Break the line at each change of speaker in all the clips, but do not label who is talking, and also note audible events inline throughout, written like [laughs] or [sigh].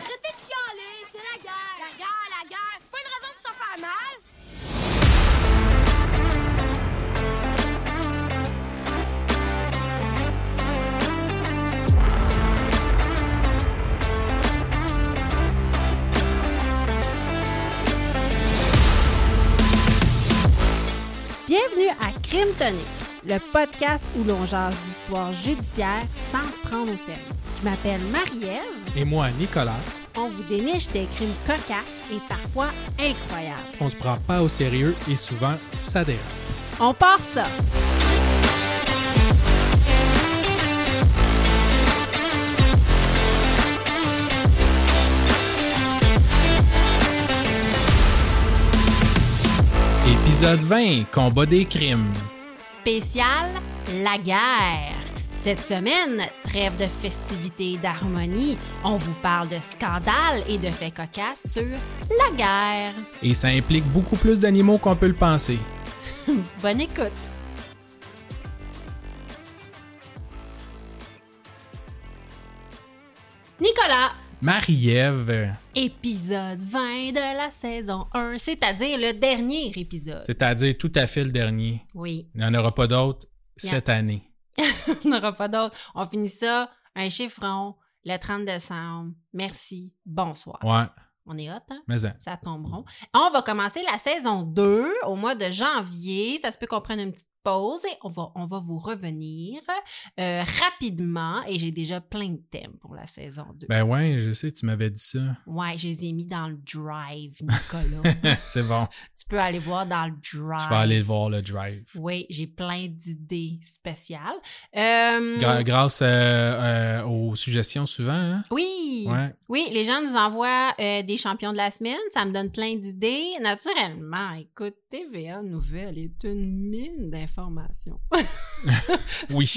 Arrêtez de chialer, c'est la guerre. La guerre, la guerre. Pas une raison pour se faire mal.
Bienvenue à Crime Tonic, le podcast où l'on jase d'histoires judiciaires sans se prendre au sérieux. Je m'appelle Marie-Ève,
Et moi, Nicolas,
on vous déniche des crimes cocasses et parfois incroyables.
on se prend pas au sérieux et souvent ça dérape.
On part ça!
Épisode 20, combat des crimes.
Spécial La guerre. Cette semaine, trêve de festivités et d'harmonie, on vous parle de scandales et de faits cocasses sur la guerre.
Et ça implique beaucoup plus d'animaux qu'on peut le penser.
Bonne écoute! Nicolas,
Marie-Ève,
épisode 20 de la saison 1, c'est-à-dire le dernier épisode.
c'est-à-dire tout à fait le dernier.
Oui, [laughs]
Il n'y en aura pas d'autres cette année.
on n'aura pas d'autre. On finit ça, un chiffron, le 30 décembre. Merci, bonsoir.
Ouais,
On est hot, hein?
mais ça.
Ça tombe rond. On va commencer la saison 2 au mois de janvier. Ça se peut qu'on prenne une petite pause et on va, on va vous revenir euh, rapidement. Et j'ai déjà plein de thèmes pour la saison 2.
Ben ouais, je sais, tu m'avais dit ça. [laughs]
Ouais, je les ai mis dans le drive, Nicolas.
[laughs] C'est bon,
tu peux aller voir dans le drive.
je vais aller voir le drive.
Oui, j'ai plein d'idées spéciales. Euh,
Gra- grâce euh, euh, aux suggestions souvent, hein?
oui,
Ouais.
oui, les gens nous envoient euh, des champions de la semaine. Ça me donne plein d'idées. Naturellement, écoute, TVA Nouvelle est une mine d'informations. [laughs]
Oui,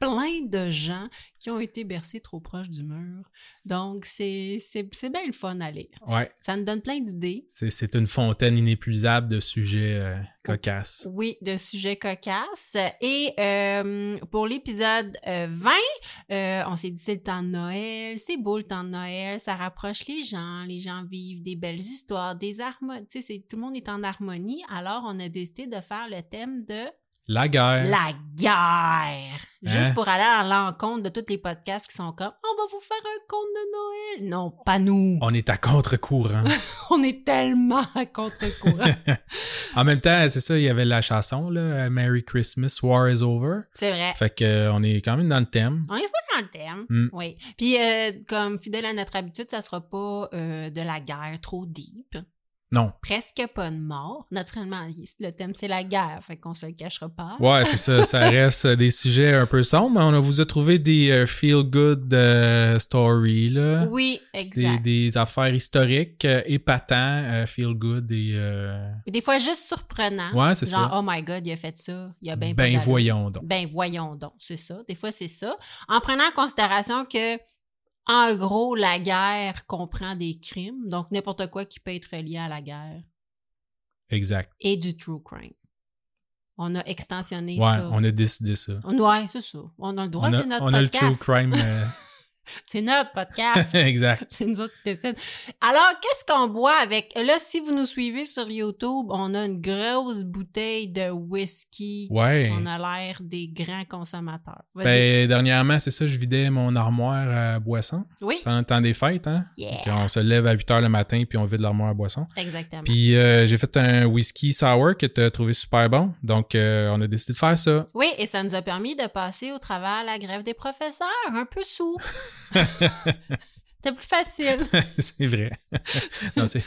plein de gens qui ont été bercés trop proches du mur. Donc, c'est c'est- c'est bien le fun à lire.
ouais.
Ça nous donne plein d'idées.
C'est- C'est une fontaine inépuisable de sujets euh, cocasses.
Oui, de sujets cocasses. Et euh, pour l'épisode euh, 20, euh, on s'est dit c'est le temps de Noël, c'est beau le temps de Noël, ça rapproche les gens, les gens vivent des belles histoires, des harmonies, tu sais, c'est- tout le monde est en harmonie. Alors, on a décidé de faire le thème de
La guerre.
la guerre. Juste
Hein?
pour aller à l'encontre de tous les podcasts qui sont comme on va vous faire un conte de Noël. Non, pas nous.
On est
[laughs]
à contre-courant.
On est tellement [laughs] à
[laughs]
contre-courant.
en même temps, c'est ça, il y avait la chanson, là, Merry Christmas, War is Over.
c'est vrai.
Fait que euh, on est quand même dans le thème.
On est fou dans le thème.
Mm.
Oui. Puis, euh, comme fidèle à notre habitude, ça sera pas euh, de la guerre trop deep.
Non.
Presque pas de mort. Naturellement, le thème, c'est la guerre. Fait qu'on se le cachera pas.
Ouais, c'est ça.
[laughs]
Ça reste euh, des sujets un peu sombres, mais on a- vous a trouvé des euh, feel-good euh, stories, là.
Oui,
Des,
exact. Des,
des affaires historiques, euh, épatants, euh, feel-good et... euh,
fois, juste surprenant.
Ouais, c'est
Genre,
ça.
oh my god, il a fait ça. Il a bien
Ben,
pas d'allure.
voyons donc.
Ben voyons donc, c'est ça. Des fois, c'est ça. En prenant en considération que en gros, la guerre comprend des crimes, donc n'importe quoi qui peut être lié à la guerre
Exact.
et du true crime. On a extensionné
Ouais,
ça.
on a décidé ça.
On- Ouais, c'est ça. On a le droit,
on a,
c'est notre
on a le
podcast.
true crime. euh,
[laughs] C'est notre [laughs] podcast.
[laughs] exact.
C'est nous autres qui décident. Alors, qu'est-ce qu'on boit avec... Là, si vous nous suivez sur YouTube, on a une grosse bouteille de whisky.
Ouais.
On a l'air des grands consommateurs. Vas-y.
Ben, dernièrement, c'est ça, je vidais mon armoire à boissons
oui,
pendant le temps des fêtes. Hein?
Yeah.
Puis on se lève à 8 h le matin puis on vide l'armoire à boissons.
exactement.
Puis euh, j'ai fait un whisky sour que tu as trouvé super bon. Donc, euh, on a décidé de faire ça. [laughs]
Oui, et ça nous a permis de passer au travers la grève des professeurs, un peu
[laughs]
sous. C'était plus facile.
c'est vrai. non, c'est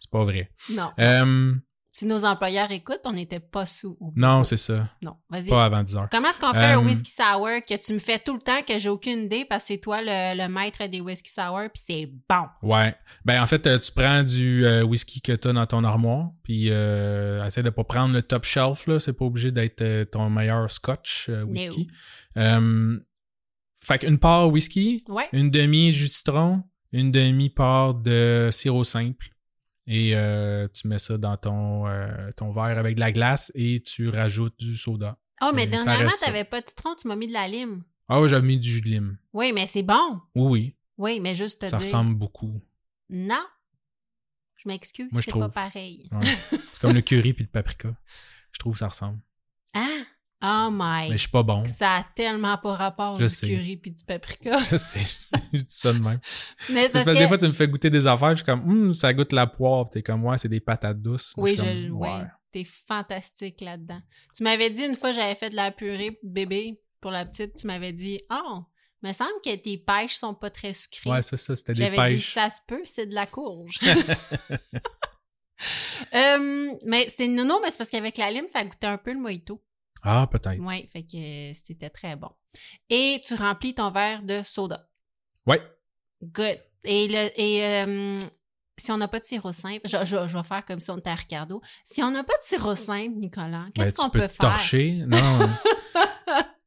c'est pas vrai.
Non.
Euh,
Si nos employeurs écoutent, on n'était pas sous. au-
non, c'est ça.
Non, vas-y.
Pas avant 10 heures.
Comment est-ce qu'on fait un
Euh,
whisky sour que tu me fais tout le temps que j'ai aucune idée parce que c'est toi le, le maître des whisky sour puis c'est bon.
Ouais. Ben, en fait, euh, tu prends du euh, whisky que t'as dans ton armoire, puis euh, essaie de pas prendre le top shelf, là. C'est pas obligé d'être euh, ton meilleur scotch euh, whisky. Euh, fait qu'une part whisky,
Ouais.
une demi jus de citron, une demi part de sirop simple. Et euh, tu mets ça dans ton, euh, ton verre avec de la glace et tu rajoutes du soda.
Oh, mais
Euh, ça
dernièrement,
reste ça.
t'avais pas de citron, tu m'as mis de la lime.
Ah ouais, j'avais mis du jus de lime.
Oui, mais c'est bon.
Oui,
Oui, mais juste te
oui.
dire.
Ça ressemble beaucoup.
Non. Je m'excuse,
Moi, je
c'est pas
trouve.
pareil.
Ouais. C'est comme le curry puis le paprika. Je trouve que ça ressemble.
Hein? Oh my.
Mais je suis pas bon.
Ça a tellement pas rapport
Je
du
sais.
curry puis du paprika.
[laughs] Je sais, je dis ça de même.
Mais
Parce que des fois, tu me fais goûter des affaires, je suis comme, Hum, ça goûte la poire, Puis t'es comme, ouais, c'est des patates douces.
Oui,
suis
je le
comme,
ouais. T'es fantastique là-dedans. Tu m'avais dit une fois, j'avais fait de la purée pour bébé pour la petite. Tu m'avais dit, oh, me semble que tes pêches sont pas très sucrées.
Ouais, ça, ça, c'était des
j'avais dit,
pêches.
ça se peut, c'est de la
[laughs]
courge. [laughs] Hum, mais c'est non, non, mais c'est parce qu'avec la lime, ça goûtait un peu le mojito.
Ah, peut-être. Ouais.
Oui, fait que euh, c'était très bon. Et tu remplis ton verre de soda. Good. Et, le, et euh, si on n'a pas de sirop simple, je, je- je vais faire comme si on était à Ricardo. Si on n'a pas de sirop simple, Nicolas,
Ben,
qu'est-ce
tu
qu'on
peux
peut
te
faire?
torcher. Non.
[laughs]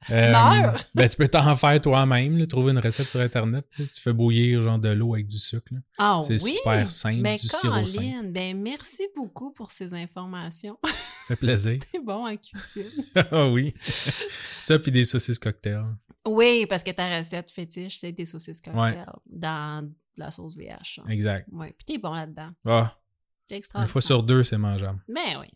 Euh,
Meurs.
ben, tu peux t'en faire toi-même, là, trouver une recette sur Internet. là. tu fais bouillir genre de l'eau avec du sucre. là.
Ah
C'est
oui?
super simple,
Ben,
du sirop simple.
Colin, ben, merci beaucoup pour ces informations. [laughs]
Ça fait plaisir. [laughs]
T'es bon en cuisine.
ah oui. ça, puis des saucisses cocktail.
oui, parce que ta recette fétiche, c'est des saucisses cocktail
Ouais.
dans de la sauce VH.
Exact.
Oui, puis t'es bon là-dedans.
Ah,
T'es
une fois
extraordinaire.
sur deux, c'est mangeable.
Ben oui.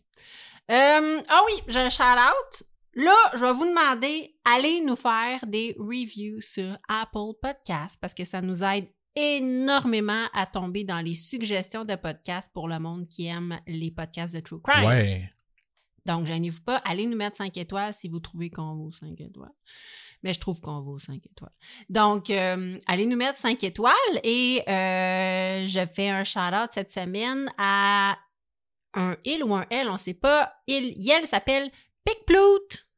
Euh, ah oui, j'ai un shout-out. Là, je vais vous demander, allez nous faire des reviews sur Apple Podcasts parce que ça nous aide énormément à tomber dans les suggestions de podcasts pour le monde qui aime les podcasts de True Crime.
Ouais.
Donc, gênez-vous pas, allez nous mettre 5 étoiles si vous trouvez qu'on vaut 5 étoiles. Mais je trouve qu'on vaut 5 étoiles. Donc, euh, allez nous mettre 5 étoiles et euh, je fais un shout-out cette semaine à un il ou un elle, on sait pas. Il, elle s'appelle Picplout.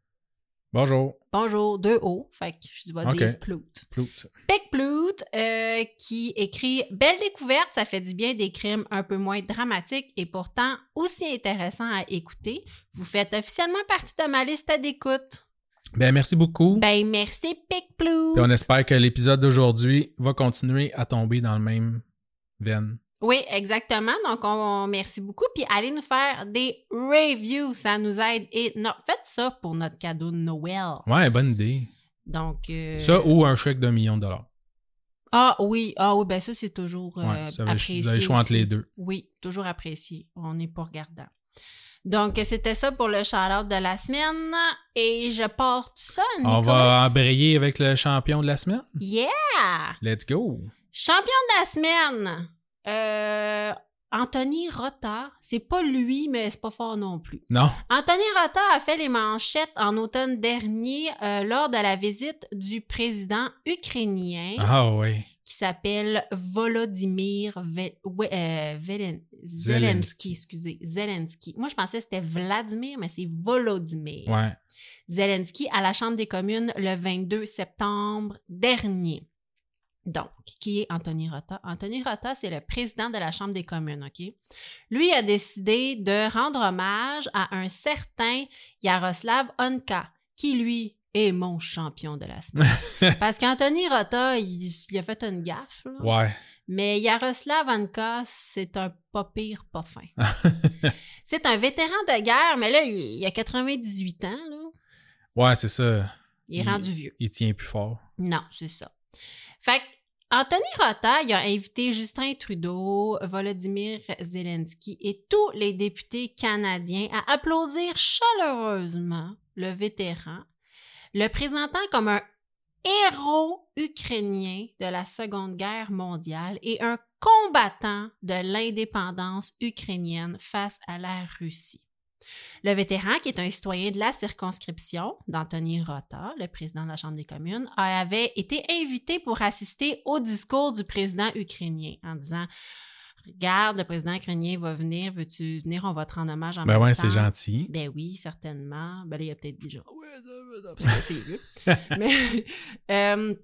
Bonjour.
Bonjour, deux O. Fait que je vais dire
Ok.
Plout.
Plout.
Pick Plout, euh, qui écrit Belle découverte, ça fait du bien des crimes un peu moins dramatiques et pourtant aussi intéressants à écouter. Vous faites officiellement partie de ma liste à d'écoute.
Ben, merci beaucoup.
Ben merci Pick Plout.
Puis on espère que l'épisode d'aujourd'hui va continuer à tomber dans le même veine.
Oui, exactement. Donc on, on- merci beaucoup puis allez nous faire des reviews, ça nous aide et non, faites ça pour notre cadeau de Noël.
Ouais, bonne idée.
Donc euh,
Ça ou un chèque d'un million de dollars.
Ah oui, ah oui, ben ça c'est toujours
Ouais,
euh,
ça va-
apprécié.
vous avez le choix entre
aussi.
les deux.
Oui, toujours apprécié. On n'est pas regardant. Donc c'était ça pour le shout-out de la semaine et je porte ça, Nicolas.
On va embrayer avec le champion de la semaine.
Yeah!
Let's go.
Champion de la semaine. Euh, Anthony Rota, c'est pas lui mais c'est pas fort non plus.
Non.
Anthony Rota a fait les manchettes en automne dernier euh, lors de la visite du président ukrainien.
Ah oui.
qui s'appelle Volodymyr Ve- We- euh, Velen- Zelensky, excusez, Zelensky. Moi, je pensais que c'était Vladimir, mais c'est Volodymyr.
Ouais.
Zelensky à la Chambre des communes le 22 septembre dernier. Donc, qui est Anthony Rota? Anthony Rota, c'est le président de la Chambre des communes, OK? Lui a décidé de rendre hommage à un certain Yaroslav Onka, qui, lui, est mon champion de la semaine. Parce qu'Anthony Rota, il, il a fait une gaffe. là.
Ouais.
Mais Yaroslav Anka, c'est un pas pire, pas fin. c'est un vétéran de guerre, mais là, il, il a 98 ans. Là.
Ouais, c'est ça.
Il est
Il-
rendu vieux.
Il tient plus fort.
Non, c'est ça. Fait que Anthony Rota, il a invité Justin Trudeau, Volodymyr Zelensky et tous les députés canadiens à applaudir chaleureusement le vétéran, le présentant comme un héros ukrainien de la Seconde Guerre mondiale et un combattant de l'indépendance ukrainienne face à la Russie. Le vétéran, qui est un citoyen de la circonscription d'Anthony Rota, le président de la Chambre des communes, a- avait été invité pour assister au discours du président ukrainien en disant Regarde, le président ukrainien va venir, veux-tu venir, on va te rendre hommage en
Ben
même
ouais,
temps.
c'est gentil.
Ben oui, certainement. Ben là, il a peut-être dit genre, ouais, non, non, non, parce que, tu sais, il
[laughs]
est vieux. Mais euh,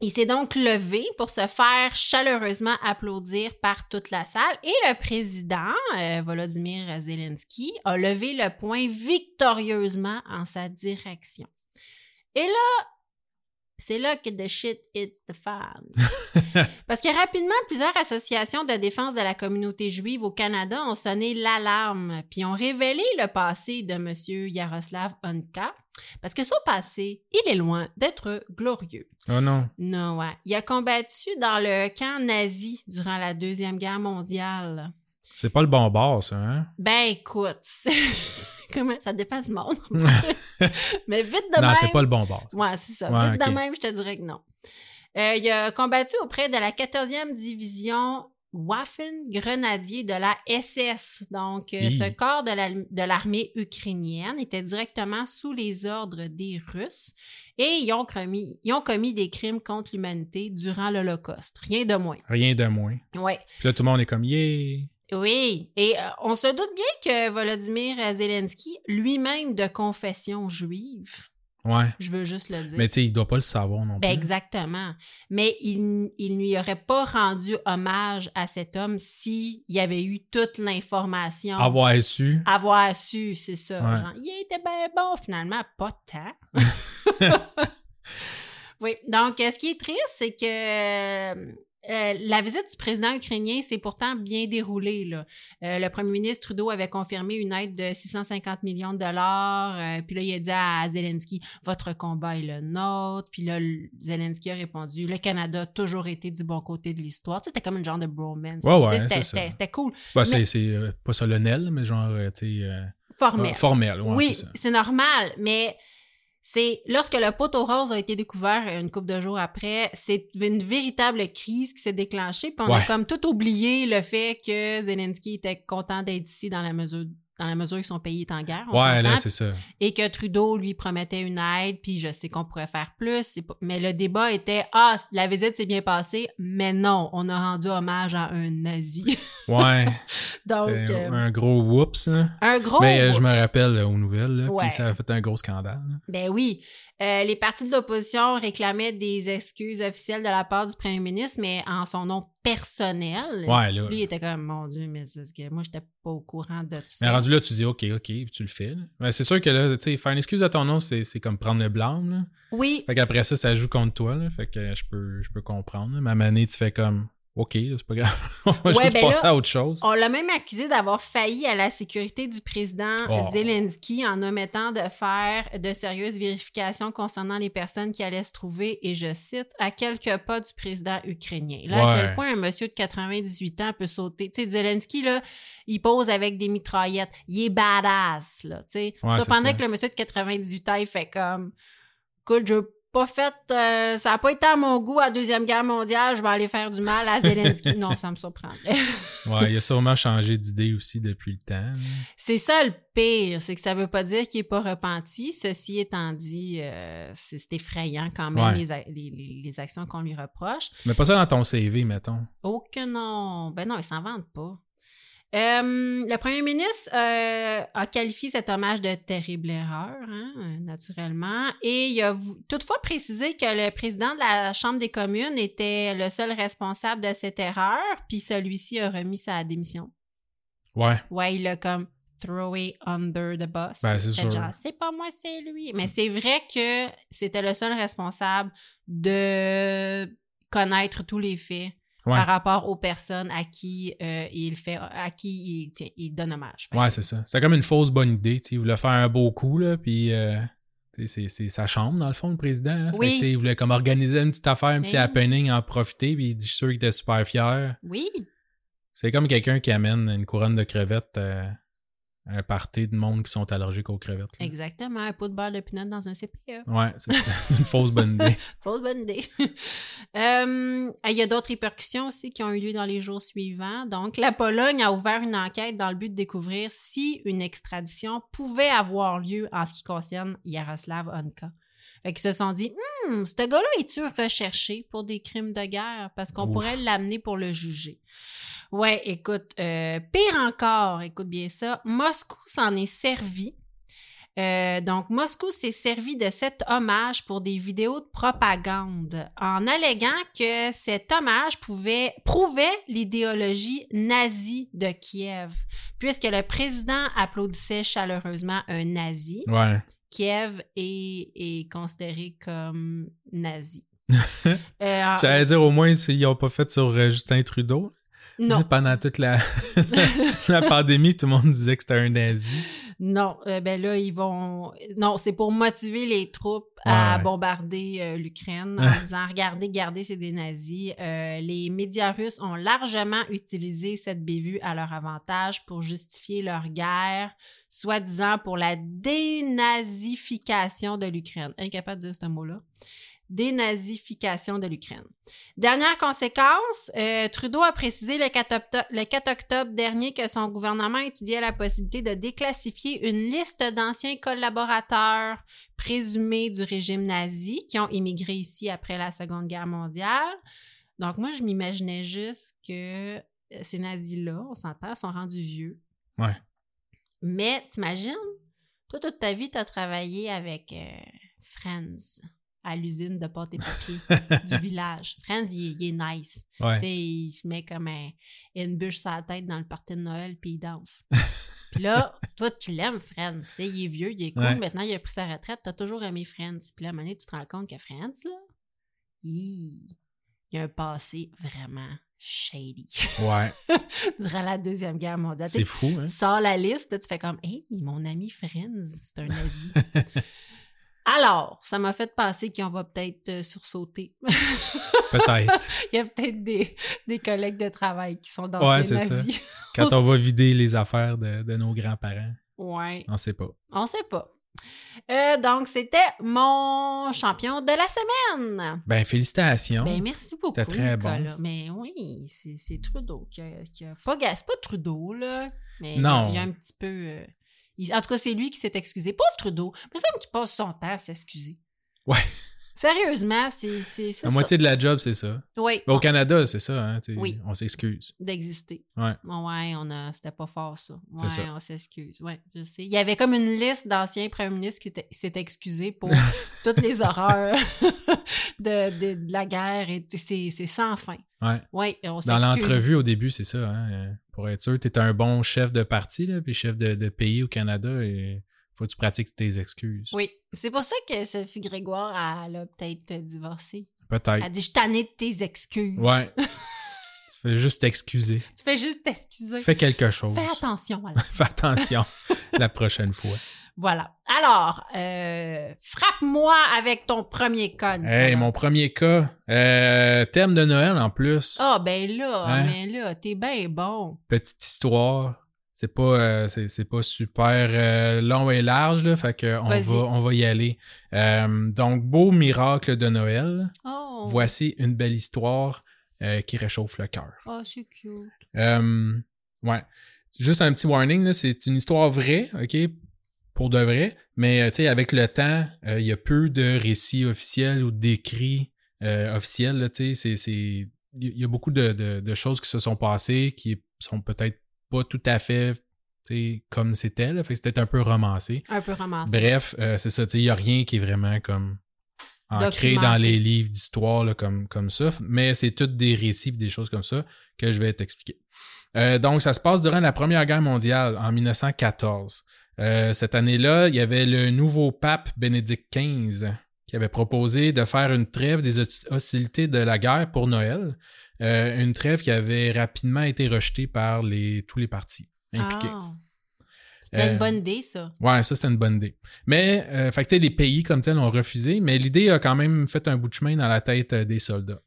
il s'est donc levé pour se faire chaleureusement applaudir par toute la salle. Et le président, euh, Volodymyr Zelensky, a levé le poing victorieusement en sa direction. Et là, c'est là que the shit hits the fan. Parce que rapidement, plusieurs associations de défense de la communauté juive au Canada ont sonné l'alarme, puis ont révélé le passé de M. Yaroslav Onka, parce que son passé, il est loin d'être glorieux.
Oh non.
Non, ouais. Il a combattu dans le camp nazi durant la Deuxième Guerre mondiale.
C'est pas le bon bord, ça, hein?
Ben écoute, [laughs] comment ça dépend du monde.
[laughs]
Mais vite de
non,
même.
c'est pas le bon bord. c'est
Ouais,
ça.
c'est ça.
Ouais,
Vite
ok.
de même, je te dirais que non. Euh, il a combattu auprès de la 14e division Waffen Grenadier de la SS. Donc, euh,
Hi.
ce corps de la- de l'armée ukrainienne était directement sous les ordres des Russes et ils ont commis, ils ont commis des crimes contre l'humanité durant l'Holocauste. Rien de moins.
Rien de moins.
Ouais.
Puis là, tout le monde est comme, yeah!
Oui, et euh, on se doute bien que Volodymyr Zelensky, lui-même de confession juive,
Ouais.
je veux juste le dire.
Mais tu sais, il doit pas le savoir non
Ben,
plus.
exactement. Mais il, il n'y aurait pas rendu hommage à cet homme s'il y avait eu toute l'information.
Avoir su.
Avoir su, c'est ça.
Ouais.
Genre, il était bien bon, finalement, pas tant.
[laughs]
[laughs] oui, donc euh, ce qui est triste, c'est que euh, la visite du président ukrainien s'est pourtant bien déroulée. Là. Euh, le premier ministre Trudeau avait confirmé une aide de 650 millions de dollars. euh, puis là, il a dit à Zelensky, votre combat est le nôtre. Puis là, le- Zelensky a répondu, le Canada a toujours été du bon côté de l'histoire. Tu sais, c'était comme une genre de bromance. Puis,
Ouais,
tu sais,
ouais,
c'était-
c'est ça.
c'était c'était cool.
Ben, c'est-
mais-
c'est euh, pas solennel, mais genre, euh, tu sais, euh,
Formel.
formel. Ouais,
oui,
c'est ça.
c'est normal, mais c'est lorsque le poteau rose a été découvert euh, une couple de jours après, c'est une véritable crise qui s'est déclenchée, puis on a
Ouais.
comme tout oublié le fait que Zelensky était content d'être ici dans la mesure dans la mesure que son pays est en guerre, on
Ouais, là,
s'entend,
c'est ça.
et que Trudeau lui promettait une aide, puis je sais qu'on pourrait faire plus, c'est pas- mais le débat était ah la visite s'est bien passée, mais non, on a rendu hommage à un nazi. [laughs]
Ouais.
Donc
C'était
euh,
un gros whoops, là.
un gros
Mais euh,
[laughs]
je me rappelle euh, aux nouvelles, là,
Ouais.
puis ça a fait un gros scandale. là.
Ben oui. Euh, les partis de l'opposition réclamaient des excuses officielles de la part du premier ministre, mais en son nom personnel.
Ouais, là.
Lui il était comme, mon Dieu, mais c'est parce que moi, j'étais pas au courant de tout
Mais
ça.
rendu là, tu dis OK, OK, puis tu le fais. là. Mais c'est sûr que là, tu sais, faire une excuse à ton nom, c'est c'est comme prendre le blâme. Là.
Oui,
Fait qu'après ça, ça joue contre toi. Là. Fait que euh, je peux, je peux comprendre. là. Mais à Mané, tu fais comme OK, là, c'est pas grave. [laughs] On va
Ouais,
juste
ben
passer
là,
à autre chose.
on l'a même accusé d'avoir failli à la sécurité du président
Oh.
Zelensky en omettant de faire de sérieuses vérifications concernant les personnes qui allaient se trouver, et je cite, à quelques pas du président ukrainien. Là, à
Ouais.
quel point un monsieur de 98 ans peut sauter. Tu sais, Zelensky, là, il pose avec des mitraillettes. Il est badass, là, tu sais.
Ouais, c'est
Cependant
ça.
que le monsieur de 98 ans, il fait comme, écoute, je veux pas fait, euh, ça a pas été à mon goût à la Deuxième Guerre mondiale, je vais aller faire du mal à
[laughs]
Zelensky. non, ça me surprendrait.
Ouais, il a sûrement changé d'idée aussi depuis le temps. là.
C'est ça le pire, c'est que ça veut pas dire qu'il est pas repenti. Ceci étant dit, euh, c'est c'est effrayant quand même
Ouais.
les, a- les- les- les actions qu'on lui reproche.
Tu mets pas ça dans ton CV, mettons.
Oh que non! Ben non, il s'en vante pas. Euh, le premier ministre euh, a qualifié cet hommage de terrible erreur, hein, euh, naturellement, et il a vou- toutefois précisé que le président de la Chambre des communes était le seul responsable de cette erreur, puis celui-ci a remis sa démission.
Ouais.
Ouais, il a comme throwé under the bus.
Ben, c'est
Fait
sûr.
genre, c'est pas moi, c'est lui. Mais c'est vrai que c'était le seul responsable de connaître tous les faits
Ouais.
par rapport aux personnes à qui euh, il fait, à qui il, tiens, il donne hommage. Fait que
Ouais, c'est ça. C'est comme une fausse bonne idée. tu sais, Il voulait faire un beau coup, là, puis euh, tu sais, c'est c'est sa chambre, dans le fond, le président. hein. Fait que,
Oui.
tu sais, il voulait comme organiser une petite affaire, un petit
Mais-
happening, en profiter, puis je suis sûr qu'il était super fier.
Oui,
C'est comme quelqu'un qui amène une couronne de crevettes euh, à un party de monde qui sont allergiques aux crevettes. là.
exactement. Un pot de beurre de pinot dans un E. CPE.
Ouais,
[laughs]
c'est ça. une fausse bonne idée.
Fausse bonne idée. [laughs] Euh, Il y a d'autres répercussions aussi qui ont eu lieu dans les jours suivants. Donc, la Pologne a ouvert une enquête dans le but de découvrir si une extradition pouvait avoir lieu en ce qui concerne Yaroslav Honka. Fait qu'ils se sont dit, hmm, ce gars-là est-tu recherché pour des crimes de guerre? Parce qu'on
Ouf.
pourrait l'amener pour le juger. Ouais, écoute, euh, pire encore, écoute bien ça, Moscou s'en est servi euh, donc, Moscou s'est servi de cet hommage pour des vidéos de propagande en alléguant que cet hommage pouvait prouver l'idéologie nazie de Kiev, puisque le président applaudissait chaleureusement un nazi.
Ouais.
Kiev est, est considéré comme nazi.
[laughs]
Euh,
J'allais dire au moins s'ils n'ont pas fait sur euh, Justin Trudeau. Tu
non,
sais, Pendant toute la... [laughs] la pandémie, tout le monde disait que c'était un nazi.
non, euh, ben là, ils vont. Non, c'est pour motiver les troupes à
Ouais. Ah.
bombarder euh, l'Ukraine en disant regardez, regardez, c'est des nazis. Euh, les médias russes ont largement utilisé cette bévue à leur avantage pour justifier leur guerre, soi-disant pour la dénazification de l'Ukraine. Incapable de dire ce mot-là. Dénazification de l'Ukraine. Dernière conséquence, euh, Trudeau a précisé le 4, octo- le 4 octobre dernier que son gouvernement étudiait la possibilité de déclassifier une liste d'anciens collaborateurs présumés du régime nazi qui ont immigré ici après la Seconde Guerre mondiale. Donc moi, je m'imaginais juste que euh, ces nazis-là, on s'entend, sont rendus vieux.
Ouais.
Mais t'imagines, toi, toute ta vie, t'as travaillé avec euh, Friends à l'usine de pâte et papier du village. Friends, il, est- il est nice.
Ouais.
Tu sais, il se met comme un- une bûche sur la tête dans le party de Noël, puis il
[laughs]
danse. puis là, toi, tu l'aimes, Friends. Tu sais, il est vieux, il est cool.
Ouais.
Maintenant, il a pris sa retraite. T'as toujours aimé Friends. Puis là, à un moment donné, tu te rends compte que Friends, là, hi, il a un passé vraiment shady [laughs]
Ouais.
durant la Deuxième Guerre mondiale. Tu
C'est
sais,
fou, hein?
tu sors la liste, là, tu fais comme Hey, mon ami Friends, c'est un nazi. [laughs]
[laughs]
Alors, ça m'a fait penser qu'on va peut-être euh, sursauter. [laughs]
Peut-être.
Il y a peut-être des, des collègues de travail qui sont dans
Ouais,
ces
c'est
nazis. [laughs]
Quand on va vider les affaires de, de nos grands-parents,
Ouais,
on sait pas.
on sait pas. Euh, donc, c'était mon champion de la semaine.
Ben, félicitations.
Ben, merci beaucoup,
C'était très bon.
Nicolas. Mais oui, c'est c'est Trudeau qui a, qui a pas... ga- C'est pas Trudeau, là. Mais
Non.
il a un petit peu... euh, il- en tout cas, c'est lui qui s'est excusé. Pauvre Trudeau. Mais ça me semble qu'il passe son temps à s'excuser.
Ouais.
Sérieusement, c'est c'est- c'est
La
ça.
moitié de la job, c'est ça.
Oui,
Ben, au Canada, c'est ça, hein? tu sais,
Oui.
On s'excuse.
d'exister.
Ouais.
Ouais, on a, c'était pas fort ça.
C'est
Ouais,
ça.
on s'excuse. Ouais, je sais. Il y avait comme une liste d'anciens premiers ministres qui étaient- s'étaient excusés
[laughs]
pour toutes les horreurs [laughs] de, de, de la guerre et tout. c'est, c'est sans fin.
Ouais.
Ouais, on s'excuse.
Dans l'entrevue au début, c'est ça. Hein? euh, Pour être sûr, tu es un bon chef de parti, là, puis chef de, de pays au Canada, et faut que tu pratiques tes excuses.
Oui, c'est pour ça que Sophie Grégoire elle a peut-être euh, divorcé. Elle a
Peut-être.
dit je t'en ai de tes excuses. [laughs]
Ouais. tu fais juste t'excuser.
Tu fais juste t'excuser.
Fais quelque chose.
Fais attention à la
[laughs]
[laughs]
Fais attention la prochaine fois.
Voilà. Alors, euh, frappe-moi avec ton premier con.
Hey, mon premier cas. euh, thème de Noël en plus.
Ah, ben là,
Hein?
mais là, t'es bien bon.
Petite histoire. C'est pas, euh, c'est, c'est pas super euh, long et large, là, fait que on
Vas-y.
va, on va y aller. Euh, donc, beau miracle de Noël.
Oh,
Voici une belle histoire euh, qui réchauffe le cœur.
oh c'est cute.
Euh, ouais. Juste un petit warning, là, c'est une histoire vraie, OK? Pour de vrai. Mais, euh, tu sais, avec le temps, euh, il y a peu de récits officiels ou d'écrits euh, officiels, là, tu sais. c'est- c'est- Il y a beaucoup de, de- de choses qui se sont passées qui sont peut-être pas tout à fait, tu sais, comme c'était, là. Fait que c'était un peu romancé.
Un peu romancé.
Bref, euh, c'est ça, tu sais, il n'y a rien qui est vraiment comme ancré
Documenté.
dans les livres d'histoire là, comme, comme ça, mais c'est toutes des récits et des choses comme ça que je vais t'expliquer. Euh, donc, ça se passe durant la Première Guerre mondiale, en 1914. Euh, cette année-là, il y avait le nouveau pape Bénédicte XV qui avait proposé de faire une trêve des hosti- hostilités de la guerre pour Noël, Euh, une trêve qui avait rapidement été rejetée par les, tous les partis impliqués.
Ah. C'était
Euh,
une bonne idée, ça.
Ouais, ça, c'est une bonne idée. Mais, euh, fait que, tu sais, les pays comme tels ont refusé, mais l'idée a quand même fait un bout de chemin dans la tête euh, des soldats.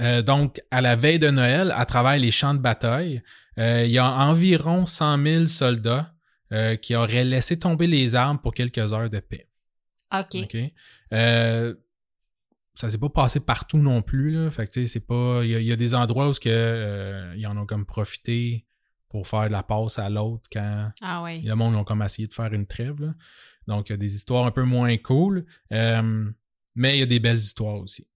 Euh, donc, à la veille de Noël, à travers les champs de bataille, euh, il y a environ 100 000 soldats euh, qui auraient laissé tomber les armes pour quelques heures de paix.
OK.
OK. Euh, ça s'est pas passé partout non plus. Là. Fait que, tu sais, c'est pas. Il y, a- il y a des endroits où ce que, euh, ils en ont comme profité pour faire de la passe à l'autre quand
Ah ouais.
le monde ont comme essayé de faire une trêve. là. Donc, il y a des histoires un peu moins cool. euh, mais il y a des belles histoires aussi.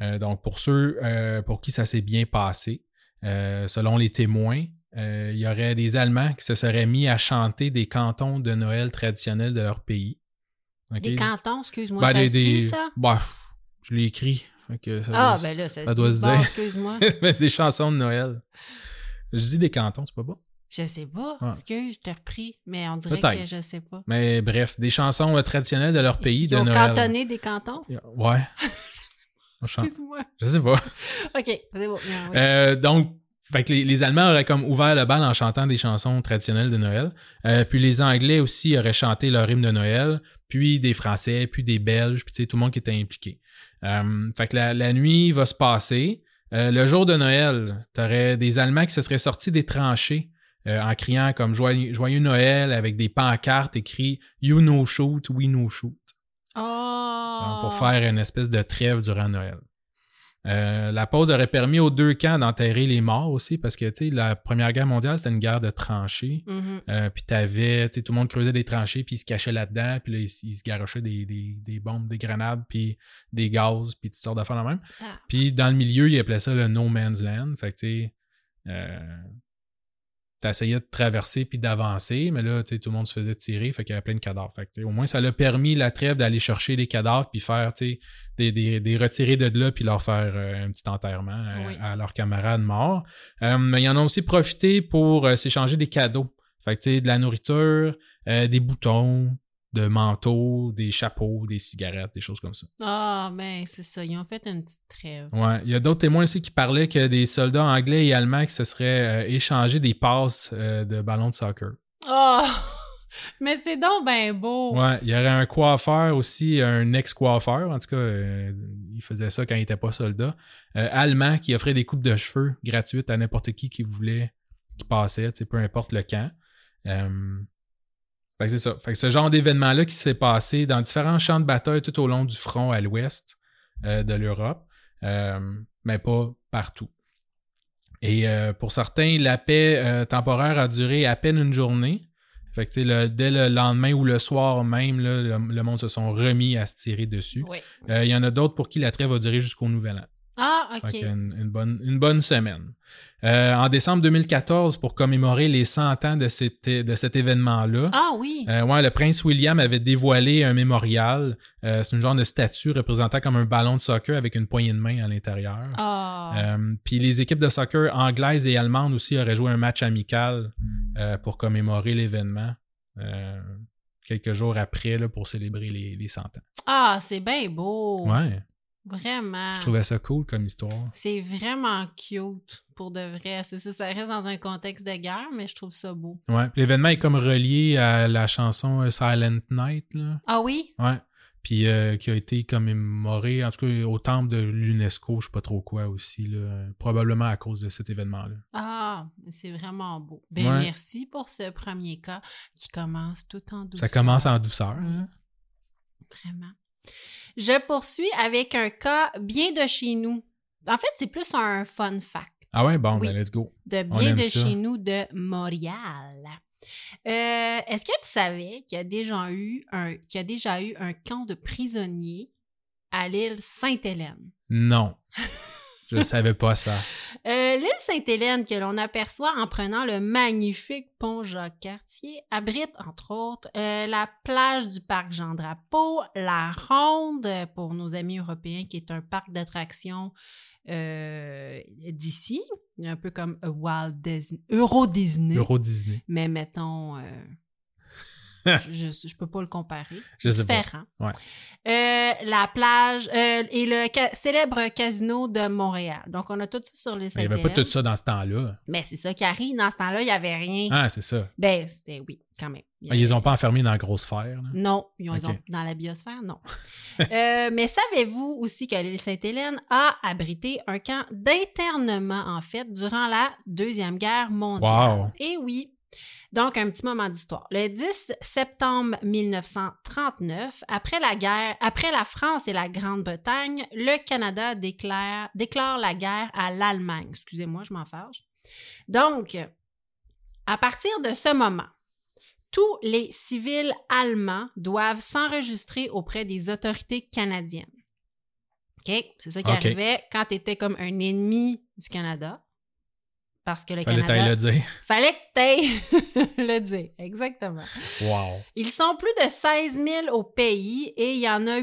Euh, donc, pour ceux euh, pour qui ça s'est bien passé, euh, selon les témoins, euh, il y aurait des Allemands qui se seraient mis à chanter des cantons de Noël traditionnels de leur pays. OK?
Des cantons, excuse-moi,
Ben,
ça
des-
se dit,
des-
ça?
ben, pff, je l'ai écrit. Fait que ça
Ah,
doit-
ben là, ça,
ça
se
doit
dit.
se
bon,
dire. [laughs]
excuse-moi.
des chansons de Noël. Je dis des cantons, c'est pas bon.
Je sais pas.
Ouais.
Excuse, je t'ai repris, mais on dirait
Peut-être.
que je sais pas.
Mais bref, des chansons euh, traditionnelles de leur pays
Ils
de
ont
Noël.
cantonné des cantons? [laughs]
Ouais. On chante.
Excuse-moi. [laughs]
Je sais pas.
OK, c'est bon. Non, oui.
Euh, donc, fait que les, les Allemands auraient comme ouvert le bal en chantant des chansons traditionnelles de Noël. Euh, puis les Anglais aussi auraient chanté leur hymne de Noël, puis des Français, puis des Belges, puis tu sais, tout le monde qui était impliqué. Euh, fait que la, la nuit va se passer. Euh, le jour de Noël, t'aurais des Allemands qui se seraient sortis des tranchées euh, en criant comme joyeux, Joyeux Noël avec des pancartes écrits You no shoot, we no shoot.
Oh!
Donc, hein, pour faire une espèce de trêve durant Noël. Euh, la pause aurait permis aux deux camps d'enterrer les morts aussi, parce que tu sais, la Première Guerre mondiale, c'était une guerre de tranchées.
Mhm.
Euh, puis t'avais, tu sais, tout le monde creusait des tranchées, puis ils se cachaient là-dedans, puis là, ils, ils se garochaient des, des, des bombes, des grenades, puis des gaz, puis toutes sortes d'affaires la même.
Ah.
Puis dans le milieu, ils appelaient ça le no man's land. Fait que tu sais, euh, t'essayais de traverser puis d'avancer, mais là, tu sais, tout le monde se faisait tirer, fait qu'il y avait plein de cadavres. Fait que, tu sais, au moins, ça l'a permis la trêve d'aller chercher des cadavres puis faire, tu sais, des, des, des retirer de là puis leur faire euh, un petit enterrement euh,
Oui.
à leurs camarades morts. Euh, mais ils en ont aussi profité pour euh, s'échanger des cadeaux. Fait que, tu sais, de la nourriture, euh, des boutons, de manteaux, des chapeaux, des cigarettes, des choses comme ça.
Ah, ben, c'est ça. Ils ont fait une petite trêve.
Ouais, il y a d'autres témoins aussi qui parlaient que des soldats anglais et allemands qui se seraient euh, échangés des passes euh, de ballons de soccer.
Oh! [laughs] Mais c'est donc ben beau!
Ouais, il y aurait un coiffeur aussi, un ex-coiffeur, en tout cas, euh, il faisait ça quand il était pas soldat, euh, allemand qui offrait des coupes de cheveux gratuites à n'importe qui qui voulait, qui passait, tu sais, peu importe le camp. Euh, fait que c'est ça. Fait que ce genre d'événement-là qui s'est passé dans différents champs de bataille tout au long du front à l'ouest euh, de l'Europe, euh, mais pas partout. Et euh, pour certains, la paix euh, temporaire a duré à peine une journée. Fait que, tu sais, le- dès le lendemain ou le soir même, là, le, le monde se sont remis à se tirer dessus.
Oui.
Euh, Il y en a d'autres pour qui la trêve va durer jusqu'au nouvel an.
Ah, OK.
Fait qu'il y a une, une bonne, une bonne semaine. Euh, en décembre 2014, pour commémorer les 100 ans de, cet é- de cet événement-là,
Ah oui!
euh, ouais, le prince William avait dévoilé un mémorial. Euh, c'est une genre de statue représentant comme un ballon de soccer avec une poignée de main à l'intérieur.
Ah!
Euh, Puis les équipes de soccer anglaises et allemandes aussi auraient joué un match amical euh, pour commémorer l'événement euh, quelques jours après là, pour célébrer les, les 100 ans.
Ah, c'est bien beau!
Ouais,
Vraiment!
je trouvais ça cool comme histoire.
C'est vraiment cute pour de vrai. C'est ça, ça reste dans un contexte de guerre, mais je trouve ça beau.
Ouais, puis l'événement est comme relié à la chanson euh, Silent Night, là.
Ah oui?
Ouais. Puis euh, qui a été commémoré, en tout cas au temple de l'UNESCO, je sais pas trop quoi aussi, là. Probablement à cause de cet événement-là.
Ah, c'est vraiment beau. Ben
Ouais.
merci pour ce premier cas qui commence tout en douceur. Mmh.
Ça commence en douceur. hein.
Vraiment. Je poursuis avec un cas bien de chez nous. En fait, c'est plus un fun fact.
Ah ouais, bon,
Oui.
ben let's go.
de
On
bien
aime
de
ça.
chez nous de Montréal. Euh, Est-ce que tu savais qu'il y a déjà eu un qu'il y a déjà eu un camp de prisonniers à l'île Sainte-Hélène? [laughs]
Non. je savais pas ça.
Euh, l'île Sainte-Hélène que l'on aperçoit en prenant le magnifique pont Jacques-Cartier abrite, entre autres, euh, la plage du parc Jean-Drapeau, la Ronde, pour nos amis européens, qui est un parc d'attractions euh, d'ici, un peu comme Walt Disney, Euro Disney,
Euro Disney.
mais mettons...
[laughs]
euh, je, je peux pas le comparer.
Je sais pas.
Différent.
Ouais.
Euh, la plage euh, et le ca- célèbre casino de Montréal. Donc, on a tout ça sur les
Il n'y avait pas
Sainte-Hélène.
tout ça dans ce temps-là.
Mais c'est ça qui arrive. Dans ce temps-là, il n'y avait rien.
Ah, c'est ça.
Ben, c'était oui, quand même. Il y Mmh.
Ah, Ils les ont pas enfermés dans la grosse sphère. là.
non, ils ont, ils ont-
Hein? Ok.
dans la biosphère, non. [laughs] Euh, mais savez-vous aussi que l'île Sainte-Hélène a abrité un camp d'internement, en fait, durant la Deuxième Guerre mondiale?
Wow.
Et oui. Donc, un petit moment d'histoire. Le 10 septembre 1939, après la guerre, après la France et la Grande-Bretagne, le Canada déclare, déclare la guerre à l'Allemagne. Excusez-moi, je m'en fâche. Donc, à partir de ce moment, tous les civils allemands doivent s'enregistrer auprès des autorités canadiennes. OK? C'est ça qui
OK.
arrivait quand tu étais comme un ennemi du Canada. Parce que le
Fallait
Canada.
t'aille le dire.
Fallait que t'ailles [laughs] le dire. Exactement.
Wow.
Ils sont plus de 16 000 au pays et il y en a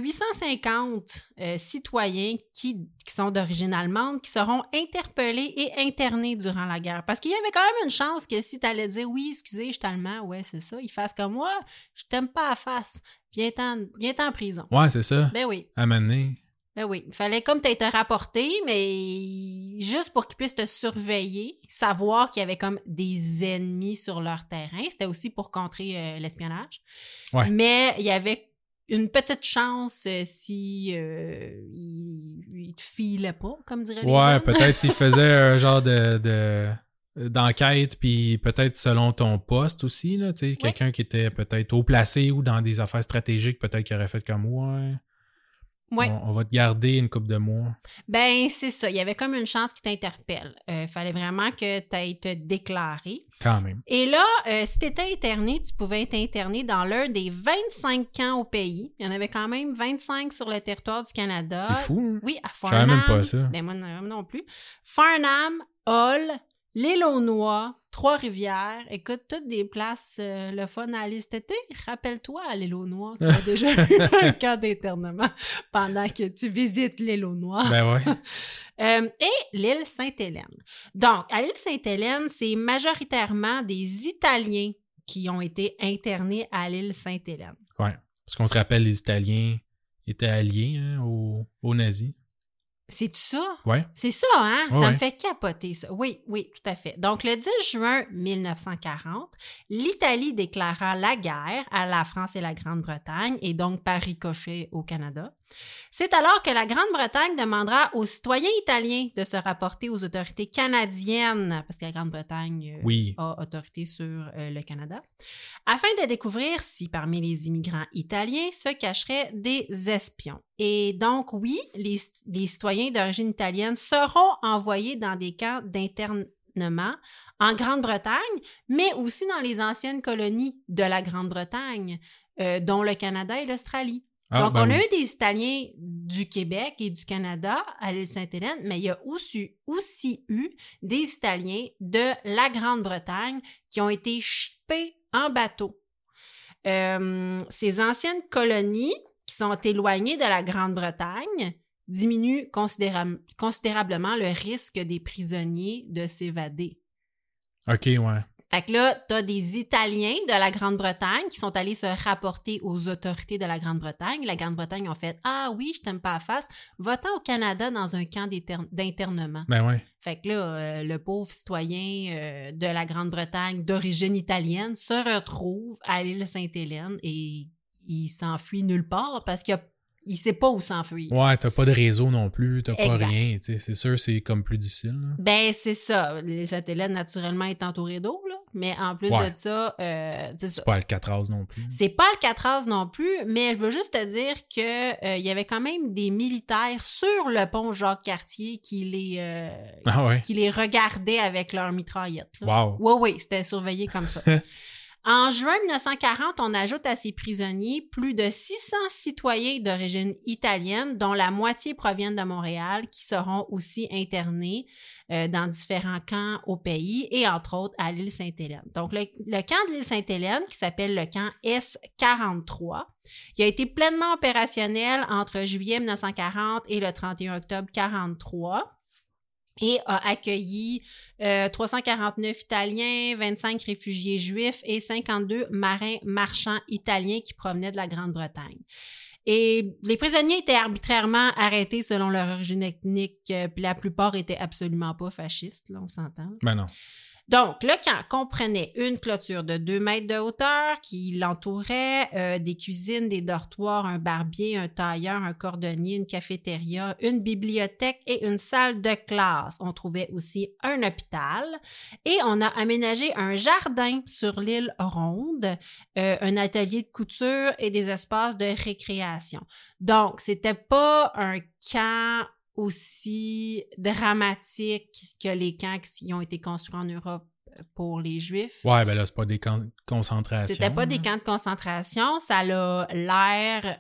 850 euh, citoyens qui, qui sont d'origine allemande qui seront interpellés et internés durant la guerre. Parce qu'il y avait quand même une chance que si t'allais dire oui, excusez, je suis allemand, ouais, c'est ça, ils fassent comme moi, je t'aime pas à face, viens-t'en viens en prison.
Ouais, c'est ça.
Ben oui,
À maner.
ben oui. Il fallait comme t'aies te rapporté, mais juste pour qu'ils puissent te surveiller, savoir qu'il y avait comme des ennemis sur leur terrain. C'était aussi pour contrer euh, l'espionnage.
Ouais.
Mais il y avait une petite chance euh, si euh, ils il te filaient pas, comme dirait les
Ouais,
jeunes.
peut-être s'ils faisaient un genre de, de- d'enquête, puis peut-être selon ton poste aussi, là, tu sais, quelqu'un qui était peut-être haut placé ou dans des affaires stratégiques, peut-être qu'il aurait fait comme ouais,
[laughs] Ouais.
on, on va te garder une coupe de mois.
Ben, c'est ça. Il y avait comme une chance qui t'interpelle. Euh, fallait vraiment que tu ailles te déclarer.
Quand même.
Et là, euh, si tu étais interné, tu pouvais être interné dans l'un des 25 camps au pays. Il y en avait quand même 25 sur le territoire du Canada.
C'est fou, hein?
Oui, à
savais
Farnham.
même pas ça.
Ben, moi non, non plus. Farnham, Hall, l'île aux Noix, Trois-Rivières. Écoute, toutes des places euh, le fun à aller cet été. Rappelle-toi à l'île aux Noix, tu as
[laughs]
déjà [laughs] eu un camp d'internement pendant que tu visites l'île aux Noix. [laughs]
Ben ouais.
Euh, et l'île Sainte-Hélène. Donc, à l'île Sainte-Hélène, c'est majoritairement des Italiens qui ont été internés à l'île Sainte-Hélène.
Ouais. Parce qu'on se rappelle, les Italiens étaient alliés hein, aux, aux nazis.
C'est ça?
Ouais.
C'est ça, hein?
Ouais,
ça me
ouais.
fait capoter, ça. Oui, oui, tout à fait. Donc, le 10 juin 1940, l'Italie déclara la guerre à la France et la Grande-Bretagne, et donc par ricochet au Canada. C'est alors que la Grande-Bretagne demandera aux citoyens italiens de se rapporter aux autorités canadiennes, parce que la Grande-Bretagne euh,
Oui.
a autorité sur euh, le Canada, afin de découvrir si parmi les immigrants italiens se cacheraient des espions. Et donc, oui, les, les citoyens d'origine italienne seront envoyés dans des camps d'internement en Grande-Bretagne, mais aussi dans les anciennes colonies de la Grande-Bretagne, euh, dont le Canada et l'Australie.
Ah,
Donc,
ben
on a
oui.
eu des Italiens du Québec et du Canada à l'île Sainte-Hélène, mais il y a aussi, aussi eu des Italiens de la Grande-Bretagne qui ont été chippés en bateau. Euh, ces anciennes colonies qui sont éloignées de la Grande-Bretagne diminuent considéram- considérablement le risque des prisonniers de s'évader.
OK, ouais.
Fait que là, t'as des Italiens de la Grande-Bretagne qui sont allés se rapporter aux autorités de la Grande-Bretagne. La Grande-Bretagne a fait « Ah oui, je t'aime pas à face. Va-t'en au Canada dans un camp d'éter- d'internement.
Ben ouais.
Fait que là, euh, le pauvre citoyen euh, de la Grande-Bretagne d'origine italienne se retrouve à l'île Sainte-Hélène et il s'enfuit nulle part parce qu'il a- il sait pas où s'enfuir.
Ouais, t'as pas de réseau non plus, t'as pas
Exact.
rien, tu sais. C'est sûr, c'est comme plus difficile. là.
Ben, c'est ça. L'île Sainte-Hélène, naturellement, est entourée d'eau, là. Mais en plus
Ouais.
de ça, euh, c'est ça.
C'est pas Alcatraz non plus.
C'est pas le 4 non plus, mais je veux juste te dire que euh, il y avait quand même des militaires sur le pont Jacques-Cartier qui les euh,
Ah ouais.
qui les regardaient avec leurs mitraillettes. là.
Wow. [laughs]
Oui, oui, c'était surveillé comme ça. En juin 1940, on ajoute à ces prisonniers plus de 600 citoyens d'origine italienne, dont la moitié proviennent de Montréal, qui seront aussi internés euh, dans différents camps au pays et entre autres à l'île Sainte-Hélène. Donc le, le camp de l'île Sainte-Hélène, qui s'appelle le camp S43, il a été pleinement opérationnel entre juillet 1940 et le 31 octobre 1943 et a accueilli euh, 349 Italiens, 25 réfugiés juifs et 52 marins marchands italiens qui provenaient de la Grande-Bretagne. Et les prisonniers étaient arbitrairement arrêtés selon leur origine ethnique, euh, puis la plupart étaient absolument pas fascistes, là, on s'entend.
Ben non.
Donc, le camp comprenait une clôture de 2 mètres de hauteur qui l'entourait, euh, des cuisines, des dortoirs, un barbier, un tailleur, un cordonnier, une cafétéria, une bibliothèque et une salle de classe. On trouvait aussi un hôpital et on a aménagé un jardin sur l'île Ronde, euh, un atelier de couture et des espaces de récréation. Donc, c'était pas un camp aussi dramatique que les camps qui ont été construits en Europe euh, pour les Juifs.
Ouais, ben là, c'est pas des camps de concentration.
C'était pas des camps de concentration, ça a l'air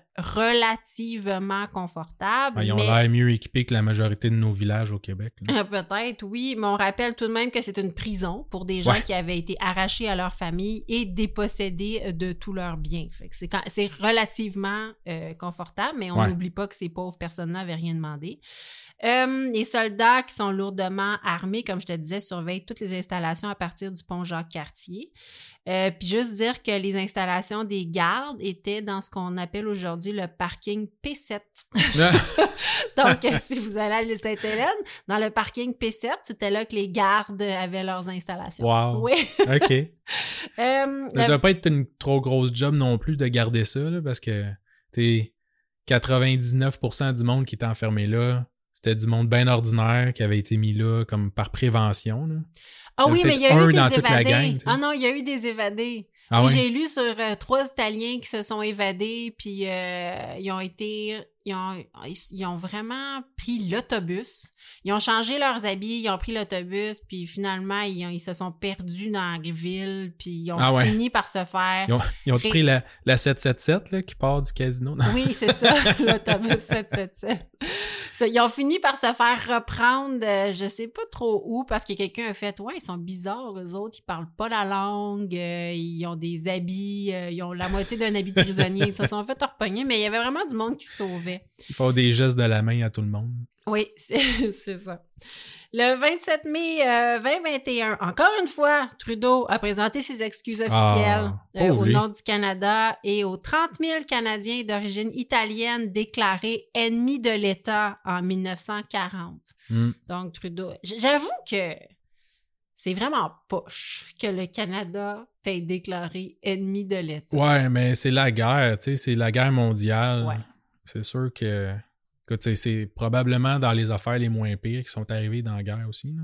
relativement confortable.
Ouais, ils ont
mais-
l'air mieux équipés que la majorité de nos villages au Québec.
[laughs]
là.
Euh, [laughs] Peut-être, oui, mais on rappelle tout de même que c'est une prison pour des gens
Ouais.
qui avaient été arrachés à leur famille et dépossédés de tous leurs biens. Fait que C'est quand- c'est relativement euh, confortable, mais on
Ouais.
n'oublie pas que ces pauvres personnes-là n'avaient rien demandé. Euh, les soldats qui sont lourdement armés, comme je te disais, surveillent toutes les installations à partir du pont Jacques-Cartier. Euh, puis juste dire que les installations des gardes étaient dans ce qu'on appelle aujourd'hui le parking P7.
[laughs]
Donc, euh, si vous allez à l'île Sainte-Hélène, dans le parking P7, c'était là que les gardes avaient leurs installations.
wow.
Oui. [laughs]
OK.
Euh,
Ça
le-
doit pas être une trop grosse job non plus de garder ça, là, parce que, tu sais, 99% du monde qui était enfermé là, c'était du monde bien ordinaire qui avait été mis là comme par prévention. là.
Ah
il y en a
oui, mais il y a
peut-être
eu
un
des
dans toute la
évadés.
gang, tu sais.
ah non, il y a eu des évadés.
Ah
Puis
ouais?
J'ai lu sur euh, trois Italiens qui se sont évadés, puis euh, ils ont été... Ils ont, ils ont vraiment pris l'autobus. Ils ont changé leurs habits, ils ont pris l'autobus, puis finalement, ils, ont- ils se sont perdus dans la ville, puis ils ont
Ah ouais.
fini par se faire
Ils ont, ils ont
Ré-
pris la, la 777 là, qui part du casino? Non.
Oui, c'est ça, [laughs] l'autobus 777. Ça, Ils ont fini par se faire reprendre, euh, je sais pas trop où, parce que quelqu'un a fait Ouais, ils sont bizarres, eux autres, ils parlent pas la langue, euh, ils ont des habits, euh, ils ont la moitié d'un habit de prisonnier. Ils se sont fait repogner, mais il y avait vraiment du monde qui se sauvait.
Ils font des gestes de la main à tout le monde.
Oui, [laughs] c'est c'est ça. Le 27 mai euh, 2021, encore une fois, Trudeau a présenté ses excuses officielles
Ah,
euh,
pauvre
au
lui.
nom du Canada et aux 30 000 Canadiens d'origine italienne déclarés ennemis de l'État en 1940.
Hmm.
Donc, Trudeau, j- j'avoue que c'est vraiment poche que le Canada t'ait déclaré ennemi de l'État.
Ouais, mais c'est la guerre, tu sais, c'est la guerre mondiale.
Ouais.
C'est sûr que, écoute, c'est- c'est probablement dans les affaires les moins pires qui sont arrivées dans la guerre aussi. là.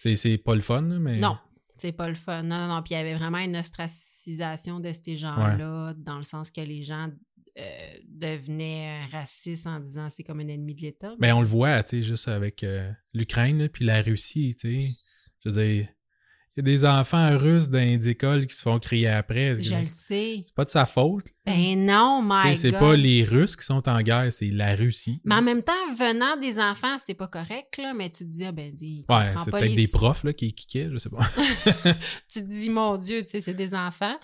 C'est- C'est pas le fun, là, mais.
Non, c'est pas le fun. Non, non, non. Puis il y avait vraiment une ostracisation de ces gens-là, dans le sens que les gens euh, devenaient racistes en disant c'est comme un ennemi de l'État.
Ben, on le voit, tu sais, juste avec euh, l'Ukraine, là, puis la Russie, tu sais. Je veux dire, il y a des enfants russes dans les écoles qui se font crier après.
je le sais.
C'est pas de sa faute. là.
Ben non,
Tu
my
sais, c'est
God.
pas les Russes qui sont en guerre, c'est la Russie.
Mais en même temps, venant des enfants, c'est pas correct, là, mais tu te dis, ah ben, dis,
Ouais, c'est peut-être des profs là, qui kickaient, je
[laughs]
sais pas.
Tu te dis, mon Dieu, tu sais, c'est des enfants.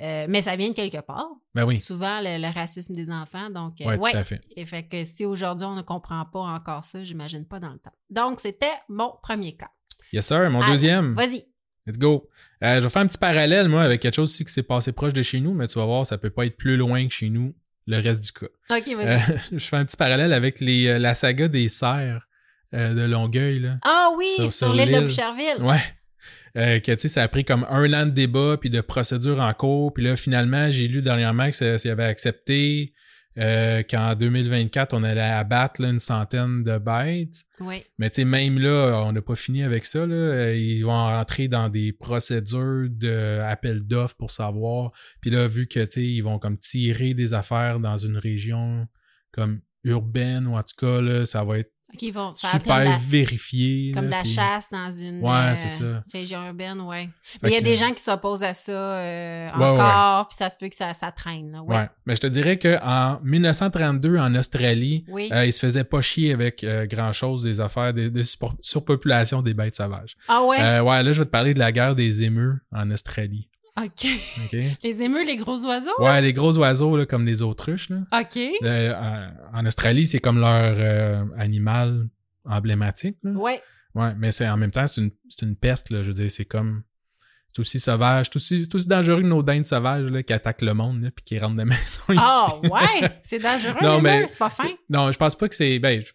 Euh, mais ça vient de quelque part.
ben oui,
Souvent, le, le racisme des enfants. Donc, euh,
ouais,
ouais,
tout à fait.
Et fait que si aujourd'hui on ne comprend pas encore ça, j'imagine pas dans le temps. Donc c'était mon premier cas.
Yes sir, mon
Ah,
deuxième.
Vas-y.
Let's go. Euh, je vais faire un petit parallèle, moi, avec quelque chose aussi qui s'est passé proche de chez nous, mais tu vas voir, ça peut pas être plus loin que chez nous, le reste du cas.
Ok, vas-y.
Euh, [laughs] je fais un petit parallèle avec les, euh, la saga des serres euh, de Longueuil, là.
ah oui,
sur-
sur,
sur
l'île de
l'île.
Boucherville.
Ouais. Euh, que, tu sais, ça a pris comme un an de débat, puis de procédure en cours, puis là, finalement, j'ai lu dernièrement que ça, ça avait accepté, euh, qu'en 2024, on allait abattre là, une centaine de bêtes.
Oui.
Mais tu sais, même là, on n'a pas fini avec ça. Là. Euh, Ils vont rentrer dans des procédures d'appel d'offres pour savoir. Puis là, vu que tu sais, ils vont comme tirer des affaires dans une région comme urbaine ou en tout cas, là, ça va être
OK, ils vont faire
super
de la-
vérifié.
comme de
là,
la
puis-
chasse dans une
Ouais,
euh,
c'est ça.
région urbaine, ouais. Mais il y a
que- euh,
des gens qui s'opposent à ça euh,
ouais.
encore, puis ça se peut que ça, ça traîne. Là.
Ouais.
Ouais.
Mais je te dirais qu'en 1932, en Australie,
Oui.
euh, ils se faisaient pas chier avec euh, grand-chose des affaires de, de surpo- surpopulation des bêtes sauvages.
Ah ouais?
Euh, ouais, là, je vais te parler de la guerre des émeux en Australie.
OK.
OK?
[laughs] Les émeux, les gros oiseaux?
Ouais, les gros oiseaux, là, comme les autruches, là.
OK.
Euh, en- en Australie, c'est comme leur euh, animal emblématique. là.
Ouais.
Ouais, mais c'est en même temps, c'est une, c'est une peste, là. Je veux dire, c'est comme. C'est aussi sauvage, c'est aussi, c'est aussi dangereux que nos dindes sauvages là, qui attaquent le monde là, puis qui [laughs] rentrent des maisons
Ah
ici.
ouais! C'est dangereux,
[laughs] Non,
les
mais-
émeux, c'est pas fin.
Non, je pense pas que c'est. Ben, je,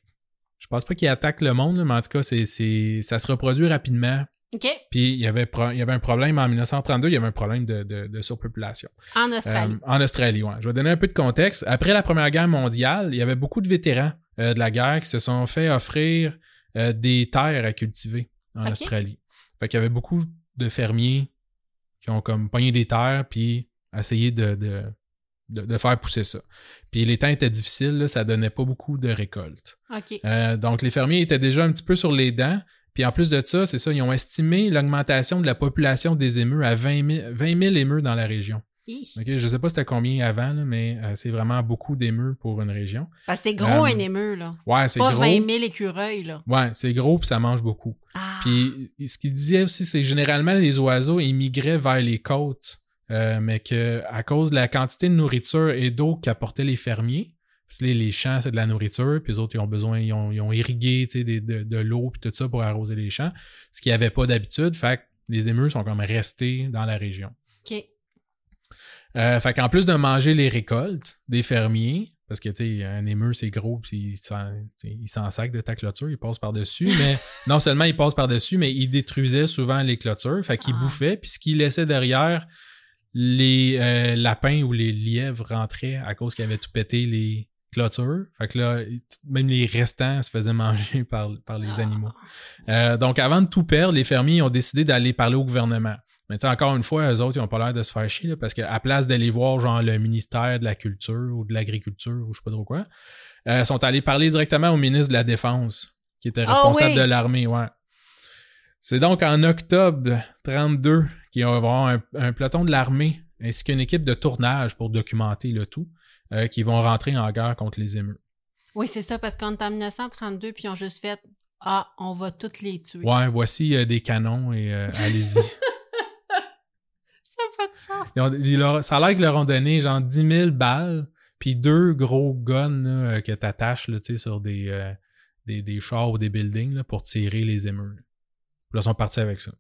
je pense pas qu'ils attaquent le monde, là, mais en tout cas, c'est, c'est, ça se reproduit rapidement.
OK.
Puis il y avait, pro- il y avait un problème en 1932, il y avait un problème de, de- de surpopulation.
En Australie.
Euh, en Australie, ouais. Je vais donner un peu de contexte. Après la Première Guerre mondiale, il y avait beaucoup de vétérans euh, de la guerre qui se sont fait offrir euh, des terres à cultiver en
Ok.
Australie. Fait qu'il y avait beaucoup de fermiers qui ont comme pogné des terres puis essayé de, de, de- de faire pousser ça. Puis les temps étaient difficiles, là, ça donnait pas beaucoup de récoltes.
OK.
Euh, donc, les fermiers étaient déjà un petit peu sur les dents. Puis en plus de ça, c'est ça, ils ont estimé l'augmentation de la population des émeux à 20 000, 20 000 émeux dans la région.
Hi.
Ok, je sais pas c'était combien avant, là, mais euh, c'est vraiment beaucoup d'émeux pour une région.
Parce que c'est gros,
Euh,
un émeu, là.
Ouais, c'est
Pas
gros.
20 000 écureuils, là.
Ouais, c'est gros puis ça mange beaucoup.
Ah.
Puis ce qu'il disait aussi, c'est que généralement les oiseaux ils migraient vers les côtes, euh, mais que à cause de la quantité de nourriture et d'eau qu'apportaient les fermiers, parce que les, les champs c'est de la nourriture, puis les autres ils ont besoin, ils ont, ils ont irrigué tu sais, des- de, de l'eau puis tout ça pour arroser les champs, ce qu'il n'y avait pas d'habitude, fait que les émeux sont comme restés dans la région.
OK.
Euh, fait qu'en plus de manger les récoltes des fermiers, parce que tu sais, un émeu, c'est gros, puis il s'en- tu sais, il s'en sac de ta clôture, il passe par-dessus, mais
[laughs]
non seulement il passe par-dessus, mais il détruisait souvent les clôtures, fait qu'il
Ah.
bouffait, puis ce qu'il laissait derrière, les euh, lapins ou les lièvres rentraient à cause qu'ils avaient tout pété les clôtures. Fait que là, il- même les restants se faisaient [laughs] manger par, par les
Ah.
animaux. Euh, donc, avant de tout perdre, les fermiers ont décidé d'aller parler au gouvernement. Mais tu sais, encore une fois, eux autres, ils n'ont pas l'air de se faire chier, là, parce qu'à place d'aller voir, genre, le ministère de la Culture ou de l'Agriculture ou je sais pas trop quoi, euh, sont allés parler directement au ministre de la Défense, qui était
Ah
responsable
oui!
de l'armée, ouais. C'est donc en octobre 32 qu'ils vont avoir un, un peloton de l'armée ainsi qu'une équipe de tournage pour documenter le tout, euh, qui vont rentrer en guerre contre les émeux.
Oui, c'est ça, parce qu'on est en 1932, puis ils ont juste fait Ah, on va toutes les tuer.
Ouais, voici euh, des canons et euh, allez-y.
Ça n'a pas de sens.
Ils ont- ils leur- ça a l'air qu'ils leur ont donné genre 10 000 balles, puis deux gros guns là, euh, que t'attaches là, tu sais, sur des, euh, des, des chars ou des buildings là, pour tirer les émeux. Là, Puis là, ils sont partis avec ça.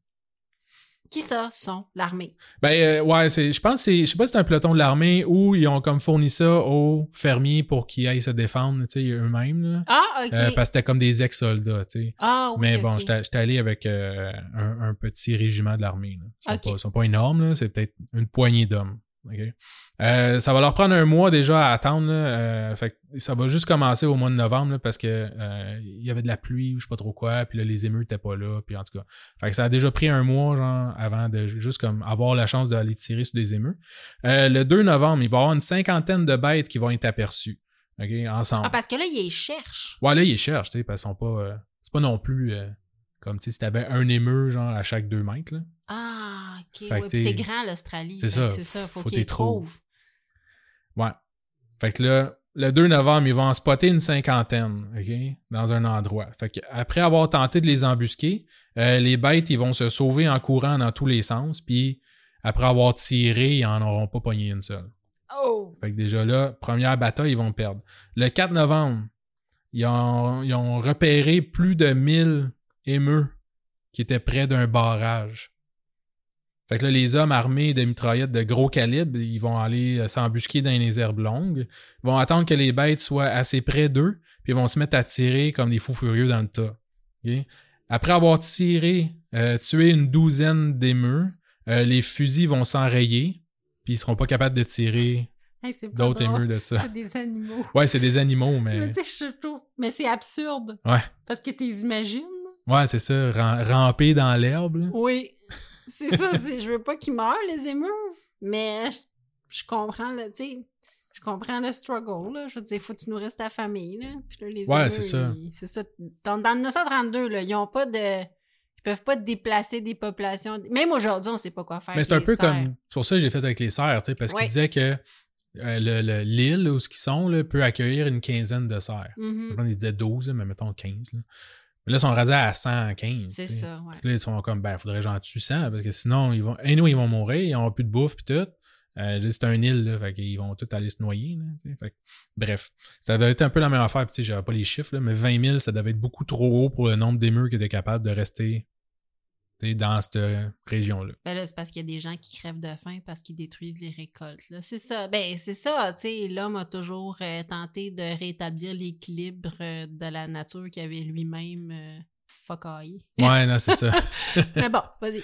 Qui ça sont l'armée?
Ben euh, ouais, c'est, je pense que c'est, je sais pas si c'est un peloton de l'armée ou ils ont comme fourni ça aux fermiers pour qu'ils aillent se défendre tu sais, eux-mêmes. là.
Ah, OK.
Euh, parce que c'était comme des ex-soldats, tu sais.
Ah, oui.
Mais bon,
ok.
j'étais j'étais allé avec euh, un, un petit régiment de l'armée. là. Ils sont,
Ok.
pas, ils sont pas énormes, là, c'est peut-être une poignée d'hommes. ok? Euh, ça va leur prendre un mois déjà à attendre. là, euh, fait que ça va juste commencer au mois de novembre là, parce que euh, il y avait de la pluie ou je sais pas trop quoi, puis là, les émeutes n'étaient pas là, puis en tout cas. Fait que ça a déjà pris un mois genre, avant de juste comme avoir la chance d'aller tirer sur des émeutes. Euh, le 2 novembre, il va y avoir une cinquantaine de bêtes qui vont être aperçues ok, ensemble.
Ah, parce que là, ils les cherchent.
Ouais, là, ils cherchent, tu sais, parce qu'ils sont pas. euh, c'est pas non plus euh, comme tu sais, si t'avais un émeu, genre, à chaque deux mètres, là.
Ah, OK.
que
ouais, puis
t'es-
c'est grand, l'Australie.
c'est
Fait que
ça,
C'est ça, faut,
faut
qu'ils
t'y
les trouvent.
Ouais. Fait que là, le 2 novembre, ils vont en spotter une cinquantaine, OK, dans un endroit. Fait que après avoir tenté de les embusquer, euh, les bêtes, ils vont se sauver en courant dans tous les sens, puis après avoir tiré, ils en auront pas pogné une seule.
Oh!
Fait que déjà là, première bataille, ils vont perdre. Le 4 novembre, ils ont, ils ont repéré plus de 1000 émeux qui étaient près d'un barrage. Fait que là, les hommes armés de mitraillettes de gros calibre, ils vont aller euh, s'embusquer dans les herbes longues, ils vont attendre que les bêtes soient assez près d'eux, puis ils vont se mettre à tirer comme des fous furieux dans le tas. Ok? Après avoir tiré, euh, tué une douzaine d'émeux, euh, les fusils vont s'enrayer, puis ils seront pas capables de tirer
Hey, c'est pas
d'autres
drôle.
émeux de ça.
C'est des animaux.
Ouais, c'est des animaux, mais.
[laughs] Mais tu sais, je trouve. Mais c'est absurde.
Ouais,
Parce que tu les imagines.
ouais c'est ça, ram- ramper dans l'herbe. là.
Oui. C'est ça, c'est- je veux pas qu'ils meurent, les émeux. Mais je, je comprends, là, tu sais. Je comprends le struggle, là. Je veux dire, faut que tu nourrisses ta famille, là. Puis là, les
Ouais,
eux,
c'est ça.
ils- C'est ça. Dans, dans 1932, là, ils ont pas de... Ils peuvent pas déplacer des populations. Même aujourd'hui, on sait pas quoi faire.
Mais c'est un
avec
peu
les serres.
comme. c'est Pour ça, que j'ai fait avec les serres, tu sais, parce
Ouais.
qu'ils disaient que euh, le- le- l'île où ce qu'ils sont là, peut accueillir une quinzaine de serres.
Mhm.
Ils disaient 12, là, mais mettons 15. Là. Mais là, ils sont rasés à 115.
C'est
tu sais.
ça, ouais.
Puis Là, ils sont comme, ben, faudrait que j'en tue 100 parce que sinon, ils vont, anyway, ils vont mourir, ils n'auront plus de bouffe, puis tout. Euh, là, c'est un île, là, fait qu'ils vont tous aller se noyer. Là, tu sais. Fait que, bref, ça avait été un peu la même affaire, puis tu sais, j'avais pas les chiffres, là, mais 20 000, ça devait être beaucoup trop haut pour le nombre d'émeux qui étaient capables de rester tu sais, dans cette euh, région-là.
Ben là, c'est parce qu'il y a des gens qui crèvent de faim parce qu'ils détruisent les récoltes. Là. C'est ça. Ben, c'est ça. Tu sais, l'homme a toujours euh, tenté de rétablir l'équilibre euh, de la nature qu'il avait lui-même euh, focaillé.
Ouais, non, c'est ça.
Mais bon, vas-y.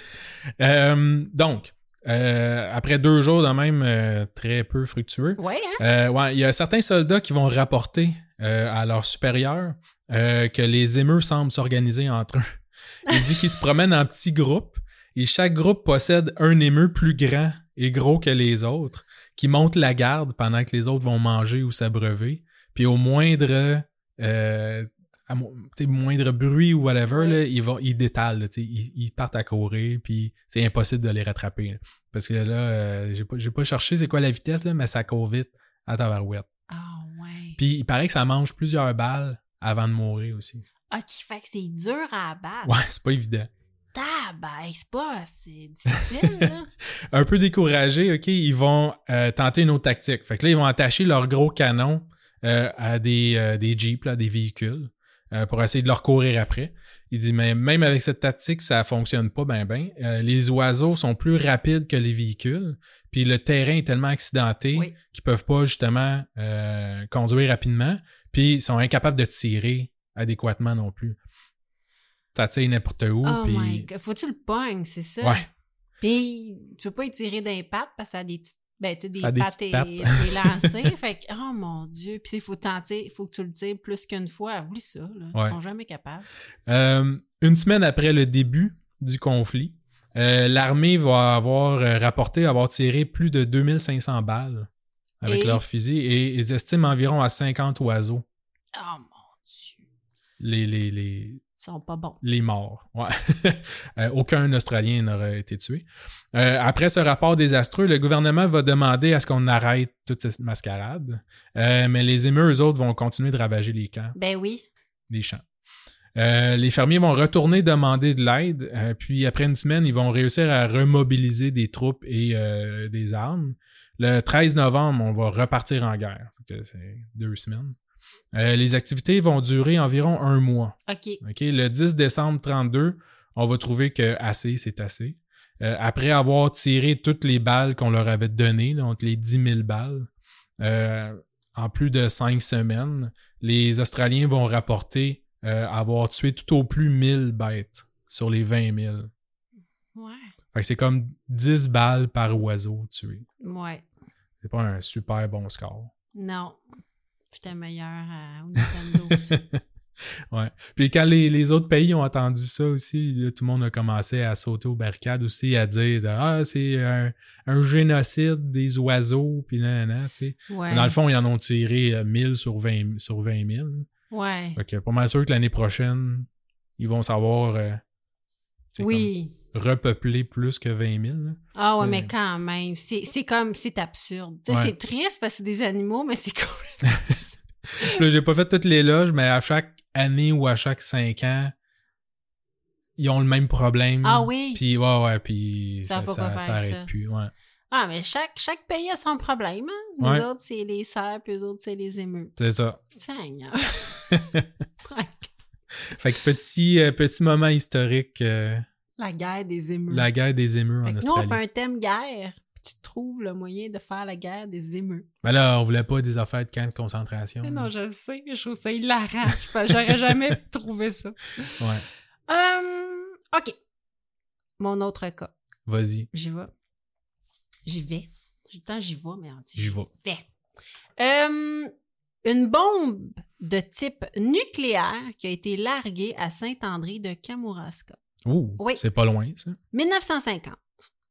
Euh, donc, euh, après deux jours de même euh, très peu fructueux,
Ouais, hein?
euh, ouais, il y a certains soldats qui vont rapporter euh, à leur supérieur euh, que les émeux semblent s'organiser entre eux. Il dit qu'ils se promènent en petits groupes et chaque groupe possède un émeu plus grand et gros que les autres qui monte la garde pendant que les autres vont manger ou s'abreuver. Puis au moindre, euh, à mo- tu sais, moindre bruit ou whatever, là, ils, vont, ils détalent. là, tu sais, ils, ils partent à courir, puis c'est impossible de les rattraper. là. Parce que là, euh, j'ai pas, j'ai pas cherché c'est quoi la vitesse, là, mais ça court vite à tabarouette.
Ah, ouais.
Puis il paraît que ça mange plusieurs balles avant de mourir aussi.
Ok, Ah, fait que c'est dur à abattre.
Ouais, c'est pas évident.
Tabac, c'est pas... C'est difficile, là.
Un peu découragés, OK, ils vont euh, tenter une autre tactique. Fait que là, ils vont attacher leurs gros canons euh, à des, euh, des jeeps, là, à des véhicules, euh, pour essayer de leur courir après. Il dit, mais même avec cette tactique, ça fonctionne pas ben ben. Euh, les oiseaux sont plus rapides que les véhicules, puis le terrain est tellement accidenté
Oui.
qu'ils peuvent pas justement euh, conduire rapidement, puis ils sont incapables de tirer adéquatement non plus. Ça tire n'importe où,
oh
puis...
my God. Faut-tu le pognes, c'est ça?
Ouais.
Puis, tu peux pas y tirer d'un pattes parce que ça a des petites. Ben, tu sais, des
Ça a des
pattes et
petites pattes.
et
[laughs]
des lancers. fait que, oh mon Dieu. Puis, il faut tenter, il faut que tu le tires plus qu'une fois. Oublie ça, là.
Ouais.
Ils sont jamais capables.
Euh, une semaine après le début du conflit, euh, l'armée va avoir euh, rapporté avoir tiré plus de 2500 balles avec
Et?
leurs fusils et ils estiment environ à 50 oiseaux
Oh mon Dieu.
les, les, les,
Ils sont pas bons.
les morts. Ouais. [laughs] Euh, aucun Australien n'aurait été tué. Euh, après ce rapport désastreux, le gouvernement va demander à ce qu'on arrête toute cette mascarade, Euh, mais les émeux, eux autres, vont continuer de ravager les camps
Ben oui.
les champs. Euh, les fermiers vont retourner demander de l'aide, euh, puis après une semaine, ils vont réussir à remobiliser des troupes et euh, des armes. Le 13 novembre, on va repartir en guerre. Fait que C'est deux semaines. Euh, les activités vont durer environ un mois.
OK.
OK? Le 10 décembre 32, on va trouver que assez, c'est assez. Euh, après avoir tiré toutes les balles qu'on leur avait données, donc les 10 000 balles, euh, en plus de cinq semaines, les Australiens vont rapporter euh, avoir tué tout au plus 1000 bêtes sur les 20 000.
Ouais.
Fait que c'est comme 10 balles par oiseau tué.
Ouais.
C'est pas un super bon score.
Non. J'étais meilleur à au Nintendo. ça.
[laughs] ouais. Puis quand les, les autres pays ont entendu ça aussi, là, tout le monde a commencé à sauter aux barricades aussi, à dire Ah, c'est un, un génocide des oiseaux, puis nan, nan, nan, tu sais.
Ouais.
Dans le fond, ils en ont tiré euh, 1000 sur 20, sur 20 000.
Ouais.
Fait que pas mal sûr que l'année prochaine, ils vont savoir euh, tu sais,
Oui.
comme repeupler plus que 20 000. là.
Ah ouais,
Mais-
mais quand même, c'est c'est comme, c'est absurde. Tu sais,
Ouais.
C'est triste parce que c'est des animaux, mais c'est [laughs] cool.
[laughs] Puis Là, j'ai pas fait toutes les loges, mais à chaque année ou à chaque cinq ans, ils ont le même problème.
Ah oui?
Puis ouais, ouais, puis
Ça
ça,
va
ça,
pas faire
ça arrête
ça.
plus. Ouais.
Ah, mais chaque, chaque pays a son problème. Hein? Nous
Ouais.
autres, c'est les serres, puis eux autres, c'est les émeux.
C'est ça.
Seigneur.
[laughs] Fait que petit, euh, petit moment historique, euh,
la guerre des émeux.
la guerre des émeux
Mm. Fait
en
que nous, on
Australie.
fait un thème guerre. puis Tu trouves le moyen de faire la guerre des émeux.
Ben là, on voulait pas des affaires de camp de concentration.
Mais
là.
Non, je le sais, je trouve ça hilarant. Je pense- J'aurais
[laughs]
jamais trouvé ça.
Ouais,
Hum, OK. Mon autre cas.
vas-y,
J'y vais. J'y vais. J'ai le temps, j'y vais, mais on dit
j'y vais.
vais. Euh, une bombe de type nucléaire qui a été larguée à Saint-André de Kamouraska.
Ouh,
Oui.
c'est pas loin, ça.
1950.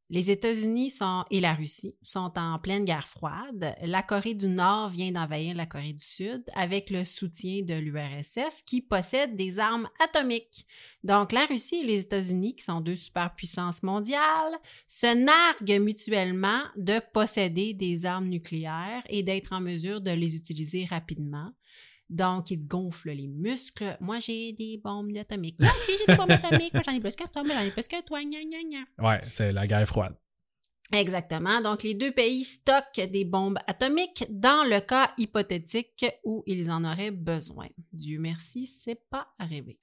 Les États-Unis sont- et la Russie sont en pleine guerre froide. La Corée du Nord vient d'envahir la Corée du Sud avec le soutien de l'URSS qui possède des armes atomiques. Donc la Russie et les États-Unis, qui sont deux superpuissances mondiales, se narguent mutuellement de posséder des armes nucléaires et d'être en mesure de les utiliser rapidement. Donc, ils gonflent les muscles. Moi, j'ai des bombes atomiques. Moi aussi, j'ai des bombes atomiques. Moi, j'en ai plus que toi. Moi, j'en ai plus que toi. Gna, gna, gna.
Ouais, c'est la guerre froide.
Exactement. Donc, les deux pays stockent des bombes atomiques dans le cas hypothétique où ils en auraient besoin. Dieu merci, c'est pas arrivé.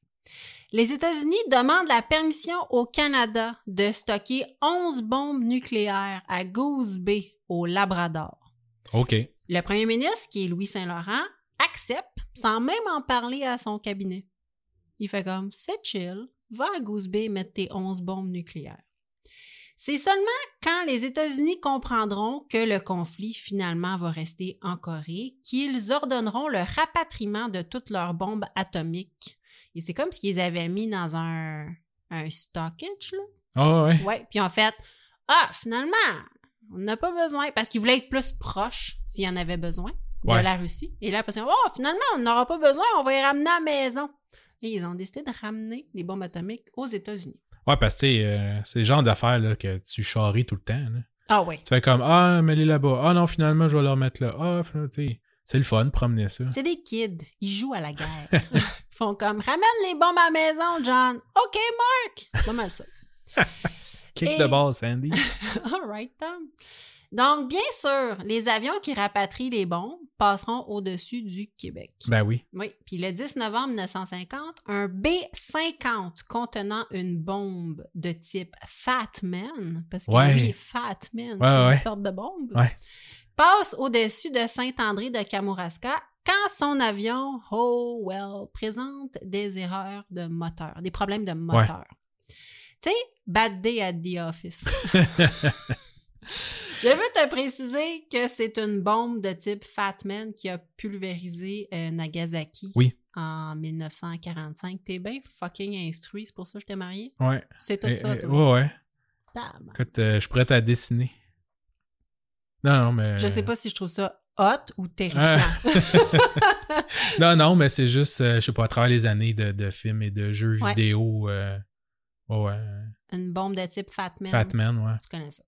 Les États-Unis demandent la permission au Canada de stocker 11 bombes nucléaires à Goose Bay, au Labrador.
OK.
Le premier ministre, qui est Louis Saint-Laurent, accepte sans même en parler à son cabinet. Il fait comme c'est chill, va à Goose Bay mettre tes 11 bombes nucléaires. C'est seulement quand les États-Unis comprendront que le conflit finalement va rester en Corée qu'ils ordonneront le rapatriement de toutes leurs bombes atomiques. Et c'est comme s'ils avaient mis dans un, un stockage, là.
Ah ouais.
Ouais, puis en fait, ah, finalement, on n'a pas besoin parce qu'ils voulaient être plus proches s'il y en avait besoin de
Ouais.
la Russie. Et là, parce que, oh, finalement, on n'aura pas besoin, on va les ramener à la maison. Et ils ont décidé de ramener les bombes atomiques aux États-Unis.
Ouais, parce que tu sais, euh, c'est le genre d'affaires là, que tu charries tout le temps. là.
Ah ouais.
Tu fais comme Ah, mais elle est là-bas. Ah non, finalement, je vais leur mettre là. Ah, fin- tu sais, c'est le fun, promener ça.
C'est des kids, ils jouent à la guerre. ils font comme ramène les bombes à la maison, John. OK, Mark. Comme ça. [laughs]
Kick
Et-
de ball, Sandy.
All right, Tom. Donc, bien sûr, les avions qui rapatrient les bombes passeront au-dessus du Québec.
[laughs] ben oui.
Oui, puis le 10 novembre 1950, un B-50 contenant une bombe de type Fat Man, parce que
Ouais.
lui, Fat Man,
Ouais,
c'est
ouais.
une sorte de bombe,
Ouais. [laughs]
passe au-dessus de Saint-André de Kamouraska quand son avion Howell présente des erreurs de moteur, des problèmes de moteur. Tu sais, bad day at the office.
[laughs]
Je veux te préciser que c'est une bombe de type Fatman qui a pulvérisé euh, Nagasaki
Oui.
en 1945. T'es bien fucking instruit, c'est pour ça que je t'ai marié.
Ouais.
C'est tout
Eh,
ça,
eh,
toi.
ouais, ouais.
Tabarnak.
Écoute, euh, je suis prêt à dessiner. Non, non, mais.
Je sais pas si je trouve ça hot ou terrifiant.
Ah. non, non, mais c'est juste, euh, je sais pas, à travers les années de, de films et de jeux
Ouais.
vidéo. euh, ouais, ouais.
[laughs] Une bombe de type Fatman.
Fatman, ouais.
Tu connais ça.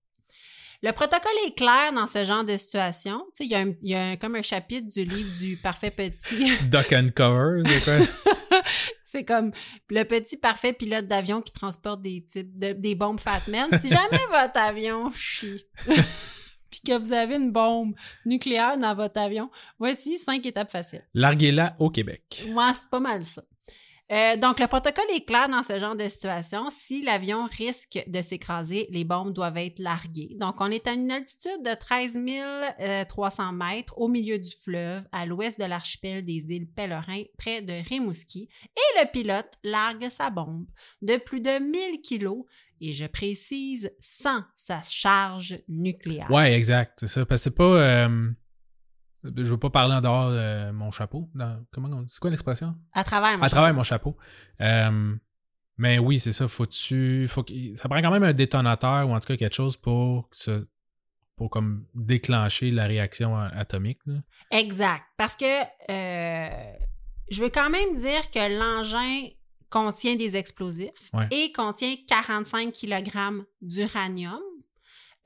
Le protocole est clair dans ce genre de situation. Tu sais, il y a, un- il y a un- comme un chapitre du livre du Parfait Petit.
Duck and cover, c'est quoi?
[laughs] C'est comme le petit parfait pilote d'avion qui transporte des types de- des bombes Fatman. Si jamais votre avion chie, [laughs] puis que vous avez une bombe nucléaire dans votre avion, voici cinq étapes faciles.
Larguez-la au Québec.
Moi, c'est pas mal ça. Euh, donc, le protocole est clair dans ce genre de situation. Si l'avion risque de s'écraser, les bombes doivent être larguées. Donc, on est à une altitude de 13 300 mètres au milieu du fleuve, à l'ouest de l'archipel des îles Pèlerins, près de Rimouski. Et le pilote largue sa bombe de plus de 1000 kilos, et je précise, sans sa charge nucléaire.
Ouais, exact, c'est ça. Parce que c'est pas. euh, je veux pas parler en dehors de mon chapeau. Dans- comment on- C'est quoi l'expression?
À travers, mon
À
cher.
travers mon chapeau. Euh, mais oui, c'est ça. Faut-tu. Faut qu'il- ça prend quand même un détonateur ou en tout cas quelque chose pour que ça- pour comme déclencher la réaction a- atomique. là.
Exact. Parce que euh, je veux quand même dire que l'engin contient des explosifs
Ouais.
et contient 45 kg d'uranium,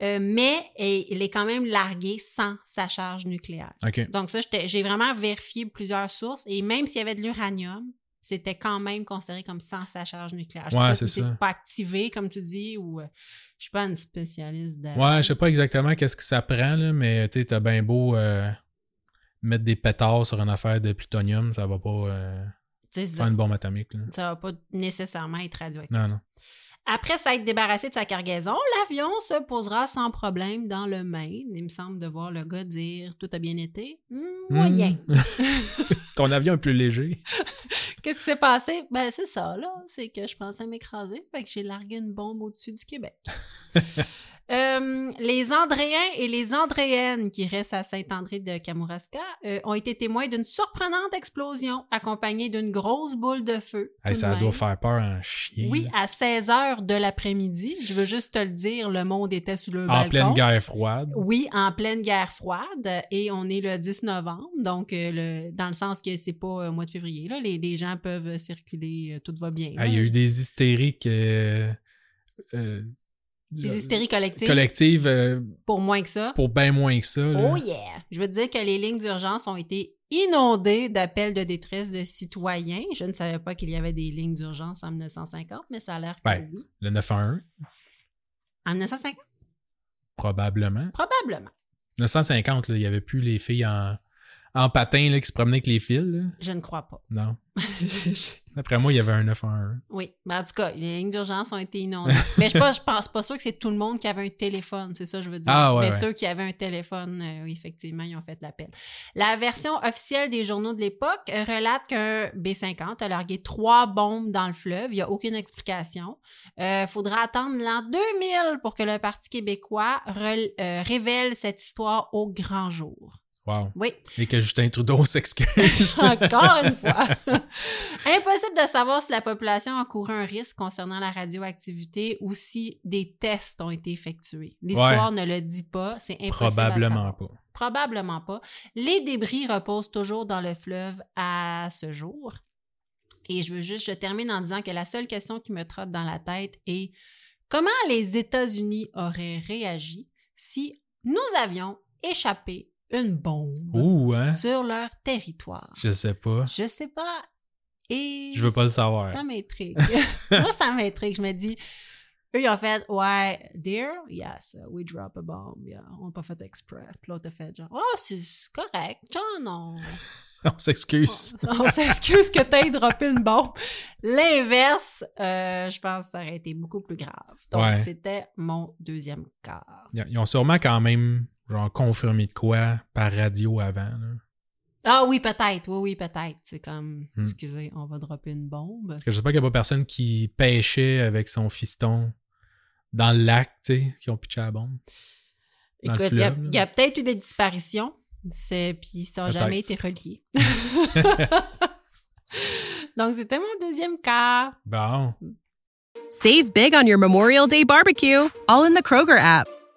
euh, mais et- il est quand même largué sans sa charge nucléaire.
OK.
Donc euh, ça, j'étais- j'ai vraiment vérifié plusieurs sources et même s'il y avait de l'uranium, c'était quand même considéré comme sans sa charge nucléaire. Je sais
Ouais,
pas
c'est
si
ça.
pas activé, comme tu dis, ou euh, je suis pas une spécialiste de...
Ouais, je sais pas exactement qu'est-ce que ça prend, là, mais tu sais, t'as bien beau euh, mettre des pétards sur une affaire de plutonium, ça va pas euh,
Tu sais, ça,
faire une bombe atomique. là.
ça va pas nécessairement être radioactif.
Non, non.
Après s'être débarrassé de sa cargaison, l'avion se posera sans problème dans le Maine. Il me semble de voir le gars dire Tout a bien été. Hmm, moyen.
Hmm. [laughs] Ton avion est plus léger.
Qu'est-ce qui s'est passé? Ben, c'est
[laughs]
ça, là. C'est que je pensais m'écraser, fait que j'ai largué une bombe au-dessus du Québec. Euh, les Andréens et les Andréennes qui restent à Saint-André de Kamouraska euh, ont été témoins d'une surprenante explosion accompagnée d'une grosse boule de feu. tout
Hey,
de
ça
même.
doit faire peur un chien.
Oui,
là.
à 16 heures de l'après-midi. Je veux juste te le dire, le monde était sous le balcon.
en pleine guerre froide.
Oui, en pleine guerre froide. Et on est le 10 novembre, donc euh, le, dans le sens que c'est pas euh, au mois de février. Là, les, les gens peuvent circuler, euh, tout va bien.
Ah,
là.
il y a eu des hystériques. euh, euh,
Des
euh,
hystéries collectives,
collectives euh,
pour moins que ça.
pour bien moins que ça. là.
Oh yeah! Je veux te dire que les lignes d'urgence ont été inondées d'appels de détresse de citoyens. Je ne savais pas qu'il y avait des lignes d'urgence en 1950, mais ça a l'air que
Ben.
oui.
Le 911,
En 1950,
probablement.
probablement.
950, là, il n'y avait plus les filles en, en patin là, qui se promenaient avec les fils. là.
Je ne crois
[laughs]
pas. [laughs]
Non. Après moi, il y avait un 911.
Oui, mais en tout cas, les lignes d'urgence ont été
[laughs]
inondées. mais je pense, je pense pas sûr que c'est tout le monde qui avait un téléphone, c'est ça que je veux dire.
Ah, ouais,
mais
ouais.
ceux qui avaient un téléphone, euh, oui, effectivement, ils ont fait l'appel. La version officielle des journaux de l'époque euh, relate qu'un B-50 a largué trois bombes dans le fleuve. Il n'y a aucune explication. Euh, faudra attendre l'an 2000 pour que le Parti québécois rel- euh, révèle cette histoire au grand jour.
Wow.
Oui.
Et que Justin Trudeau [laughs] s'excuse.
Encore une fois. [laughs] Impossible de savoir si la population a couru un risque concernant la radioactivité ou si des tests ont été effectués. L'histoire ne le dit pas, c'est [laughs] impossible. à
Probablement
savoir.
pas.
Probablement pas. Les débris reposent toujours dans le fleuve à ce jour. Et je veux juste, je termine en disant que la seule question qui me trotte dans la tête est comment les États-Unis auraient réagi si nous avions échappé une bombe
Ouh, hein?
sur leur territoire.
Je sais pas. [laughs]
Je sais pas. Et
Je veux pas le savoir.
Ça m'intrigue. [laughs] Moi, ça m'intrigue. Je me dis, eux, ils ont fait, ouais, dear, yes, we drop a bomb. Yeah. On n'a pas fait exprès. Puis l'autre a fait, genre, oh, c'est correct. John,
[laughs]
on,
On s'excuse.
on, on s'excuse que t'aies droppé une bombe. L'inverse, euh, je pense que ça aurait été beaucoup plus grave. Donc,
Ouais.
c'était mon deuxième quart.
Ils ils ont sûrement quand même genre confirmé de quoi par radio avant. là.
Ah oui, peut-être. Oui, oui, peut-être. C'est comme,
Hmm.
excusez, on va dropper une bombe.
Parce que je sais pas qu'il n'y a pas personne qui pêchait avec son fiston dans le lac, tu sais, qui ont pitché la bombe. dans le
Écoute, il y a,
fleuve, là.
il y a peut-être eu des disparitions, c'est, puis ça n'a
Peut-être.
jamais été relié.
[laughs]
[laughs] Donc, c'était mon deuxième cas.
Bon.
Save big on your Memorial Day barbecue, all in the Kroger app.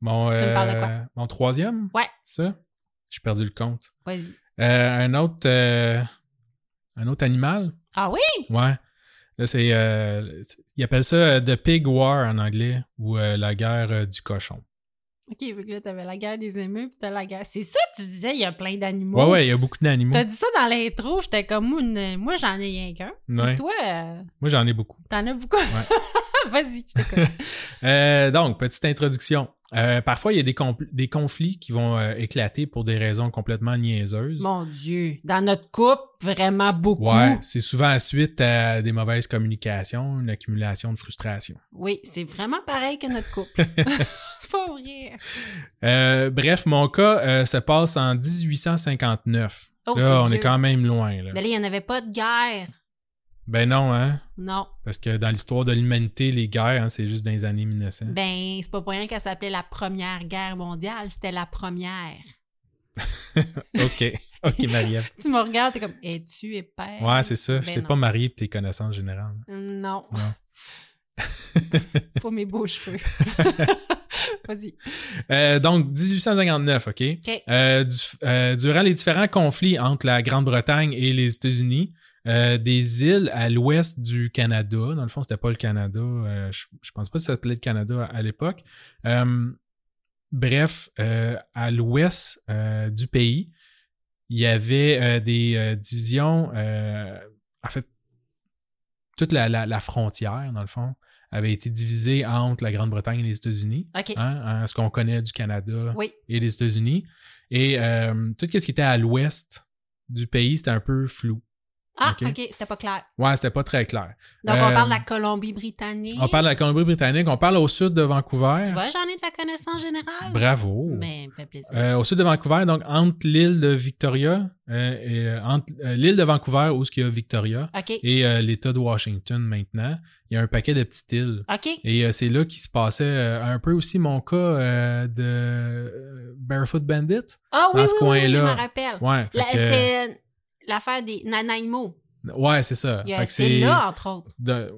Mon,
Tu me parles de quoi?
euh, mon troisième?
Ouais.
Ça? J'ai perdu le compte.
vas-y.
Euh, un autre. euh, un autre animal?
Ah oui?
Ouais. Là, c'est. euh, c'est- ils appellent ça euh, The Pig War en anglais ou euh, la guerre euh, du cochon.
Ok, vu que là, t'avais la guerre des émeus, puis t'as la guerre. C'est ça, que tu disais, il y a plein d'animaux.
Ouais, ouais, il y a beaucoup d'animaux.
T'as dit ça dans l'intro, j'étais comme, moi, une- moi, j'en ai rien qu'un.
Ouais.
Toi, euh,
Moi, j'en ai beaucoup.
t'en as beaucoup. [laughs] vas-y, je t'écoute.
Euh, donc, petite introduction. Euh, parfois, il y a des, compl- des conflits qui vont euh, éclater pour des raisons complètement niaiseuses.
Mon Dieu, dans notre couple, vraiment beaucoup.
Ouais, c'est souvent suite à des mauvaises communications, une accumulation de frustration.
Oui, c'est vraiment pareil que notre
[laughs]
couple. c'est pas vrai.
Euh, bref, mon cas euh, se passe en 1859.
Oh, c'est
là, on
vieux.
est quand même loin.
Mais
Là.
Ben là, il n'y en avait pas de guerre.
Ben non, hein?
Non.
Parce que dans l'histoire de l'humanité, les guerres, hein, c'est juste dans les années 1900.
Ben, c'est pas pour rien qu'elle s'appelait la Première Guerre mondiale. C'était la première. Ben.
[laughs] OK. OK, Marie.
[laughs] Tu me regardes, t'es comme, es-tu épais?
Ouais, c'est ça.
Ben
Je t'ai
non.
pas marié pour tes connaissances [laughs] générales.
Non.
Non.
[laughs] pas mes beaux [laughs] cheveux. Vas-y.
Euh, donc, 1859, OK?
OK.
Euh, du- euh, durant les différents conflits entre la Grande-Bretagne et les États-Unis, euh, des îles à l'ouest du Canada, dans le fond, c'était pas le Canada, euh, je, je pense pas que ça s'appelait le Canada à, à l'époque. Euh, bref, euh, à l'ouest euh, du pays, il y avait euh, des euh, divisions, euh, en fait, toute la, la- la frontière, dans le fond, avait été divisée entre la Grande-Bretagne et les États-Unis.
OK.
Hein, hein, ce qu'on connaît du Canada
Oui.
et des États-Unis. Et euh, tout ce qui était à l'ouest du pays, c'était un peu flou.
Ah,
OK.
OK, c'était pas clair.
Ouais, c'était pas très clair.
Donc,
Euh,
on parle de la Colombie-Britannique.
On parle de la Colombie-Britannique, on parle au sud de Vancouver.
Tu vois, j'en ai de la connaissance générale.
Bravo.
Mais, fait plaisir.
Euh, au sud de Vancouver, donc entre l'île de Victoria euh, et euh, entre euh, l'île de Vancouver où ce qu'il y a Victoria
OK.
et euh, l'État de Washington maintenant, il y a un paquet de petites îles.
OK.
Et euh, c'est là qu'il se passait euh, un peu aussi mon cas euh, de euh, Barefoot Bandit.
Ah oui,
dans
oui,
ce
oui, oui, je
coin-là.
me rappelle.
Ouais, fait
La-
que-
C'était euh, l'affaire des Nanaimo.
ouais, c'est ça.
Il y a-
Fait que
C'est là, entre autres,
de-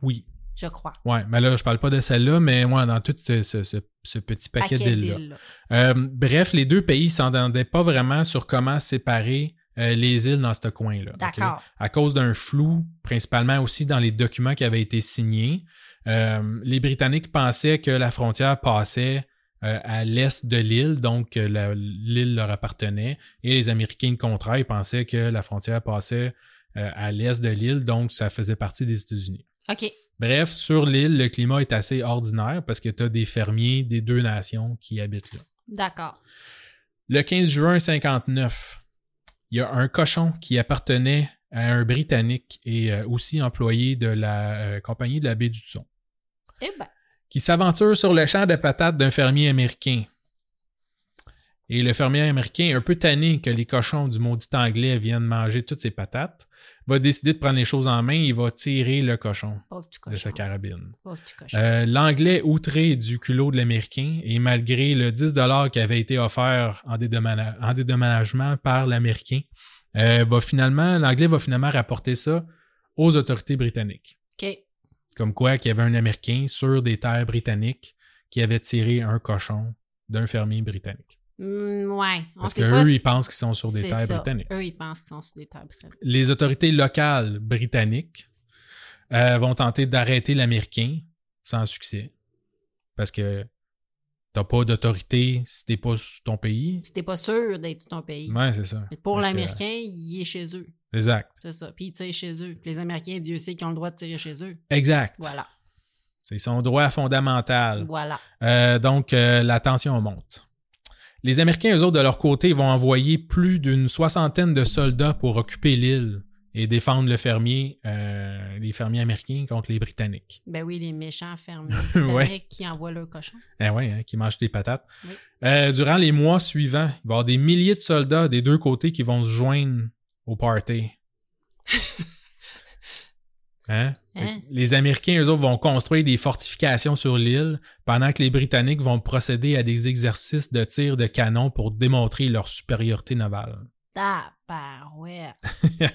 oui,
je crois.
ouais, mais là je parle pas de celle-là, mais ouais, dans tout ce, ce- ce- ce petit paquet, d'îles-là.
d'îles-là.
Euh, bref, les deux pays s'entendaient pas vraiment sur comment séparer euh, les îles dans ce coin-là.
D'accord.
OK? À cause d'un flou, principalement aussi dans les documents qui avaient été signés. Euh, les Britanniques pensaient que la frontière passait euh, à l'est de l'île, donc euh, la- l'île leur appartenait. Et les Américains, le contraire, ils pensaient que la frontière passait euh, à l'est de l'île, donc ça faisait partie des États-Unis.
OK.
Bref, sur l'île, le climat est assez ordinaire parce que tu as des fermiers des deux nations qui habitent là.
D'accord.
Le 15 juin 59, il y a un cochon qui appartenait à un Britannique et euh, aussi employé de la euh, compagnie de la baie du Thon,
Eh ben,
qui s'aventure sur le champ de patates d'un fermier américain. Et le fermier américain, un peu tanné que les cochons du maudit anglais viennent manger toutes ses patates, va décider de prendre les choses en main et va tirer le cochon
pauvre petit
de sa
cochon.
carabine.
Pauvre petit cochon.
Euh, L'anglais outré du culot de l'Américain et malgré le 10 qui avait été offert en, dédommana- en dédommagement par l'Américain, euh, va finalement, l'anglais va finalement rapporter ça aux autorités britanniques.
OK.
Comme quoi qu'il y avait un Américain sur des terres britanniques qui avait tiré un cochon d'un fermier britannique.
Hmm, ouais. On
Parce
sait pas
qu'eux,
si-
ils pensent qu'ils sont sur des
C'est
terres
ça.
britanniques.
Eux, ils pensent qu'ils sont sur des terres britanniques.
les autorités locales britanniques euh, vont tenter d'arrêter l'Américain sans succès. Parce que t'as pas d'autorité si t'es pas sur ton pays.
Si t'es pas sûr d'être sur ton pays.
Ouais, c'est ça.
Mais Pour
Donc,
l'Américain, il est chez eux.
euh, exact.
C'est ça. Puis il tire chez eux. Puis Les Américains, Dieu sait qu'ils ont le droit de tirer chez eux.
Exact.
Voilà.
C'est son droit fondamental.
Voilà.
Euh, donc, euh, la tension monte. Les Américains, eux autres, de leur côté, vont envoyer plus d'une soixantaine de soldats pour occuper l'île et défendre le fermier, euh, les fermiers américains contre les Britanniques.
Ben oui, les méchants fermiers
[laughs] Ouais.
britanniques qui envoient leur cochon.
Eh ouais, hein, qui mange des patates.
Oui.
Euh, durant les mois suivants, il va y avoir des milliers de soldats des deux côtés qui vont se joindre au party. Hein? Fait que
Hein?
Les Américains, eux autres, vont construire des fortifications sur l'île pendant que les Britanniques vont procéder à des exercices de tir de canon pour démontrer leur supériorité navale.
Ah, bah ouais.
[laughs]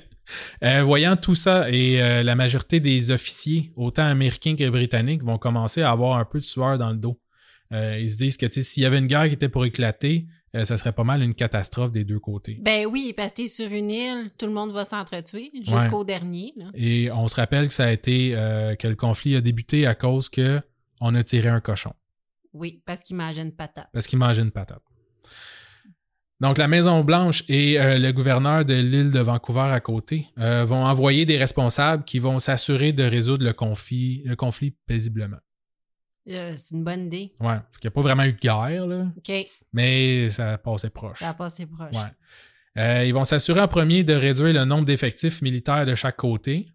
Euh, voyant tout ça et euh, la majorité des officiers, autant américains que britanniques, vont commencer à avoir un peu de sueur dans le dos. Euh, ils se disent que tu sais, s'il y avait une guerre qui était pour éclater, euh, ça serait pas mal une catastrophe des deux côtés.
Ben oui, parce que t'es sur une île, tout le monde va s'entretuer jusqu'au dernier. Là.
Et on se rappelle que ça a été euh, que le conflit a débuté à cause que on a tiré un cochon
Oui, parce qu'ils mangeaient une patate.
parce qu'il mangeait une patate. Donc la Maison Blanche et euh, le gouverneur de l'île de Vancouver à côté euh, vont envoyer des responsables qui vont s'assurer de résoudre le conflit, le conflit paisiblement.
Euh, c'est une bonne idée.
Ouais. Fait qu'il n'y a pas vraiment eu de guerre, là,
OK,
mais ça passait proche.
ça a passé proche.
Ouais. Euh, ils vont s'assurer en premier de réduire le nombre d'effectifs militaires de chaque côté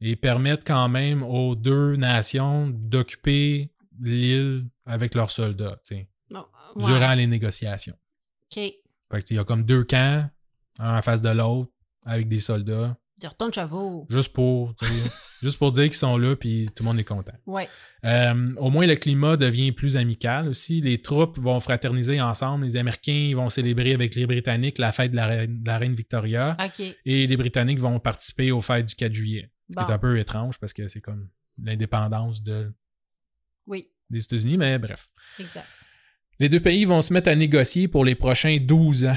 et permettre quand même aux deux nations d'occuper l'île avec leurs soldats tu sais,
Bon, ouais.
durant les négociations.
OK,
Fait qu'il y a comme deux camps, un en face de l'autre, avec des soldats,
tu retournes chez vous.
juste pour, tu sais, juste pour dire qu'ils sont là, puis tout le monde est content.
Ouais.
Euh, au moins, le climat devient plus amical aussi. Les troupes vont fraterniser ensemble. Les Américains ils vont célébrer avec les Britanniques la fête de la reine, de la reine Victoria.
OK,
Et les Britanniques vont participer aux fêtes du 4 juillet. Ce qui
Bon.
est un peu étrange parce que c'est comme l'indépendance de-
oui,
des États-Unis, mais bref.
exact.
Les deux pays vont se mettre à négocier pour les prochains 12 ans.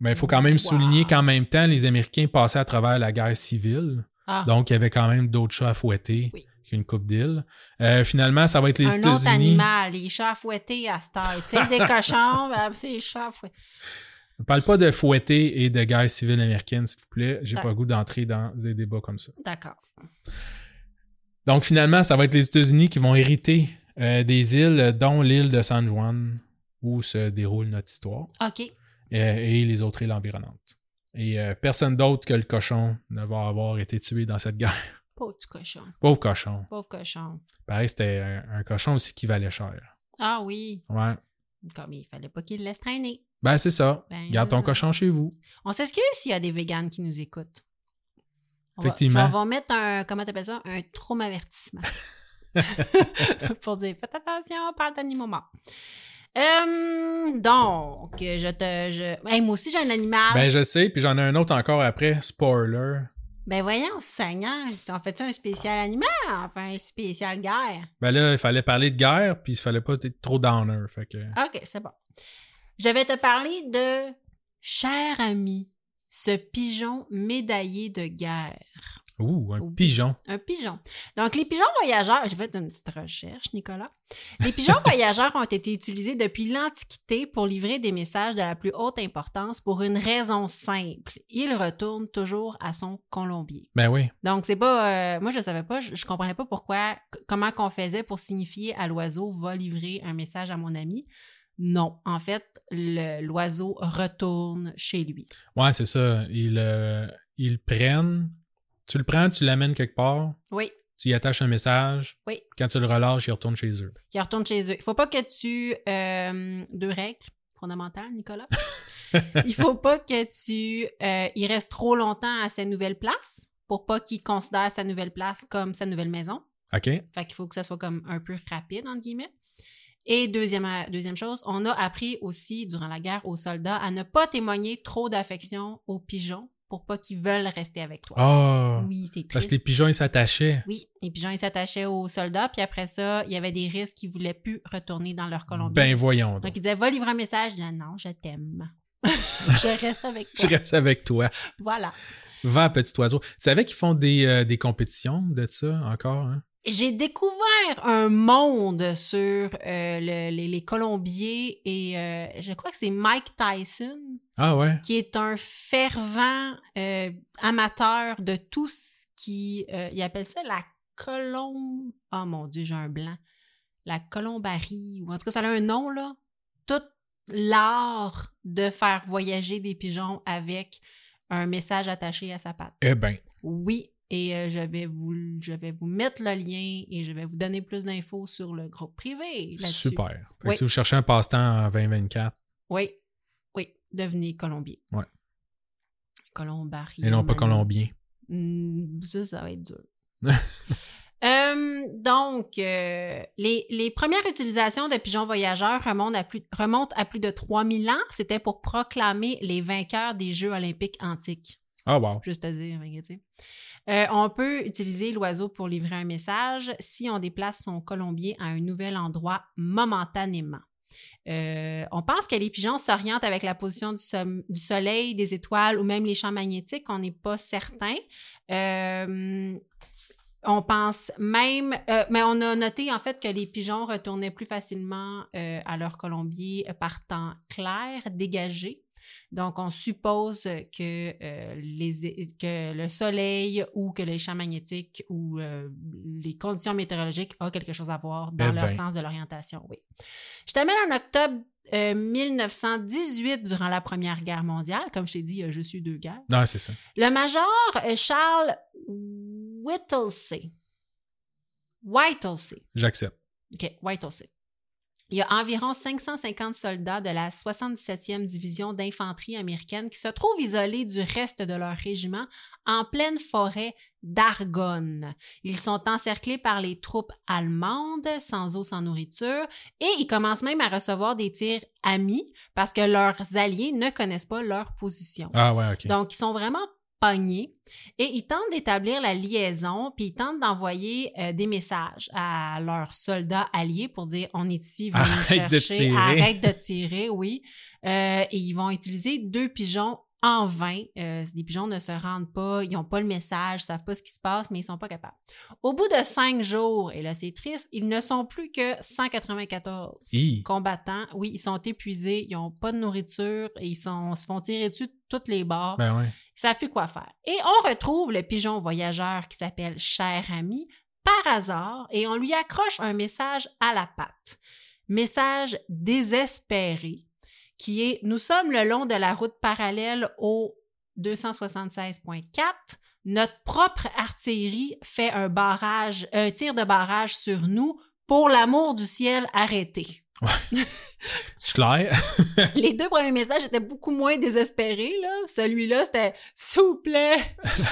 Mais il faut quand même
Wow.
souligner qu'en même temps, les Américains passaient à travers la guerre civile.
Ah,
Donc, il y avait quand même d'autres chats à fouetter
Oui.
qu'une coupe d'île. Euh, finalement, ça va être les
un autre
États-Unis.
animal, les chats fouettés à cette heure. Tu sais,
[laughs]
des cochons, ben, c'est les chats fouettés.
Ne parle pas de fouetter et de guerre civile américaine, s'il vous plaît. J'ai
Ah.
pas le goût d'entrer dans des débats comme ça.
D'accord.
Donc finalement, ça va être les États-Unis qui vont hériter euh, des îles, euh, dont l'île de San Juan, où se déroule notre histoire,
OK.
euh, et les autres îles environnantes. Et euh, personne d'autre que le cochon ne va avoir été tué dans cette guerre. [laughs]
Pauvre du cochon.
Pauvre cochon.
Pauvre cochon.
Pareil, c'était un, un cochon aussi qui valait cher.
Ah oui.
Ouais.
Comme il fallait pas qu'il le laisse traîner.
Ben, c'est ça.
Ben,
Garde ton
non.
cochon chez vous.
On s'excuse s'il y a des véganes qui nous écoutent. On va-
Effectivement.
genre, on va mettre un, comment t'appelles ça, un
[laughs]
traumavertissement. Pour dire, faites attention, on parle d'animaux morts. Hum, donc, je te. Je... Hey, moi aussi, j'ai un animal.
Ben,
Ben,
je sais, puis j'en ai un autre encore après. Spoiler.
Ben, voyons, Seigneur, on fait-tu un spécial animal? Enfin, un spécial guerre.
Ben là, il fallait parler de guerre, puis il fallait pas être trop downer. Fait que...
OK, c'est bon. Je vais te parler de Cher ami, ce pigeon médaillé de guerre.
Ouh, un
Ouh.
pigeon.
Un pigeon. Donc, les pigeons voyageurs, j'ai fait une petite recherche, Nicolas. Les pigeons voyageurs ont été utilisés depuis l'Antiquité pour livrer des messages de la plus haute importance pour une raison simple. Il retourne toujours à son colombier.
Ben oui.
Donc, c'est pas. euh, moi, je savais pas, je, je comprenais pas pourquoi, c- comment qu'on faisait pour signifier à l'oiseau va livrer un message à mon ami. Non, en fait, le- l'oiseau retourne chez lui.
Ouais, c'est ça. Ils, euh, ils le prennent. Tu le prends, tu l'amènes quelque part,
Oui,
tu y attaches un message.
Oui.
Quand tu le relâches, il retourne chez eux.
qui retourne chez eux. Il faut pas que tu... euh, deux règles fondamentales,
[laughs]
Nicolas. Il faut pas que tu... euh, il reste trop longtemps à sa nouvelle place pour pas qu'il considère sa nouvelle place comme sa nouvelle maison.
OK?
Fait qu'il faut que ça soit comme un peu rapide, entre guillemets. Et deuxième, euh, deuxième chose, on a appris aussi durant la guerre aux soldats à ne pas témoigner trop d'affection aux pigeons pour pas qu'ils veulent rester avec toi.
Ah!
oui, c'est
parce
triste.
que les pigeons, ils s'attachaient.
Oui, les pigeons, ils s'attachaient aux soldats, puis après ça, il y avait des risques qu'ils voulaient plus retourner dans leur colombie.
Ben voyons.
donc,
donc.
ils disaient, va livrer un message. Je disais, non, je
[laughs]
t'aime. je reste avec
Je
toi.
reste avec toi.
Voilà.
Va, petit oiseau. Tu savais qu'ils font des, euh, des compétitions de ça encore? Hein?
J'ai découvert un monde sur euh, le- les, les colombiers et euh, je crois que c'est Mike Tyson
Ah ouais?
qui est un fervent euh, amateur de tout ce qui... euh, il appelle ça la colombe... Oh mon Dieu, j'ai un blanc. La colombarie, ou en tout cas, ça a un nom, là. Tout l'art de faire voyager des pigeons avec un message attaché à sa patte.
Eh ben.
Oui, et euh, je, vais vous, je vais vous mettre le lien et je vais vous donner plus d'infos sur le groupe privé là-dessus.
Super. Fait que
Oui.
Si vous cherchez un passe-temps en 2024,
Oui, oui, devenez colombier.
Ouais.
Colombarie.
et non pas
Manu.
colombien.
Hmm, Ça, ça va être
[laughs]
dur. Euh, donc, euh, les, les premières utilisations de pigeons voyageurs remontent à plus, remontent à plus de 3000 ans. C'était pour proclamer les vainqueurs des Jeux olympiques antiques.
Ah wow.
Juste à dire, hein, tu sais. Euh, on peut utiliser l'oiseau pour livrer un message si on déplace son colombier à un nouvel endroit momentanément. Euh, on pense que les pigeons s'orientent avec la position du, som- du soleil, des étoiles ou même les champs magnétiques. On n'est pas certain. Euh, on pense même, euh, mais on a noté en fait que les pigeons retournaient plus facilement euh, à leur colombier par temps clair, dégagé. Donc, on suppose que, euh, les, é- que le soleil ou que les champs magnétiques ou euh, les conditions météorologiques ont quelque chose à voir dans
Eh
leur
ben.
sens de l'orientation. Oui. Je t'amène en octobre euh, 1918, durant la Première Guerre mondiale. Comme je t'ai dit, il y a juste eu deux guerres.
Non, c'est ça.
Le major euh, Charles Whittlesey. Whittlesey.
J'accepte.
OK, Whittlesey. Il y a environ 550 soldats de la 77e division d'infanterie américaine qui se trouvent isolés du reste de leur régiment en pleine forêt d'Argonne. Ils sont encerclés par les troupes allemandes, sans eau, sans nourriture, et ils commencent même à recevoir des tirs amis parce que leurs alliés ne connaissent pas leur position.
Ah ouais, OK.
Donc, ils sont vraiment pognés et ils tentent d'établir la liaison, puis ils tentent d'envoyer euh, des messages à leurs soldats alliés pour dire on est ici, venez nous
Arrête de
chercher,
tirer.
arrête
[laughs]
de tirer, oui. Euh, et ils vont utiliser deux pigeons en vain. Euh, les pigeons ne se rendent pas, ils n'ont pas le message, ils savent pas ce qui se passe, mais ils sont pas capables. Au bout de cinq jours, et là c'est triste, ils ne sont plus que 194
Hi.
combattants. Oui, ils sont épuisés, ils n'ont pas de nourriture et ils sont, se font tirer dessus de toutes les bords.
Ben ouais.
Ils savent plus quoi faire. Et on retrouve le pigeon voyageur qui s'appelle Cher Ami par hasard et on lui accroche un message à la patte. Message désespéré qui est Nous sommes le long de la route parallèle au 276.4. Notre propre artillerie fait un barrage, un tir de barrage sur nous. Pour l'amour du ciel, arrêtez.
Ouais. C'est clair. [laughs]
Les deux premiers messages étaient beaucoup moins désespérés. Là. Celui-là, c'était S'il vous plaît,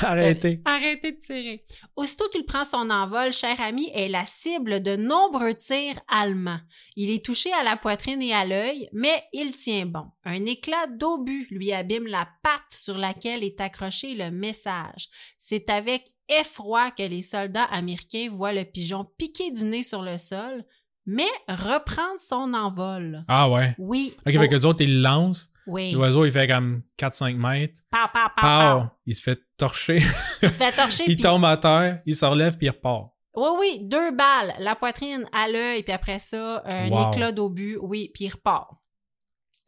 Arrêtez.
[laughs] arrêtez de tirer. Aussitôt qu'il prend son envol, cher ami est la cible de nombreux tirs allemands. Il est touché à la poitrine et à l'œil, mais il tient bon. Un éclat d'obus lui abîme la patte sur laquelle est accroché le message. C'est avec effroi que les soldats américains voient le pigeon piquer du nez sur le sol, mais reprendre son envol.
Ah ouais.
Oui.
Ok, fait que les autres, ils le lancent.
Oui.
L'oiseau, il fait comme 4-5 mètres.
Pow, pow, pow,
Pow!
pow.
Il se fait torcher. [laughs]
Il se fait torcher.
il
Ah, puis-
tombe à terre, il se relève, puis il repart.
Oui, oui, deux balles, la poitrine à l'œil, puis après ça, un
Wow.
éclat d'obus, oui, puis il repart.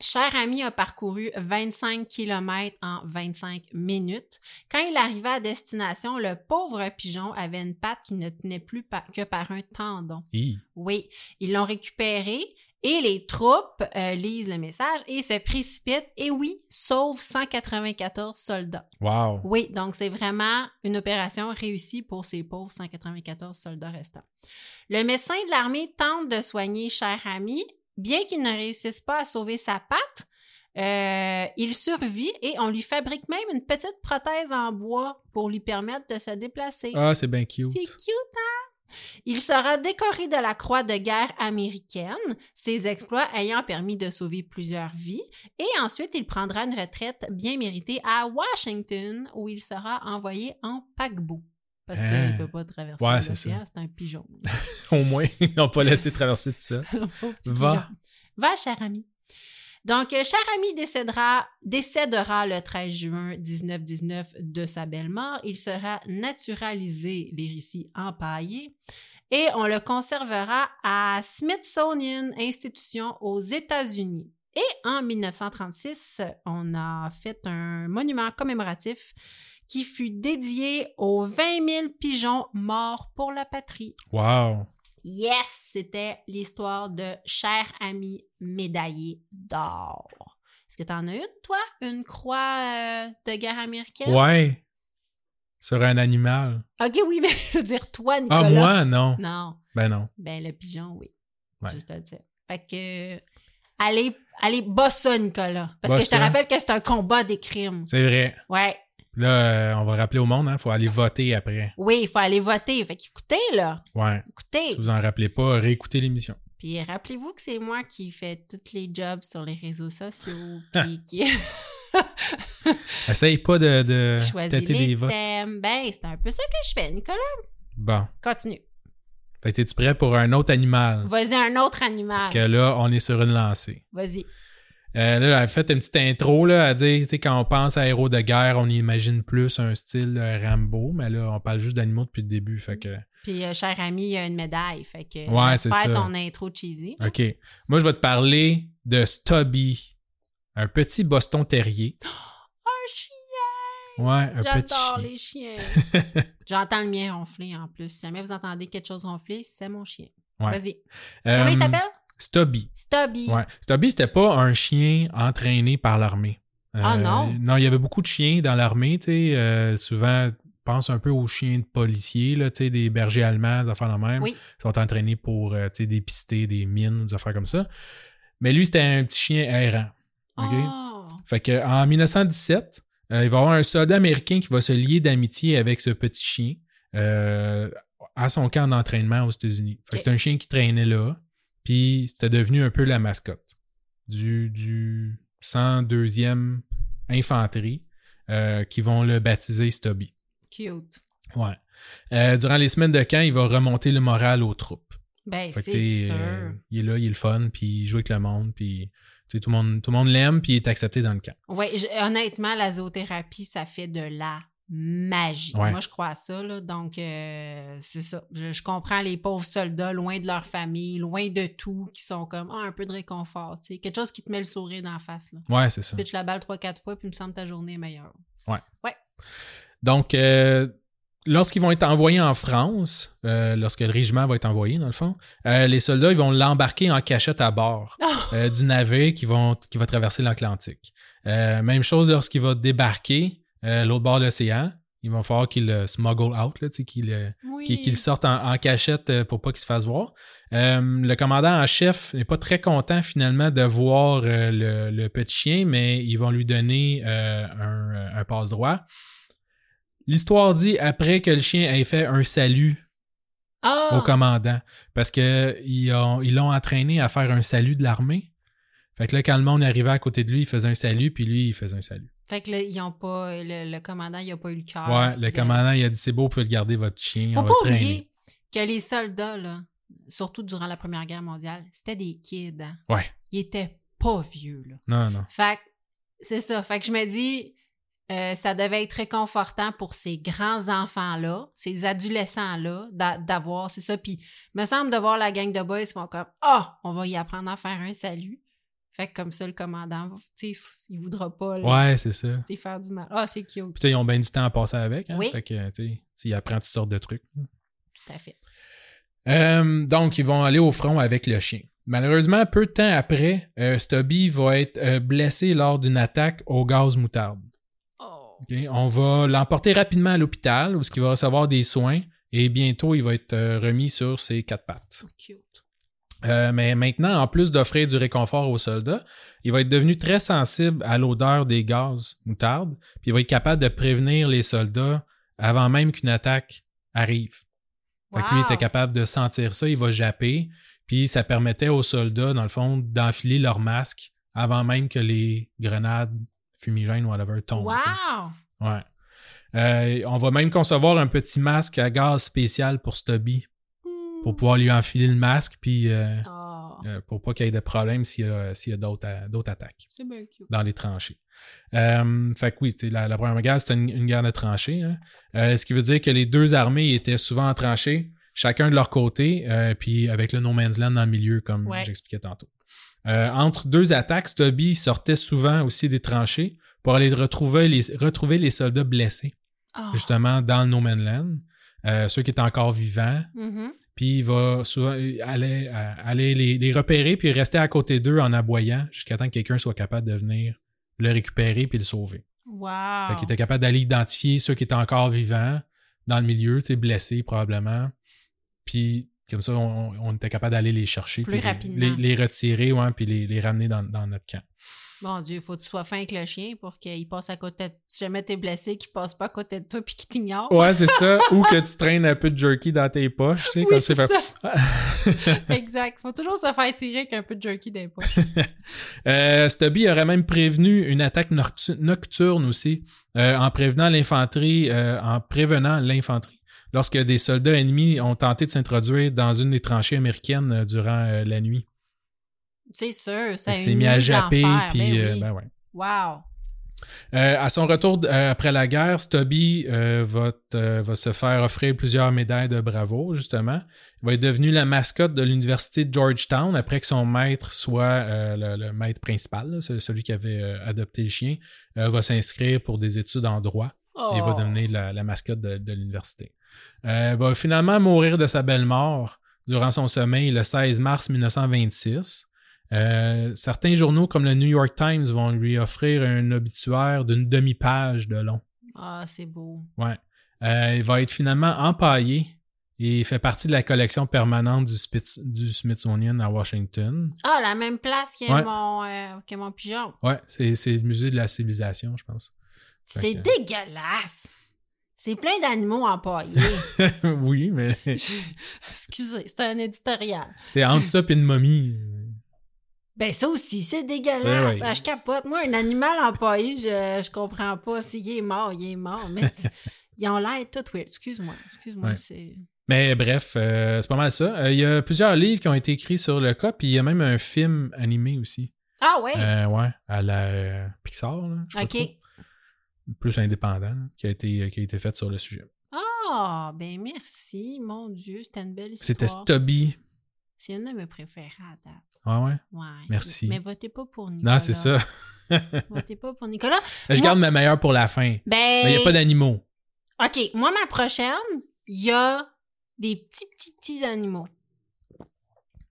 Cher ami a parcouru 25 km en 25 minutes. Quand il arriva à destination, le pauvre pigeon avait une patte qui ne tenait plus pa- que par un tendon.
Hi.
Oui, ils l'ont récupéré et les troupes euh, lisent le message et se précipitent. Et oui, sauvent 194 soldats.
Wow.
Oui, donc c'est vraiment une opération réussie pour ces pauvres 194 soldats restants. Le médecin de l'armée tente de soigner cher ami, bien qu'il ne réussisse pas à sauver sa patte. euh, il survit et on lui fabrique même une petite prothèse en bois pour lui permettre de se déplacer.
Ah, c'est bien cute.
C'est cute, hein? Il sera décoré de la Croix de guerre américaine, ses exploits ayant permis de sauver plusieurs vies, et ensuite il prendra une retraite bien méritée à Washington, où il sera envoyé en paquebot. Parce qu'il
Hein?
ne peut pas traverser
Ouais, c'est
l'océan, c'est un pigeon.
[laughs] Au moins, ils n'ont pas laissé traverser tout ça.
[laughs] Pauvre petit
Va.
pigeon. Va, cher ami. Donc, euh, cher ami décédera, décédera le 13 juin 1919 de sa belle mort. Il sera naturalisé, les récits empaillés, et on le conservera à Smithsonian Institution aux États-Unis. Et en 1936, on a fait un monument commémoratif qui fut dédié aux 20 000 pigeons morts pour la patrie.
Wow.
Yes, c'était l'histoire de cher ami médaillé d'or. Est-ce que t'en as une, toi? Une croix euh, de guerre américaine?
Ouais. Sur un animal.
Ok, oui, [laughs] mais je veux dire toi, Nicolas.
Ah, moi, non.
Non.
Ben non.
Ben, le pigeon, oui.
Ouais.
Juste à le dire. Fait que, allez, allez, bosse ça, Nicolas. Parce que
Bosse
je te
ça.
rappelle que c'est un combat des crimes.
C'est vrai.
Ouais.
Là, euh, on va rappeler au monde, hein. Faut aller voter après.
Oui, il faut aller voter. Fait qu'écoutez, là.
Ouais.
Écoutez.
Si vous en rappelez pas, réécoutez l'émission.
Puis rappelez-vous que c'est moi qui fais tous les jobs sur les réseaux
[laughs]
sociaux. Puis qui. [laughs]
Essaye pas de, de
choisis
tâter Euh, des
les
votes.
thèmes. Ben, c'est un peu ça que je fais, Nicolas.
Bon.
Continue.
Fait que es-tu prêt pour un autre animal?
Vas-y, un autre animal.
Parce que là, on est sur une lancée.
Vas-y.
Euh, là, elle a fait une petite intro là, à dire, tu sais, quand on pense à héros de guerre, on imagine plus un style euh, Rambo, mais là, on parle juste d'animaux depuis le début. Fait que,
Puis, euh, cher ami, il y a une médaille. Fait que.
Ouais,
laisse
c'est
faire
ça.
ton intro cheesy.
OK. Moi, je vais te parler de Stubby, un petit Boston terrier.
Un chien!
Ouais, un petit
J'adore
chien.
les chiens.
[laughs]
J'entends le mien ronfler en plus. Si jamais vous entendez quelque chose ronfler, c'est mon chien.
Ouais.
Vas-y.
Euh,
Comment il s'appelle?
Stubby.
Stubby.
Ouais. Stubby, c'était pas un chien entraîné par l'armée. Euh,
Ah, non?
Non, il y avait beaucoup de chiens dans l'armée, tu sais. euh, souvent, pense un peu aux chiens de policiers, là, tu sais, des bergers allemands, des affaires de même.
Oui.
Ils sont entraînés pour, euh, tu sais, dépister des mines, des affaires comme ça. Mais lui, c'était un petit chien errant. OK?
Oh.
Fait que, en 1917, euh, il va y avoir un soldat américain qui va se lier d'amitié avec ce petit chien euh, à son camp d'entraînement aux États-Unis. Fait que
Ok.
c'est un chien qui traînait là, puis c'était devenu un peu la mascotte du, du 102e infanterie euh, qui vont le baptiser Stubby.
Cute.
Ouais. Euh, durant les semaines de camp, il va remonter le moral aux troupes.
Ben,
Fait que,
c'est
t'sais,
sûr.
euh, il est là, il est le fun, puis il joue avec le monde, puis t'sais, tout le monde, tout le monde l'aime, puis il est accepté dans le camp.
Ouais, j- honnêtement, la zoothérapie, ça fait de la magie.
Ouais.
Moi, je crois à ça, là. Donc, euh, c'est ça. Je, je comprends les pauvres soldats loin de leur famille, loin de tout, qui sont comme Ah, un peu de réconfort, tu sais. Quelque chose qui te met le sourire dans la face, là.
Ouais, c'est ça.
Pitch la balle trois, quatre fois, puis il me semble que ta journée est meilleure.
Donc, euh, lorsqu'ils vont être envoyés en France, euh, lorsque le régiment va être envoyé, dans le fond, euh, les soldats, ils vont l'embarquer en cachette à bord euh, du navire qui, vont, qui va traverser l'Atlantique. Euh, même chose lorsqu'il va débarquer euh, l'autre bord de l'océan. Il va falloir qu'il le smuggle out, là, tu sais, qu'il euh,
Oui.
qu'il qu'il sorte en, en cachette euh, pour pas qu'il se fasse voir. Euh, le commandant en chef n'est pas très content finalement de voir euh, le, le petit chien, mais ils vont lui donner euh, un, un passe-droit. L'histoire dit après que le chien ait fait un salut
Ah!
au commandant, parce que ils ont- ils l'ont entraîné à faire un salut de l'armée. Fait que là, quand le monde arrivait à côté de lui, il faisait un salut, puis lui, il faisait un salut.
Fait que là, ils ont pas, le, le commandant, il a pas eu le cœur.
ouais, le
de-
commandant, il a dit c'est beau, vous pouvez le garder votre chien. on
Ah, Faut
va
pas
le traîner.
oublier que les soldats, là, surtout durant la Première Guerre mondiale, c'était des kids. hein.
Ouais,
Ils étaient pas vieux, là.
non, non.
Fait que c'est ça. Fait que je me dis, euh, ça devait être réconfortant pour ces grands enfants-là, ces adolescents-là, d'a- d'avoir, c'est ça. Puis, me semble de voir la gang de boys ils font comme, ah, on va y apprendre à faire un salut. Fait que comme ça, le commandant, tu sais, il voudra pas là,
Ouais, c'est ça.
tu sais, faire du mal. Ah, c'est cute,
Puis, tu sais, ils ont bien du temps à passer avec. Hein?
Oui.
Fait que, tu sais, tu- ils apprennent toutes sortes de trucs.
tout à fait.
Euh, donc, ils vont aller au front avec le chien. Malheureusement, peu de temps après, euh, Stubby va être euh, blessé lors d'une attaque au gaz moutarde.
Oh,
OK? On va l'emporter rapidement à l'hôpital où ce qu'il va recevoir des soins et bientôt, il va être euh, remis sur ses quatre pattes.
Cute.
Euh, mais maintenant, en plus d'offrir du réconfort aux soldats, il va être devenu très sensible à l'odeur des gaz moutarde, puis il va être capable de prévenir les soldats avant même qu'une attaque arrive. Fait que lui, il était
Wow.
capable de sentir ça, il va japper, puis ça permettait aux soldats, dans le fond, d'enfiler leur masque avant même que les grenades fumigènes ou whatever tombent. tu sais.
Wow!
Ouais. Euh, on va même concevoir un petit masque à gaz spécial pour Stubby, pour pouvoir lui enfiler le masque, puis... euh,
Ah,
euh, pour pas qu'il y ait de problème s'il y a, s'il y a d'autres, euh, d'autres attaques
c'est bien cute.
dans les tranchées. Euh, fait que oui, tu sais, la, la première guerre, c'était une, une guerre de tranchées. hein. Euh, ce qui veut dire que les deux armées étaient souvent en tranchée, chacun de leur côté, euh, puis avec le No Man's Land dans le milieu, comme
Ouais.
j'expliquais tantôt. Euh, entre deux attaques, Stubby sortait souvent aussi des tranchées pour aller retrouver les, retrouver les soldats blessés,
Ah.
justement, dans le No Man's Land, euh, ceux qui étaient encore vivants,
Mhm.
puis il va souvent euh, aller, euh, aller les, les repérer puis rester à côté d'eux en aboyant jusqu'à temps que quelqu'un soit capable de venir le récupérer puis le sauver.
Wow!
Fait qu'il était capable d'aller identifier ceux qui étaient encore vivants dans le milieu, tu sais, blessés probablement. Puis comme ça, on, on était capable d'aller les chercher.
Plus
puis les-
rapidement.
Les, les retirer, ouais, puis les, les ramener dans, dans notre camp.
Mon Dieu, faut que tu sois fin avec le chien pour qu'il passe à côté de Si jamais t'es blessé, qu'il passe pas à côté de toi puis qu'il t'ignore.
Ouais, c'est ça. [laughs] Ou que tu traînes un peu de jerky dans tes poches, tu sais, comme
Oui, c'est
ça, fait-
[laughs] exact. Faut toujours se faire tirer avec un peu de jerky des poids.
[laughs] Euh, Stubby aurait même prévenu une attaque noctu- nocturne aussi, euh, en prévenant l'infanterie, euh, en prévenant l'infanterie, lorsque des soldats ennemis ont tenté de s'introduire dans une des tranchées américaines euh, durant euh, la nuit.
C'est sûr, ça
Il
a
s'est
une
mis à
nuit
japper,
d'enfer,
puis
ben
euh,
oui.
ben ouais.
Wow.
Euh, à son retour euh, après la guerre, Stubby euh, va, t- euh, va se faire offrir plusieurs médailles de bravo, justement. Il va être devenu la mascotte de l'université de Georgetown après que son maître soit euh, le, le maître principal, là, ce- celui qui avait euh, adopté le chien, euh, va s'inscrire pour des études en droit
Oh.
et va devenir la, la mascotte de, de l'université. Euh, va finalement mourir de sa belle mort durant son sommeil le 16 mars 1926. Euh, certains journaux comme le New York Times vont lui offrir un obituaire d'une demi-page de long.
Ah, c'est beau.
Ouais. Euh, il va être finalement empaillé et fait partie de la collection permanente du, Spitz- du Smithsonian à Washington.
Ah, la même place que,
Ouais.
mon, euh, que mon pigeon.
Ouais, c'est c'est le musée de la civilisation, je pense. [laughs] Fait
C'est
que-
dégueulasse. C'est plein d'animaux
[laughs]
empaillés.
oui, mais tu
Excusez, c'est un éditorial.
sais, entre ça et une momie.
Ben ça aussi, c'est
Ben
dégueulasse.
oui.
Ah, je capote. Moi, un animal empaillé, je, je comprends pas. S'il est mort, il est mort.
[laughs]
Mais tu- ils ont l'air tout weird. Excuse-moi. Excuse-moi.
Ouais.
C'est...
Mais bref, euh, c'est pas mal ça. Euh, Il y a plusieurs livres qui ont été écrits sur le cas, puis il y a même un film animé aussi.
Ah ouais?
Euh, ouais, à la euh, Pixar, là, je sais pas
OK.
trop. plus indépendant, là, qui a été, euh, qui a été fait sur le sujet.
Ah, ben merci. Mon Dieu, c'était une belle histoire.
C'était Stubby.
C'est une de mes préférées à date.
Ouais, ouais.
Ouais.
Merci.
Mais votez pas pour Nicolas.
Non, c'est ça.
[laughs]
[laughs]
Votez pas pour Nicolas.
Je
Moi-
garde ma meilleure pour la fin.
Ben.
Mais il n'y a pas d'animaux.
OK, moi, ma prochaine, il y a des petits, petits, petits animaux. [laughs]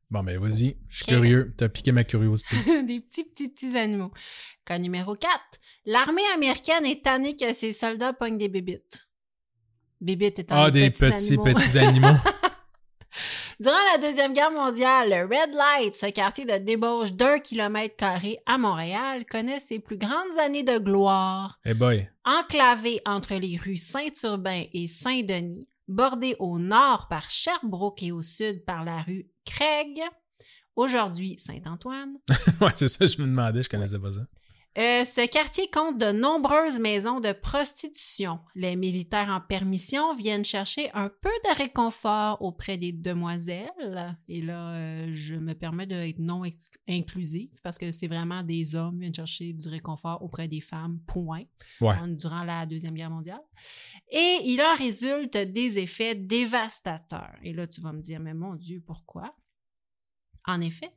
Bon, ben vas-y, je suis
Ok.
curieux. T'as piqué ma curiosité.
des petits, petits, petits animaux. Cas numéro 4. L'armée américaine est tannée que ses soldats pognent des bébites. Bébites étant
Ah,
des
des
petits,
petits,
animaux. [laughs]
petits animaux.
Durant la Deuxième Guerre mondiale, le Red Light, ce quartier de débauche d'un kilomètre carré à Montréal, connaît ses plus grandes années de gloire.
Eh boy. [laughs]
Enclavé entre les rues Saint-Urbain et Saint-Denis, bordé au nord par Sherbrooke et au sud par la rue Craig, aujourd'hui Saint-Antoine,
ouais, c'est ça, je me demandais, je connaissais pas ça.
euh, ce quartier compte de nombreuses maisons de prostitution. Les militaires en permission viennent chercher un peu de réconfort auprès des demoiselles. Et là, euh, je me permets d'être non ex- inclusive parce que c'est vraiment des hommes qui viennent chercher du réconfort auprès des femmes, point
Ouais.
en- durant la Deuxième Guerre mondiale. Et il en résulte des effets dévastateurs. Et là, tu vas me dire, mais mon Dieu, pourquoi? En effet,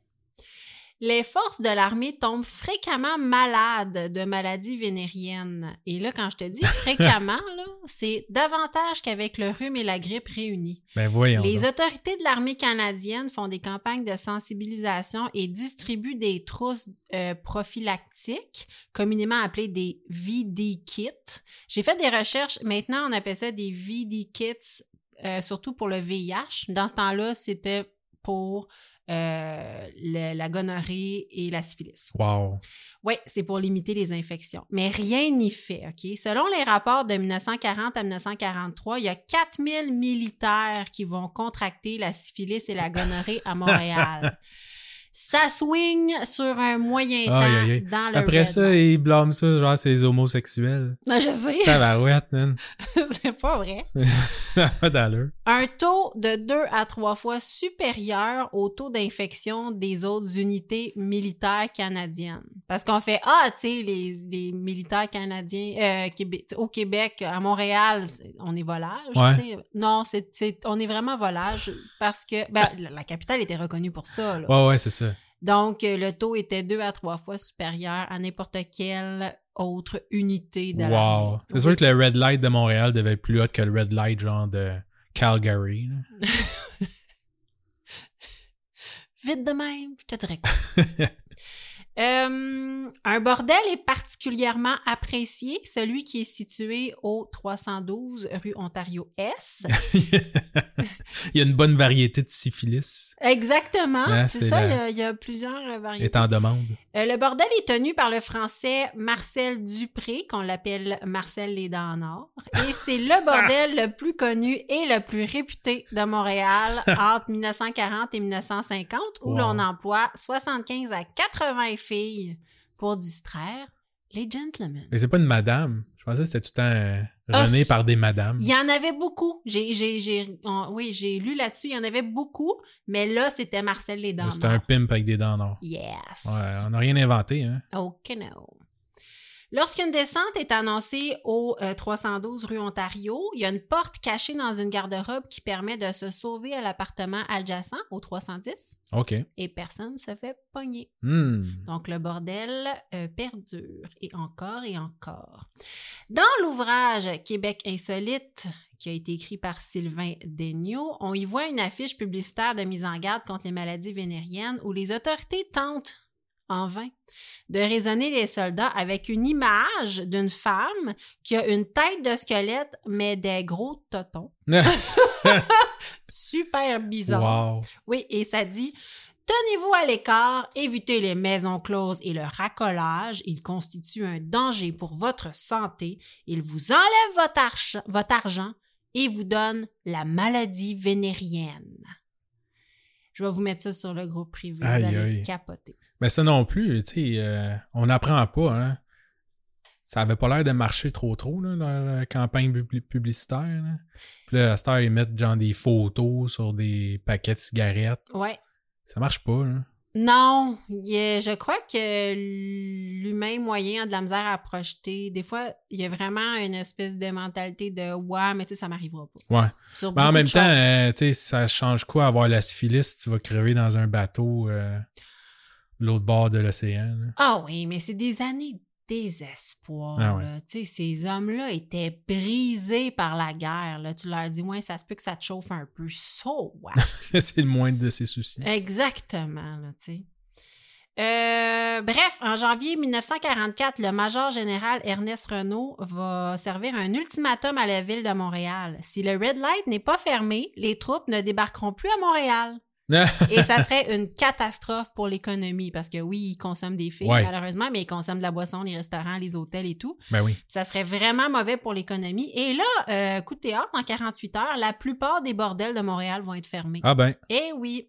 les forces de l'armée tombent fréquemment malades de maladies vénériennes. Et là, quand je te dis fréquemment, là, c'est davantage qu'avec le rhume et la grippe réunis.
Ben voyons.
Les
donc.
autorités de l'armée canadienne font des campagnes de sensibilisation et distribuent des trousses euh, prophylactiques, communément appelées des VD kits. J'ai fait des recherches. Maintenant, on appelle ça des VD kits, euh, surtout pour le VIH. Dans ce temps-là, c'était pour euh, le- la gonorrhée et la syphilis.
Wow.
Oui, c'est pour limiter les infections. Mais rien n'y fait, OK? Selon les rapports de 1940 à 1943, il y a 4000 militaires qui vont contracter la syphilis et la gonorrhée à
[laughs]
Montréal. Ça swing sur un moyen temps
Aïe, aïe, aïe.
dans le
Après
Red
ça,
Line.
ils blâment ça, genre, c'est les
[laughs]
homosexuels.
Non, je sais,
Tabarouette, man.
[laughs]
[laughs]
c'est pas vrai.
Ça a pas d'allure.
Un taux de 2 à 3 fois supérieur au taux d'infection des autres unités militaires canadiennes. Parce qu'on fait, ah, tu sais, les, les militaires canadiens euh, Québé- au Québec, à Montréal, c'est- on est volage.
Ouais.
tu sais. Non, c'est, c'est- on est vraiment volage parce que ben, la la capitale était reconnue pour ça. là.
Ouais, ouais, c'est ça.
Donc, euh, le taux était 2 à 3 fois supérieur à n'importe quelle autre unité de l'armée.
Wow. C'est sûr que le red light de Montréal devait être plus haut que le red light, genre, de Calgary.
[laughs]
là.
Vite de même, je te dirais quoi.
[laughs]
Euh, un bordel est particulièrement apprécié, celui qui est situé au 312 rue Ontario
[laughs]
S.
Il y a une bonne variété de syphilis.
Exactement,
Ah,
c'est
c'est
ça,
la-
il y a- il y, a plusieurs euh, variétés.
Est en demande.
Euh, le bordel est tenu par le français Marcel Dupré, qu'on l'appelle Marcel les Dents en Or. Et c'est
[laughs] Ah!
le bordel le plus connu et le plus réputé de
[laughs]
Montréal entre 1940 et 1950, où
Wow.
l'on emploie 75 à 80 filles pour distraire les gentlemen.
Mais c'est pas une madame. Je pensais que c'était tout le temps euh,
Ah,
rené
c'est-
par des madames.
Il y en avait beaucoup. J'ai, j'ai, j'ai, on- oui, j'ai lu là-dessus. Il y en avait beaucoup, mais là, c'était Marcel les Dents en
C'était un
Or.
pimp avec des dents d'or.
Yes.
Ouais, on n'a rien inventé, hein.
Ok, Oh, no. Lorsqu'une descente est annoncée au euh, 312 rue Ontario, il y a une porte cachée dans une garde-robe qui permet de se sauver à l'appartement adjacent au 310
OK.
et personne ne se fait pogner.
Hmm. [laughs]
Donc le bordel euh, perdure et encore et encore. Dans l'ouvrage Québec insolite qui a été écrit par Sylvain Daigneault, on y voit une affiche publicitaire de mise en garde contre les maladies vénériennes où les autorités tentent en vain de raisonner les soldats avec une image d'une femme qui a une tête de squelette mais des gros totons. Super bizarre.
wow.
Oui, et ça dit Tenez-vous à l'écart, évitez les maisons closes et le racolage. Ils constituent un danger pour votre santé. Ils vous enlèvent votre, arche- votre argent et vous donnent la maladie vénérienne. Je vais vous mettre ça sur le groupe privé.
Aïe,
vous allez
aïe.
capoter.
Mais ça non plus, tu sais, euh, on n'apprend pas, hein. Ça avait pas l'air de marcher trop trop, là, leur euh, campagne publi- publicitaire. Là. Puis là, à cette heure, ils mettent genre des photos sur des paquets de cigarettes.
Ouais.
Ça marche pas, là.
Non, il y a- je crois que l'humain moyen a de la misère à projeter. Des fois, il y a vraiment une espèce de mentalité de ouais, mais tu sais, ça m'arrivera pas.
Ouais.
Sur
Mais en
beaucoup
même
de
temps,
choses.
euh, tu sais, ça change quoi avoir la syphilis si tu vas crever dans un bateau euh, l'autre bord de l'océan? là? [laughs]
Ah oui, mais c'est des années désespoir.
Ah ouais.
là. Tu sais, ces hommes-là étaient brisés par la guerre. Là. Tu leur dis, ouais, ça se peut que ça te chauffe un peu. So
[laughs]
what?
c'est le moindre de ses soucis.
Exactement, là, tu sais. Euh, bref, en janvier 1944, le major général Ernest Renault va servir un ultimatum à la ville de Montréal. Si le Red Light n'est pas fermé, les troupes ne débarqueront plus à Montréal. Et ça serait une catastrophe pour l'économie parce que oui, ils consomment des filles,
Ouais.
malheureusement, mais ils consomment de la boisson, les restaurants, les hôtels et tout.
[laughs] ben oui.
Ça serait vraiment mauvais pour l'économie. Et là, euh, coup de théâtre, en 48 heures, la plupart des bordels de Montréal vont être fermés.
Ah ben,
Eh oui.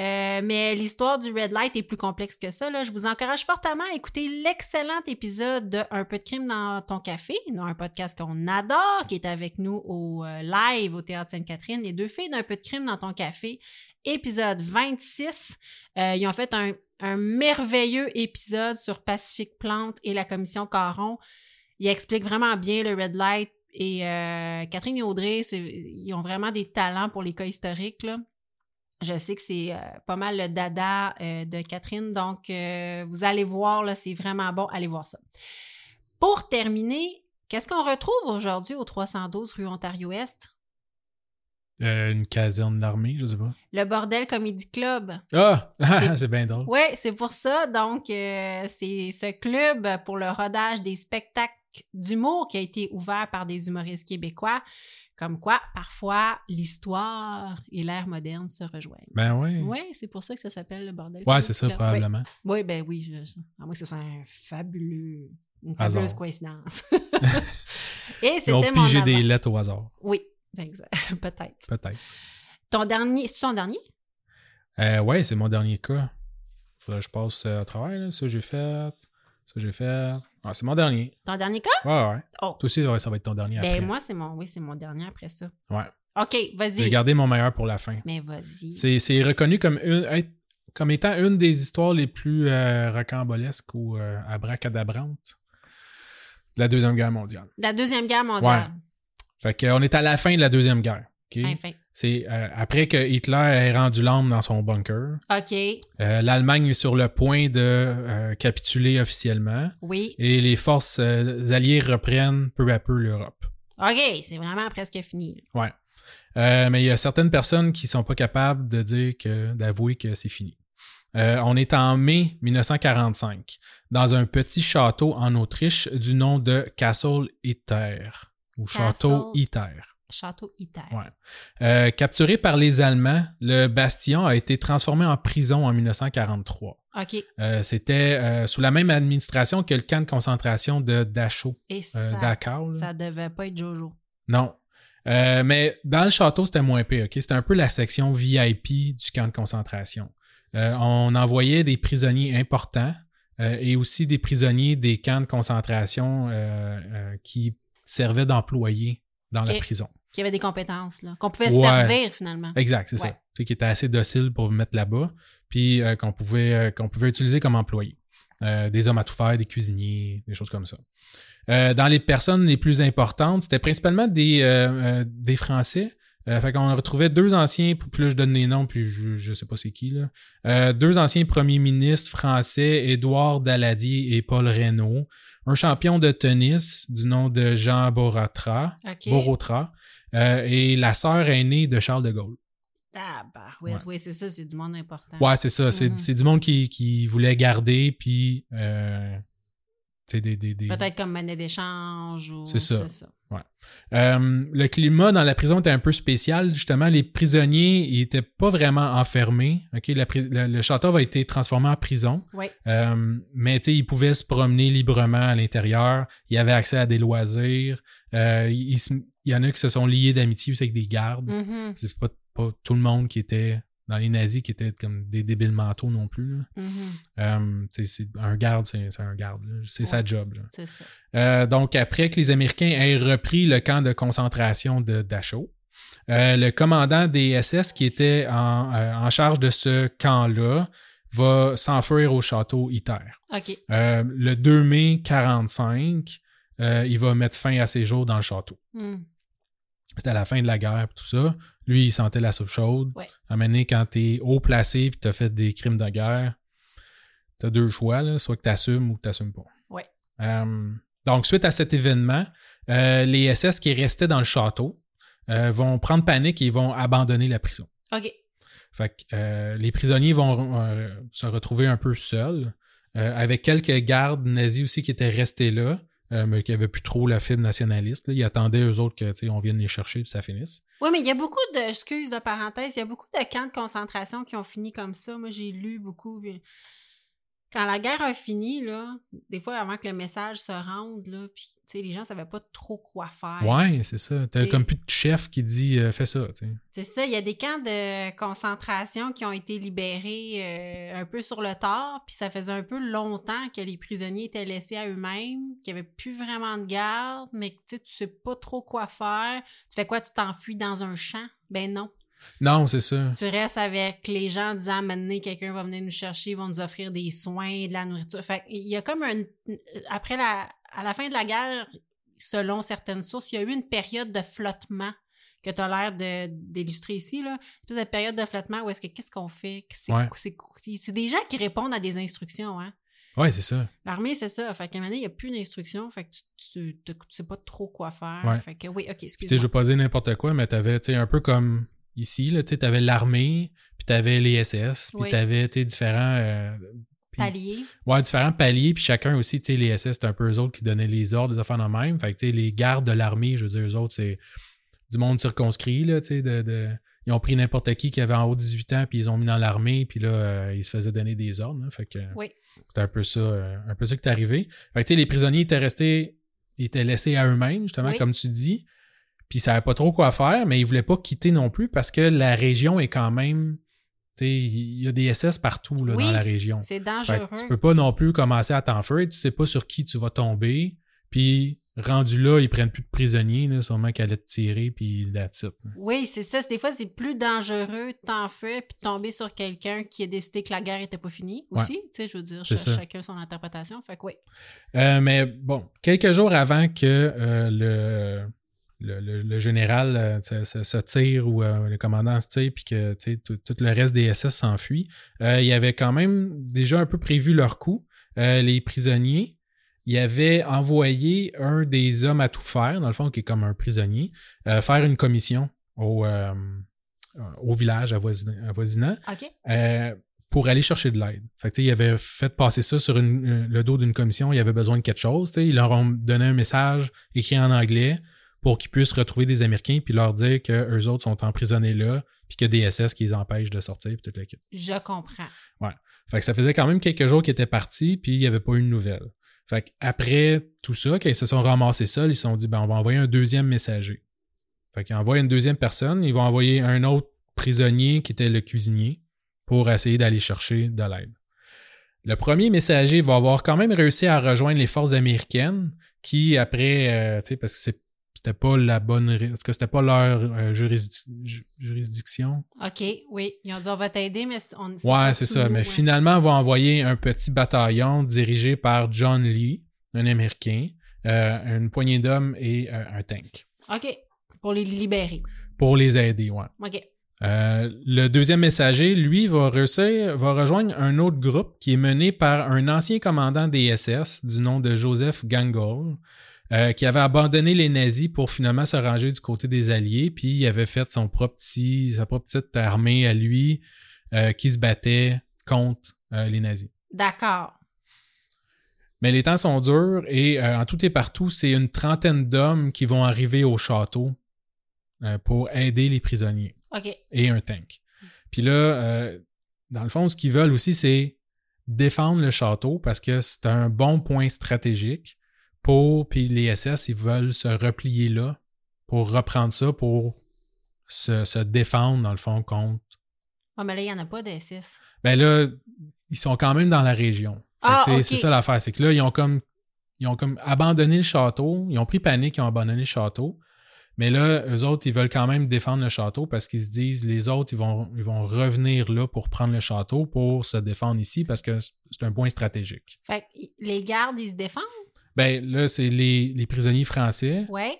Euh, mais l'histoire du red light est plus complexe que ça. Là. Je vous encourage fortement à écouter l'excellent épisode de Un peu de crime dans ton café, un podcast qu'on adore, qui est avec nous au euh, live au Théâtre Sainte-Catherine. Les deux filles d'Un peu de crime dans ton café, épisode 26. Euh, ils ont fait un, un merveilleux épisode sur Pacific Plante et la commission Caron. Ils expliquent vraiment bien le red light. Et euh, Catherine et Audrey, c'est- ils ont vraiment des talents pour les cas historiques. Là. Je sais que c'est euh, pas mal le dada euh, de Catherine, donc euh, vous allez voir, là, c'est vraiment bon, allez voir ça. Pour terminer, qu'est-ce qu'on retrouve aujourd'hui au 312 rue Ontario-Est?
euh, une caserne d'armée, je sais pas.
Le Bordel Comedy Club.
Ah! [laughs] c'est bien drôle.
Oui, c'est pour ça. Donc, euh, c'est ce club pour le rodage des spectacles d'humour qui a été ouvert par des humoristes québécois. Comme quoi, parfois, l'histoire et l'ère moderne se rejoignent.
Ben oui. Ouais,
Oui, c'est pour ça que ça s'appelle le bordel.
c'est ça,
Club. Ouais.
probablement.
Oui, ben oui, je- je- à moins que ce soit un fabuleux, une
Hasard.
fabuleuse coïncidence.
[laughs]
[laughs] Et
Ils ont
c'était mon
pigé des
avant.
lettres au hasard,
Oui, exact. [laughs] peut-être.
peut-être.
Ton dernier, c'est ton dernier?
Euh, ouais, c'est mon dernier cas. Faudrait que je passe euh, à travers, là. Ça, j'ai fait. Ça, j'ai fait. Ah, c'est mon dernier.
Ton dernier cas?
Ouais, ouais.
Oh.
Toi aussi, ouais, ça va être ton dernier après.
Ben moi, c'est mon, oui, c'est mon dernier après ça.
Ouais.
OK,
J'ai
vas-y.
gardé mon meilleur pour la fin.
Mais vas-y.
C'est c'est reconnu comme, une, être- comme étant une des histoires les plus euh, rocambolesques ou euh, abracadabrantes de la Deuxième Guerre mondiale.
La Deuxième Guerre mondiale.
Fait qu'on est à la fin de la Deuxième Guerre. ok?
Fin, fin.
C'est euh, après que Hitler ait rendu l'âme dans son bunker.
OK,
euh, L'Allemagne est sur le point de euh, capituler officiellement
oui.
et les forces euh, alliées reprennent peu à peu l'Europe.
OK, c'est vraiment presque fini.
Ouais. Euh, mais il y a certaines personnes qui sont pas capables de dire que d'avouer que c'est fini. Euh, on est en mai 1945 dans un petit château en Autriche du nom de Castle Hitter ou Château
Castle.
Hitter.
Château Iter.
Ouais. Euh, capturé par les Allemands, le bastion a été transformé en prison en 1943.
OK,
Euh, C'était euh, sous la même administration que le camp de concentration de Dachau,
et
euh,
ça,
Dachau, là.
ça devait pas être Jojo.
Non. Euh, mais dans le château, c'était moins pire, OK? C'était un peu la section VIP du camp de concentration. Euh, on envoyait des prisonniers importants euh, et aussi des prisonniers des camps de concentration euh, euh, qui servaient d'employés dans
Ok.
la prison.
Qui avait des compétences, là. Qu'on pouvait se
Ouais.
servir, finalement.
Exact, c'est
Ouais.
ça. Tu sais, qui était assez docile pour me mettre là-bas, puis euh, qu'on pouvait, euh, qu'on pouvait utiliser comme employé. Euh, des hommes à tout faire, des cuisiniers, des choses comme ça. Euh, dans les personnes les plus importantes, c'était principalement des, euh, euh, des Français. Euh, fait qu'on retrouvait deux anciens, puis là je donne les noms, puis je, je sais pas c'est qui, là. Euh, deux anciens premiers ministres français, Édouard Daladier et Paul Reynaud. Un champion de tennis du nom de Jean Borotra,
Ah, OK.
Borotra euh, et la sœur aînée de Charles de Gaulle.
Ah, bah, oui,
Ouais.
oui, c'est ça, c'est du monde important.
Ouais, c'est ça. C'est
Mhm.
c'est du monde qui, qui voulait garder, puis. Euh, tu sais, des, des, des-
Peut-être comme monnaie d'échange ou.
C'est ça. Euh, le climat dans la prison était un peu spécial. Justement, les prisonniers, ils étaient pas vraiment enfermés. OK? La pri- le, le château a été transformé en prison.
Oui.
Euh, mais tu sais, ils pouvaient se promener librement à l'intérieur. Ils avaient accès à des loisirs. Euh, ils se- il y en a qui se sont liés d'amitié aussi avec des gardes.
Mhm,
C'est pas, pas tout le monde qui était dans les nazis qui était comme des débiles mentaux non plus. là.
mhm,
Euh, tu sais, c'est un garde, c'est c'est un garde. là. C'est sa
Ouais.
job. là.
c'est ça.
Euh, donc, après que les Américains aient repris le camp de concentration de Dachau, euh, le commandant des SS qui était en, euh, en charge de ce camp-là va s'enfuir au château Iter.
OK.
Euh, le 2 mai 45, euh, il va mettre fin à ses jours dans le château.
Hmm.
C'était à la fin de la guerre pis tout ça. Lui, il sentait la soupe chaude.
Ouais.
À un moment donné, quand t'es haut placé puis t'as fait des crimes de guerre, t'as deux choix, là, soit que t'assumes ou que t'assumes pas.
Ouais.
Euh, donc, suite à cet événement, euh, les SS qui restaient dans le château euh, vont prendre panique et vont abandonner la prison.
OK.
Fait que euh, les prisonniers vont euh, se retrouver un peu seuls, euh, avec quelques gardes nazis aussi qui étaient restés là, euh, mais qui n'avaient plus trop la fibre nationaliste. là. Ils attendaient eux autres que, tu sais, on vienne les chercher et ça finisse.
Oui, mais il y a beaucoup de, excuse de parenthèse, il y a beaucoup de camps de concentration qui ont fini comme ça. Moi, j'ai lu beaucoup. puis Quand la guerre a fini, là, des fois, avant que le message se rende, là, puis, tu sais, les gens savaient pas trop quoi faire.
Ouais, c'est ça. T'as
T'sais-
comme plus de chef qui dit euh, fais ça. tu sais.
C'est ça, il y a des camps de concentration qui ont été libérés euh, un peu sur le tard, puis ça faisait un peu longtemps que les prisonniers étaient laissés à eux-mêmes, qu'il n'y avait plus vraiment de garde, mais que, tu sais, tu sais pas trop quoi faire. Tu fais quoi? Tu t'enfuis dans un champ? Ben non.
Non, c'est ça.
Tu restes avec les gens en disant, maintenant, quelqu'un va venir nous chercher, ils vont nous offrir des soins, de la nourriture. Fait qu'il y a comme un... Après la... À la fin de la guerre, selon certaines sources, il y a eu une période de flottement que tu as l'air de- d'illustrer ici, là. Puis cette période de flottement où est-ce que qu'est-ce qu'on fait? C'est
Ouais.
c'est- c'est des gens qui répondent à des instructions, hein.
Ouais, c'est ça.
L'armée, c'est ça. Fait qu'à un moment donné, il n'y a plus d'instructions. Fait que tu, tu, tu sais pas trop quoi faire.
Ouais.
Fait que oui, ok,
Puis, tu sais, je
excuse-moi.
veux pas dire n'importe quoi, mais t'avais, tu sais, un peu comme ici, là, tu sais, t'avais l'armée, puis t'avais les SS, puis
Oui.
t'avais, tu sais, différents... euh, puis-
Palier.
Ouais, différents paliers, puis chacun aussi, tu sais, les SS, c'était un peu eux autres qui donnaient les ordres, des affaires de même. Fait que, tu sais, les gardes de l'armée, je veux dire, eux autres, c'est du monde circonscrit, là, tu sais, de, de- Ils ont pris n'importe qui qui avait en haut de 18 ans, puis ils ont mis dans l'armée, puis là, euh, ils se faisaient donner des ordres, hein. Fait que... euh,
Oui.
C'était un peu ça, euh, un peu ça qui est arrivé. Fait que, tu sais, les prisonniers étaient restés, ils étaient laissés à eux-mêmes, justement,
Oui.
comme tu dis. Puis ils savaient pas trop quoi faire, mais ils voulaient pas quitter non plus parce que la région est quand même, tu sais, il y a des SS partout, là,
Oui,
dans la région.
C'est
Fait
dangereux.
que tu peux pas non plus commencer à t'enfuir, tu sais pas sur qui tu vas tomber. Puis rendu là, ils prennent plus de prisonniers, là, sûrement qu'elle allaient te tirer, puis that's it.
Oui, c'est ça. C'est- Des fois, c'est plus dangereux de t'en faire puis de tomber sur quelqu'un qui a décidé que la guerre était pas finie
Ouais.
aussi. Tu sais, je veux dire,
C'est
ch-
ça.
chacun son interprétation. Fait que oui.
Euh, mais bon, quelques jours avant que euh, le, le, le- le général euh, se, se- se tire ou euh, le commandant se tire, puis que tu sais, tout, tout le reste des SS s'enfuit, euh, il avait quand même déjà un peu prévu leur coup. Euh, les prisonniers, il avait envoyé un des hommes à tout faire, dans le fond, qui est comme un prisonnier, euh, faire une commission au, euh, au village avoisin- avoisinant.
OK.
Euh, pour aller chercher de l'aide. Fait que, tu sais, il avait fait passer ça sur une- euh, le dos d'une commission, il avait besoin de quelque chose. tu sais. Ils leur ont donné un message écrit en anglais pour qu'ils puissent retrouver des Américains puis leur dire que eux autres sont emprisonnés là puis que des SS qui les empêchent de sortir puis toute la kit.
Je comprends.
Fait que ça faisait quand même quelques jours qu'ils étaient partis puis il n'y avait pas eu de nouvelles. Fait que après tout ça, quand ils se sont ramassés seuls, ils se sont dit ben on va envoyer un deuxième messager. Fait qu'ils envoient une deuxième personne, ils vont envoyer un autre prisonnier qui était le cuisinier pour essayer d'aller chercher de l'aide. Le premier messager va avoir quand même réussi à rejoindre les forces américaines qui, après, euh, tu sais, parce que c'est- c'était pas la bonne, ré- parce que c'était pas leur euh, jurisdi- ju- juridiction,
OK, oui. Ils ont dit, on va t'aider, mais c- on
Ouais,
pas
c'est
sous
ça.
l'eau,
Mais
hein.
finalement, on va envoyer un petit bataillon dirigé par John Lee, un Américain, euh, une poignée d'hommes et euh, un tank
OK. Pour les libérer.
pour les aider. Ouais.
OK.
Euh, le deuxième messager, lui, va, réussir- va rejoindre un autre groupe qui est mené par un ancien commandant des SS du nom de Joseph Gangol, euh, qui avait abandonné les nazis pour finalement se ranger du côté des Alliés, puis il avait fait son propre petit, sa propre petite armée à lui euh, qui se battait contre euh, les nazis.
D'accord.
Mais les temps sont durs et euh, en tout et partout, c'est une trentaine d'hommes qui vont arriver au château euh, pour aider les prisonniers
OK.
et un tank. Puis là, euh, dans le fond, ce qu'ils veulent aussi, c'est défendre le château parce que c'est un bon point stratégique pour. Puis les SS, ils veulent se replier là pour reprendre ça pour se, se défendre, dans le fond, contre.
Ouais, mais là, il n'y en a pas de 6.
Ben là, ils sont quand même dans la région. Fait que,
Ah,
tu sais,
ok.
C'est ça l'affaire. C'est que là, ils ont comme ils ont comme abandonné le château. Ils ont pris panique, ils ont abandonné le château. Mais là, eux autres, ils veulent quand même défendre le château parce qu'ils se disent les autres, ils vont, ils vont revenir là pour prendre le château pour se défendre ici parce que c'est un point stratégique.
Fait que y- les gardes, ils se défendent?
Ben là, c'est les, les prisonniers français
Ouais.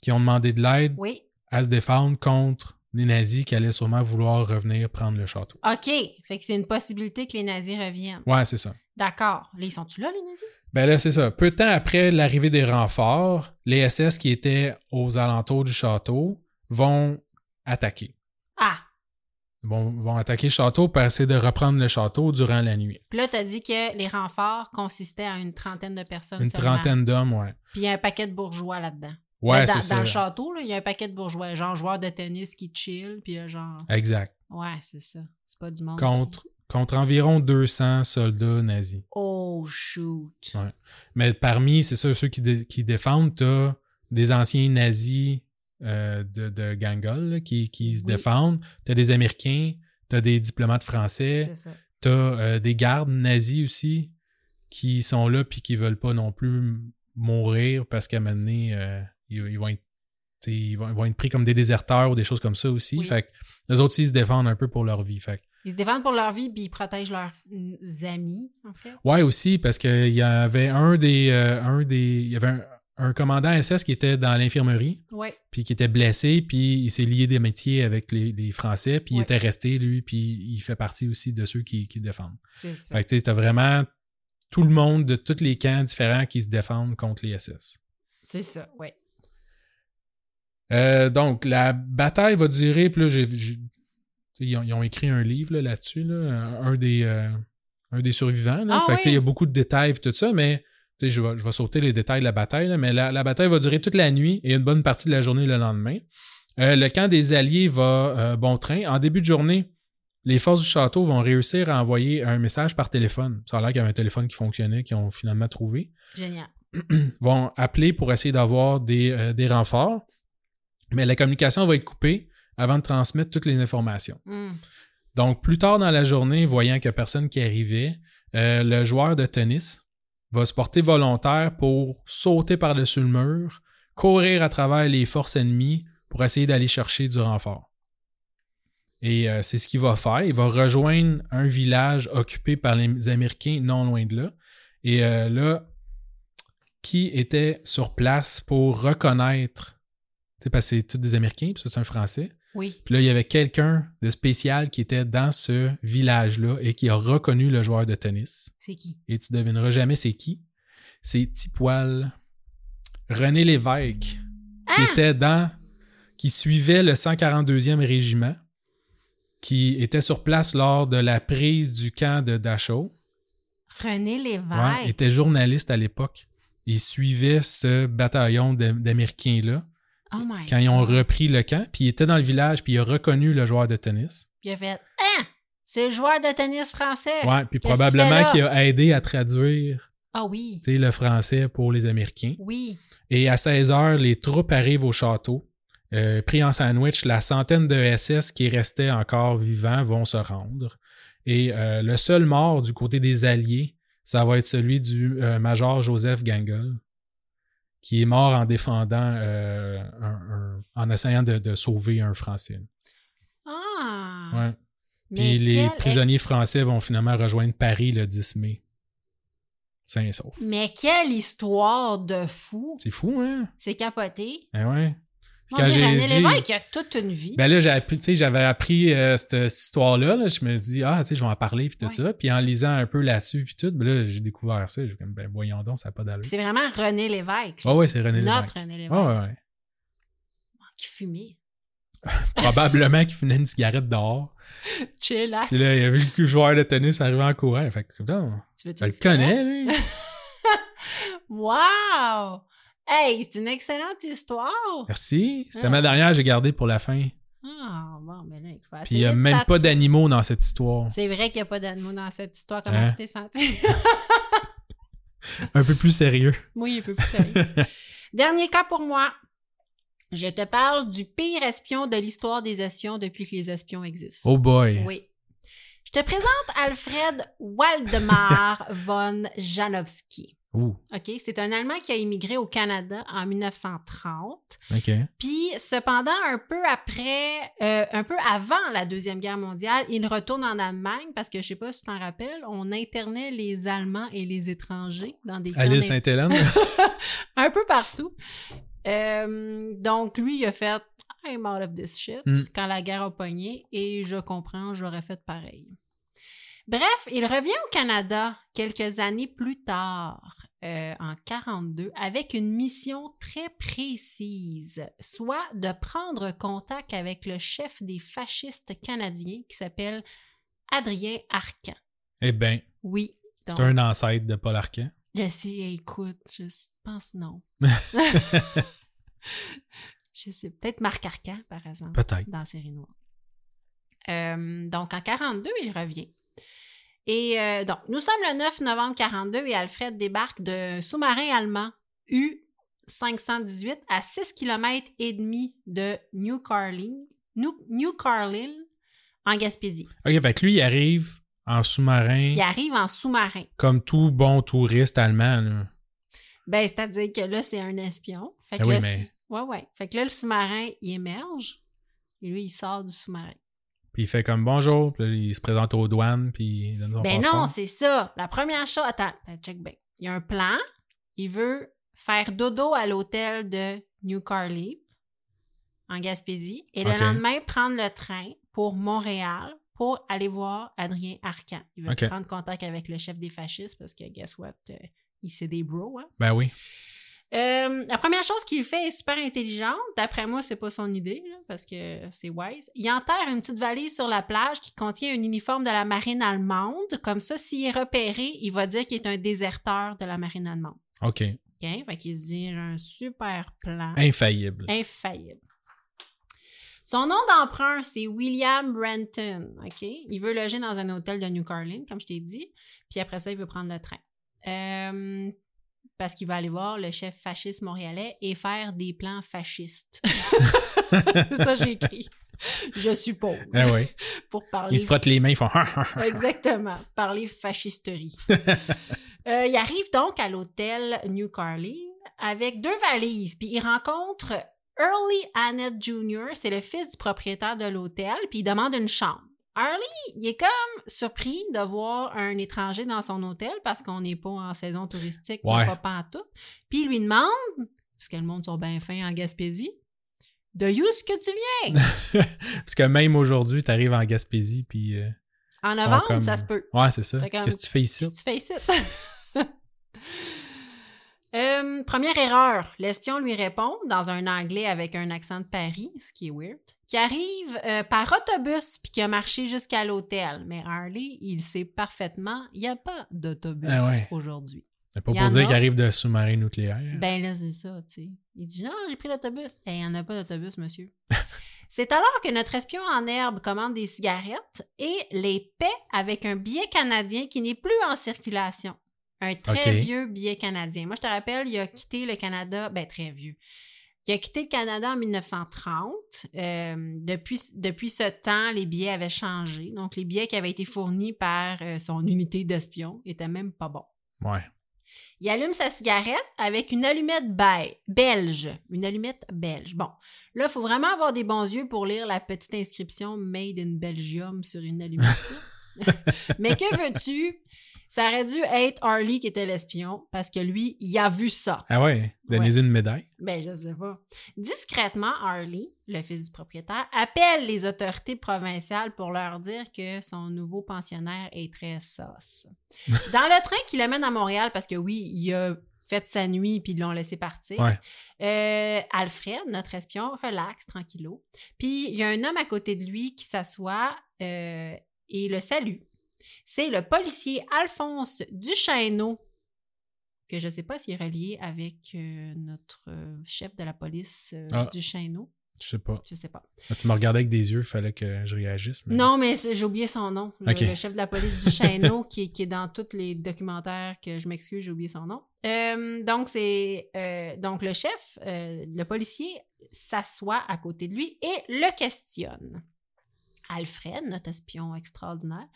qui ont demandé de l'aide
Oui.
à se défendre contre les nazis qui allaient sûrement vouloir revenir prendre le château.
OK. Fait que c'est une possibilité que les nazis reviennent.
Ouais, c'est ça.
D'accord. Là, ils sont-tu là, les nazis?
Ben là, c'est ça. Peu de temps après l'arrivée des renforts, les SS qui étaient aux alentours du château vont attaquer.
Ah!
Vont, vont attaquer le château pour essayer de reprendre le château durant la nuit.
Puis là, t'as dit que les renforts consistaient à une trentaine de personnes
Une
seulement.
trentaine d'hommes, ouais.
Puis il y a un paquet de bourgeois là-dedans.
Ouais,
Mais dans,
c'est ça.
dans le château, là, il y a un paquet de bourgeois, genre joueurs de tennis qui chill, puis euh, genre.
Exact.
Ouais, c'est ça. C'est pas du monde. qui-
Contre, contre environ 200 soldats nazis.
Oh, shoot.
Ouais. Mais parmi, c'est ça, ceux qui, dé- qui défendent, t'as des anciens nazis euh, de, de Gangol là, qui, qui se
Oui.
défendent, t'as des Américains, t'as des diplomates français,
C'est ça.
t'as euh, des gardes nazis aussi qui sont là puis qui veulent pas non plus m- mourir parce qu'à un moment donné, euh, ils, ils vont être t'sais, ils vont, ils vont être pris comme des déserteurs ou des choses comme ça aussi.
Oui.
Fait que les autres, ils se défendent un peu pour leur vie. Fait que
Ils se défendent pour leur vie, puis ils protègent leurs mm, amis, en fait.
Ouais, aussi, parce qu'il y avait un des. euh, un des il y avait un, un commandant SS qui était dans l'infirmerie,
Ouais.
puis qui était blessé, puis il s'est lié des métiers avec les, les Français, puis il
Ouais.
était resté, lui, puis il fait partie aussi de ceux qui, qui défendent.
C'est ça.
Fait que, tu sais, c'était vraiment tout le monde de tous les camps différents qui se défendent contre les SS.
C'est ça, ouais.
Euh, donc, la bataille va durer. Puis là, j'ai- j'ai- ils, ont, ils ont écrit un livre là, là-dessus, là, un, des, euh, un des survivants. là.
Ah
Fait que, tu sais,
oui.
il y a beaucoup de détails et tout ça, mais tu sais, je vais, je vais sauter les détails de la bataille. là, mais la, la bataille va durer toute la nuit et une bonne partie de la journée le lendemain. Euh, le camp des Alliés va euh, bon train. En début de journée, les forces du château vont réussir à envoyer un message par téléphone. Ça a l'air qu'il y avait un téléphone qui fonctionnait, qu'ils ont finalement trouvé
Génial.
vont appeler pour essayer d'avoir des, euh, des renforts, mais la communication va être coupée avant de transmettre toutes les informations.
Mm.
Donc, plus tard dans la journée, voyant que personne qui arrivait, euh, le joueur de tennis va se porter volontaire pour sauter par-dessus le mur, courir à travers les forces ennemies pour essayer d'aller chercher du renfort. Et euh, c'est ce qu'il va faire. Il va rejoindre un village occupé par les Américains non loin de là. Et euh, là, qui était sur place pour reconnaître, tu sais, parce que c'est tous des Américains, puis ça, c'est un Français.
Oui.
Puis là, il y avait quelqu'un de spécial qui était dans ce village-là et qui a reconnu le joueur de tennis.
C'est qui?
Et tu devineras jamais c'est qui. C'est Tipoil René Lévesque, qui était dans. qui suivait le 142e régiment, qui était sur place lors de la prise du camp de Dachau.
René
Ouais,
Lévesque.
il était journaliste à l'époque. Il suivait ce bataillon d'Am- d'Américains-là
oh my
quand ils ont
God.
repris le camp. Puis il était dans le village, puis il a reconnu le joueur de tennis.
Puis il a fait Hein? C'est le joueur de tennis français.
Ouais,
Eh, Qu'est-ce que
puis
tu
probablement
fais
qu'il
là?
a aidé à traduire
Ah oui.
tu sais, le français pour les Américains.
Oui.
Et à 16 heures, les troupes arrivent au château. Euh, pris en sandwich, la centaine de SS qui restaient encore vivants vont se rendre. Et euh, le seul mort du côté des Alliés, ça va être celui du euh, major Joseph Gangol, qui est mort en défendant, euh, un- un- en essayant de, de sauver un Français.
Ah.
Ouais.
Mais
Puis les
quel-
prisonniers français vont finalement rejoindre Paris le 10 mai. Sain et sauf.
Mais quelle histoire de fou.
C'est fou, hein?
C'est capoté.
Eh ouais. Puis
Mon Dieu, René
dit-
Lévesque a toute une vie.
Ben là, j'ai appris- tu sais, j'avais appris euh, cette, cette histoire-là. là. je me suis dit, ah, tu sais, je vais en parler, puis tout
Ouais.
ça. Puis en lisant un peu là-dessus, puis tout, ben là, j'ai découvert ça. Je suis comme, ben voyons donc, ça n'a pas d'allure.
c'est vraiment René Lévesque.
Ah ouais, c'est René Lévesque.
Notre René Lévesque.
Ah ouais, ouais. Oh.
Qui fumait.
Probablement qu'il fumait une cigarette dehors.
Chillax.
Puis là, il a vu le joueur de tennis arriver en courant. Fait que, putain,
tu veux
ça le connais, lui.
[laughs] Wow! Hey, c'est une excellente histoire.
Merci. C'était
Ah.
ma dernière, j'ai gardé pour la fin.
Ah, bon, ben là, il faut
Puis
essayer
il n'y a
de
même
battre
pas
ça.
d'animaux dans cette histoire.
C'est vrai qu'il n'y a pas d'animaux dans cette histoire. Comment
Hein?
tu t'es senti?
Un peu plus sérieux.
oui, un peu plus
[laughs]
sérieux. Dernier cas pour moi. Je te parle du pire espion de l'histoire des espions depuis que les espions existent.
Oh boy.
Oui. Je te présente Alfred
[laughs]
Waldemar von Janowski.
Ouh,
OK? C'est un Allemand qui a immigré au Canada en 1930.
OK.
Puis, cependant, un peu après, euh, un peu avant la Deuxième Guerre mondiale, il retourne en Allemagne parce que, je sais pas si tu t'en rappelles, on internait les Allemands et les étrangers dans des camps d'in- [laughs]
Alice Sainte-Hélène.
un peu partout. Euh, donc, lui, il a fait I'm out of this shit
Mm.
quand la guerre a pogné et je comprends, j'aurais fait pareil. Bref, il revient au Canada quelques années plus tard, euh, en 42, avec une mission très précise, soit de prendre contact avec le chef des fascistes canadiens qui s'appelle Adrien Arcan.
Eh bien,
Oui. Donc,
c'est un ancêtre de Paul [laughs] Arcan.
je sais, écoute, je pense non. je sais, peut-être Marc Arcan, par exemple
Peut-être.
dans Série Noire. Euh, donc, en 42, il revient. Et euh, donc, nous sommes le 9 novembre 42 et Alfred débarque de sous-marin allemand U-518 à 6 km et demi de New Carlin, New, New Carlin en Gaspésie.
OK, fait que lui, il arrive en sous-marin,
Il arrive en sous-marin.
comme tout bon touriste allemand. là.
Ben, c'est-à-dire que là, c'est un espion. Fait que
Ah oui,
là,
mais-
su- ouais, ouais. Fait que là, le sous-marin, il émerge et lui, il sort du sous-marin.
Puis il fait comme bonjour, puis là, il se présente aux douanes, puis il donne son
Ben
passeport.
non, c'est ça. La première chose. Attends, attends, check back. Il y a un plan. Il veut faire dodo à l'hôtel de New Carly, en Gaspésie, et le
Ok.
lendemain, prendre le train pour Montréal pour aller voir Adrien Arcan. Il veut
Ok.
prendre contact avec le chef des fascistes parce que, guess what, euh, il sait des bros, hein?
Ben oui.
Euh, la première chose qu'il fait est super intelligente. D'après moi, c'est pas son idée, là, parce que c'est wise. Il enterre une petite valise sur la plage qui contient un uniforme de la marine allemande. Comme ça, s'il est repéré, il va dire qu'il est un déserteur de la marine allemande.
OK.
OK? Fait qu'il se dit un super plan.
Infaillible.
Infaillible. Son nom d'emprunt, c'est William Brenton. OK? Il veut loger dans un hôtel de New Carlin, comme je t'ai dit. Puis après ça, il veut prendre le train. Euh, parce qu'il va aller voir le chef fasciste montréalais et faire des plans fascistes. [laughs] ça, j'ai écrit. Je suppose.
Ah oui.
[laughs] Pour parler
Il se frotte les mains, ils font Ah, [laughs] ah, ah.
Exactement, par les
[laughs]
fascisteries. Euh, il arrive donc à l'hôtel New Carlin avec deux valises, puis il rencontre Early Annette Jr., c'est le fils du propriétaire de l'hôtel, puis il demande une chambre. Early, il est comme surpris de voir un étranger dans son hôtel parce qu'on n'est pas en saison touristique, mais
Ouais.
pas pantoute. Puis il lui demande, parce que le monde sont bien fins en Gaspésie, de où est-ce que tu viens?
Parce que même aujourd'hui, t'arrives en Gaspésie, puis. euh,
En novembre,
comme-
ça se peut.
Ouais, c'est ça.
Fait comme-
Qu'est-ce que tu fais ici?
Si tu fais ici. [laughs] Euh, première erreur, l'espion lui répond dans un anglais avec un accent de Paris, ce qui est weird, qui arrive euh, par autobus puis qui a marché jusqu'à l'hôtel. Mais Harley, il sait parfaitement, il n'y a pas d'autobus
Ah ouais.
aujourd'hui.
C'est pas
Il y
pour
en
dire
a.
qu'il arrive de sous-marin nucléaire.
Ben là, c'est ça, tu sais. Il dit Non, j'ai pris l'autobus. Eh, Il n'y en a pas d'autobus, monsieur. [laughs] c'est alors que notre espion en herbe commande des cigarettes et les paie avec un billet canadien qui n'est plus en circulation. Un très
Ok.
vieux billet canadien. Moi, je te rappelle, il a quitté le Canada, ben très vieux. Il a quitté le Canada en 1930. Euh, depuis, depuis ce temps, les billets avaient changé. Donc, les billets qui avaient été fournis par euh, son unité d'espion étaient même pas bons.
Ouais.
Il allume sa cigarette avec une allumette bai- belge. Une allumette belge. Bon, là, il faut vraiment avoir des bons yeux pour lire la petite inscription Made in Belgium sur une allumette. Mais que veux-tu? Ça aurait dû être Harley qui était l'espion parce que lui, il a vu ça.
Ah ouais, donnez-y une médaille.
Ben, je sais pas. Discrètement, Harley, le fils du propriétaire, appelle les autorités provinciales pour leur dire que son nouveau pensionnaire est très sauce. Dans le train qui l'amène à Montréal, parce que oui, il a fait sa nuit puis ils l'ont laissé partir,
Ouais.
euh, Alfred, notre espion, relaxe, tranquillo. Puis il y a un homme à côté de lui qui s'assoit euh, et le salue. C'est le policier Alphonse Duchesneau, que je ne sais pas s'il est relié avec euh, notre euh, chef de la police euh,
Ah.
Duchesneau.
Je sais pas.
Je sais pas.
Si tu me regardais avec des yeux, il fallait que je réagisse. mais-
Non, mais j'ai oublié son nom. Le,
Ok.
le chef de la police Duchesneau, qui, qui est dans tous les documentaires que je m'excuse, j'ai oublié son nom. Euh, donc, c'est euh, donc le chef, euh, le policier, s'assoit à côté de lui et le questionne. Alfred, notre espion extraordinaire,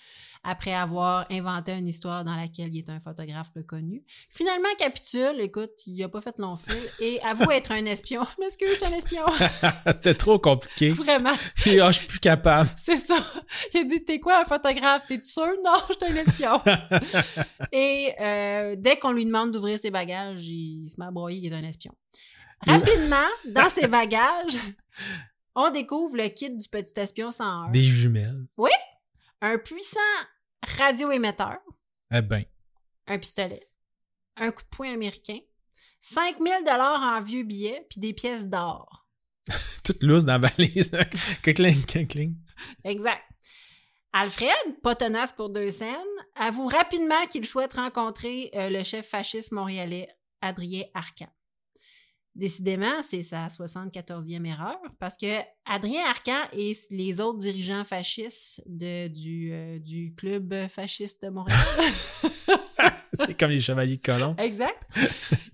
après avoir inventé une histoire dans laquelle il est un photographe reconnu, finalement capitule, écoute, il a pas fait long feu et avoue être un espion. [laughs] Je M'excuse, je suis un espion.
[laughs]
[laughs]
C'était trop compliqué.
Vraiment.
Puis, [laughs] Ah, je suis plus capable.
C'est ça. [laughs] Il a dit T'es quoi un photographe T'es sûr [laughs] Non, je suis un espion. Et euh, dès qu'on lui demande d'ouvrir ses bagages, il se met à broyer qu'il est un espion. Rapidement, dans ses bagages, On découvre le kit du petit espion 101.
Des jumelles.
Un puissant radioémetteur,
Eh ben,
un pistolet, un coup de poing américain, 5000 dollars en vieux billets, puis des pièces d'or.
toute lousse dans la valise. [laughs] cling, cling, cling. [laughs]
Exact. Alfred, pas tenace pour deux scènes, avoue rapidement qu'il souhaite rencontrer euh, le chef fasciste montréalais, Adrien Arcan. Décidément, c'est sa 74e erreur, parce que Adrien Arcan et les autres dirigeants fascistes de- du, euh, du club fasciste de Montréal
C'est comme les chevaliers de colon.
Exact.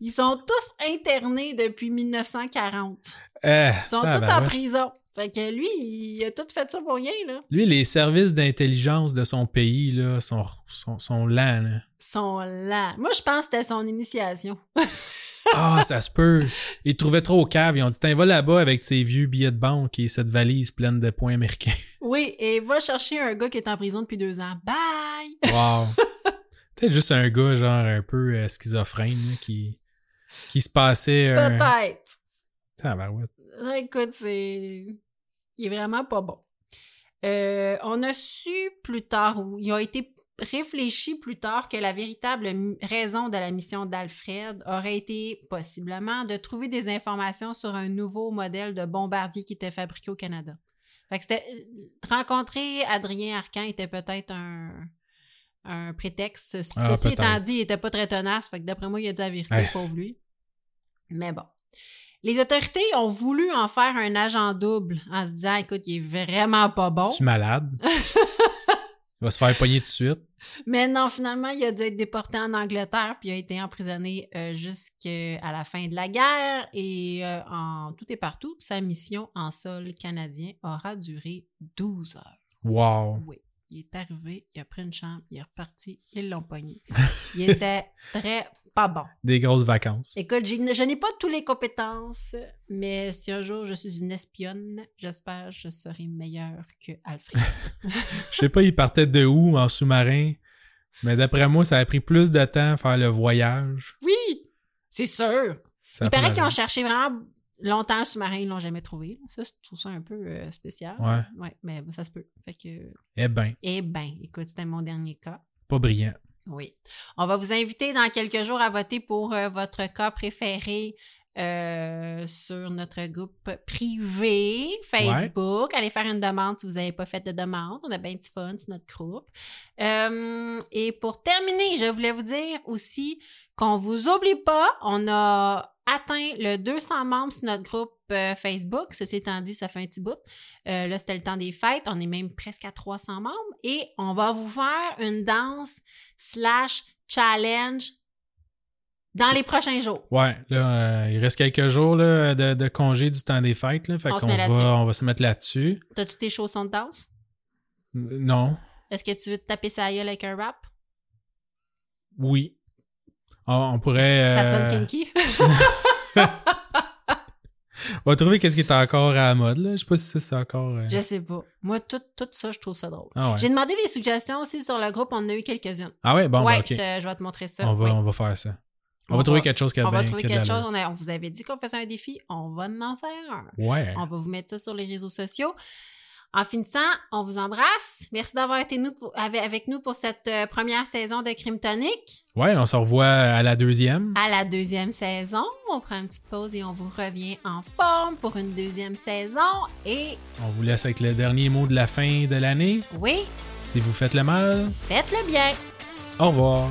Ils sont tous internés depuis 1940.
Eh,
Ils sont tous en
tabarouette.
prison. Fait que lui, il a tout fait ça pour rien, là.
Lui, les services d'intelligence de son pays là, sont, sont, sont lents. là.
Ils sont là. Moi, je pense que c'était son initiation.
Ah, ça se peut. Ils trouvaient trop au cave. Ils ont dit Tiens, va là-bas avec tes vieux billets de banque et cette valise pleine de points américains. [laughs]
Oui, et va chercher un gars qui est en prison depuis deux ans. Bye!
Wow. Peut-être juste un gars, genre un peu euh, schizophrène, là, qui, qui se passait. un-
Peut-être.
Tabarouette.
Ouais, Écoute, c'est. Il est vraiment pas bon. Euh, on a su plus tard, ou il a été réfléchi plus tard, que la véritable m- raison de la mission d'Alfred aurait été possiblement de trouver des informations sur un nouveau modèle de bombardier qui était fabriqué au Canada. Fait que c'était. euh, Rencontrer Adrien Arcan était peut-être un. un prétexte.
Ah,
Ceci étant
peut-être.
dit, il était pas très tenace. Fait que d'après moi, il a dit la vérité,
Ouais.
pauvre lui. Mais bon. Les autorités ont voulu en faire un agent double en se disant écoute, il est vraiment pas bon.
Tu
[laughs]
es malade. Il va se faire pogner tout de suite.
Mais non, finalement, il a dû être déporté en Angleterre puis il a été emprisonné euh, jusqu'à la fin de la guerre. Et euh, en tout et partout, sa mission en sol canadien aura duré 12 heures.
Wow.
Oui. Il est arrivé, il a pris une chambre, il est reparti, ils l'ont pogné. Il était très pas bon.
Des grosses vacances.
Écoute, j'ai- je n'ai pas toutes les compétences, mais si un jour je suis une espionne, j'espère que je serai meilleure que Alfred.
Je sais pas, il partait de où en sous-marin, mais d'après moi, ça a pris plus de temps à faire le voyage.
[laughs] oui, c'est sûr.
Ça
Il
a pas
paraît qu'ils ont
d'allure.
cherché vraiment longtemps le sous-marin, ils l'ont jamais trouvé. Ça, je trouve ça un peu euh, spécial.
Ouais.
Ouais, mais bon, ça se peut. Fait que,
Eh ben,
eh ben, écoute, c'était mon dernier cas.
pas brillant.
Oui. On va vous inviter dans quelques jours à voter pour euh, votre cas préféré euh, sur notre groupe privé Facebook. Allez faire une demande si vous n'avez pas fait de demande. On a bien du fun sur notre groupe. Euh, et pour terminer, je voulais vous dire aussi qu'on vous oublie pas. On a atteint le 200 membres sur notre groupe euh, Facebook. Ceci étant dit, ça fait un petit bout. Euh, là, c'était le temps des fêtes. On est même presque à 300 membres. Et on va vous faire une danse slash challenge dans les prochains jours.
Ouais, là, euh, il reste quelques jours là, de, de congé du temps des fêtes. Là, fait
On se
qu'on
met
va,
là-dessus.
on va se mettre là-dessus.
T'as-tu tes chaussons de danse?
Euh, Non.
Est-ce que tu veux te taper sa gueule avec un rap?
Oui. Ah, on pourrait.
Ça
euh,
sonne kinky?
[laughs] On va trouver qu'est-ce qui est encore à la mode. Là. Je sais pas si ça, c'est encore. euh,
je sais pas. Moi, tout, tout ça, je trouve ça drôle.
Ah, ouais.
J'ai demandé des suggestions aussi sur le groupe. On en a eu quelques-unes.
Ah ouais, bon,
ouais,
bah, ok.
je te- je vais te montrer ça.
On va,
Oui.
on va faire ça. On,
On
va trouver
va-
quelque chose ben, qui a
On va
bien-
trouver
qui a de
quelque chose.
l'allure.
On, a- on vous avait dit qu'on faisait un défi. On va en faire un.
Ouais.
On va vous mettre ça sur les réseaux sociaux. En finissant, on vous embrasse. Merci d'avoir été nous pour- avec, avec nous pour cette euh, première saison de Crime Tonic.
Ouais, on se revoit à la deuxième.
À la deuxième saison, on prend une petite pause et on vous revient en forme pour une deuxième saison. Et
On vous laisse avec le dernier mot de la fin de l'année.
oui,
Si vous faites le mal,
faites-le bien.
au revoir.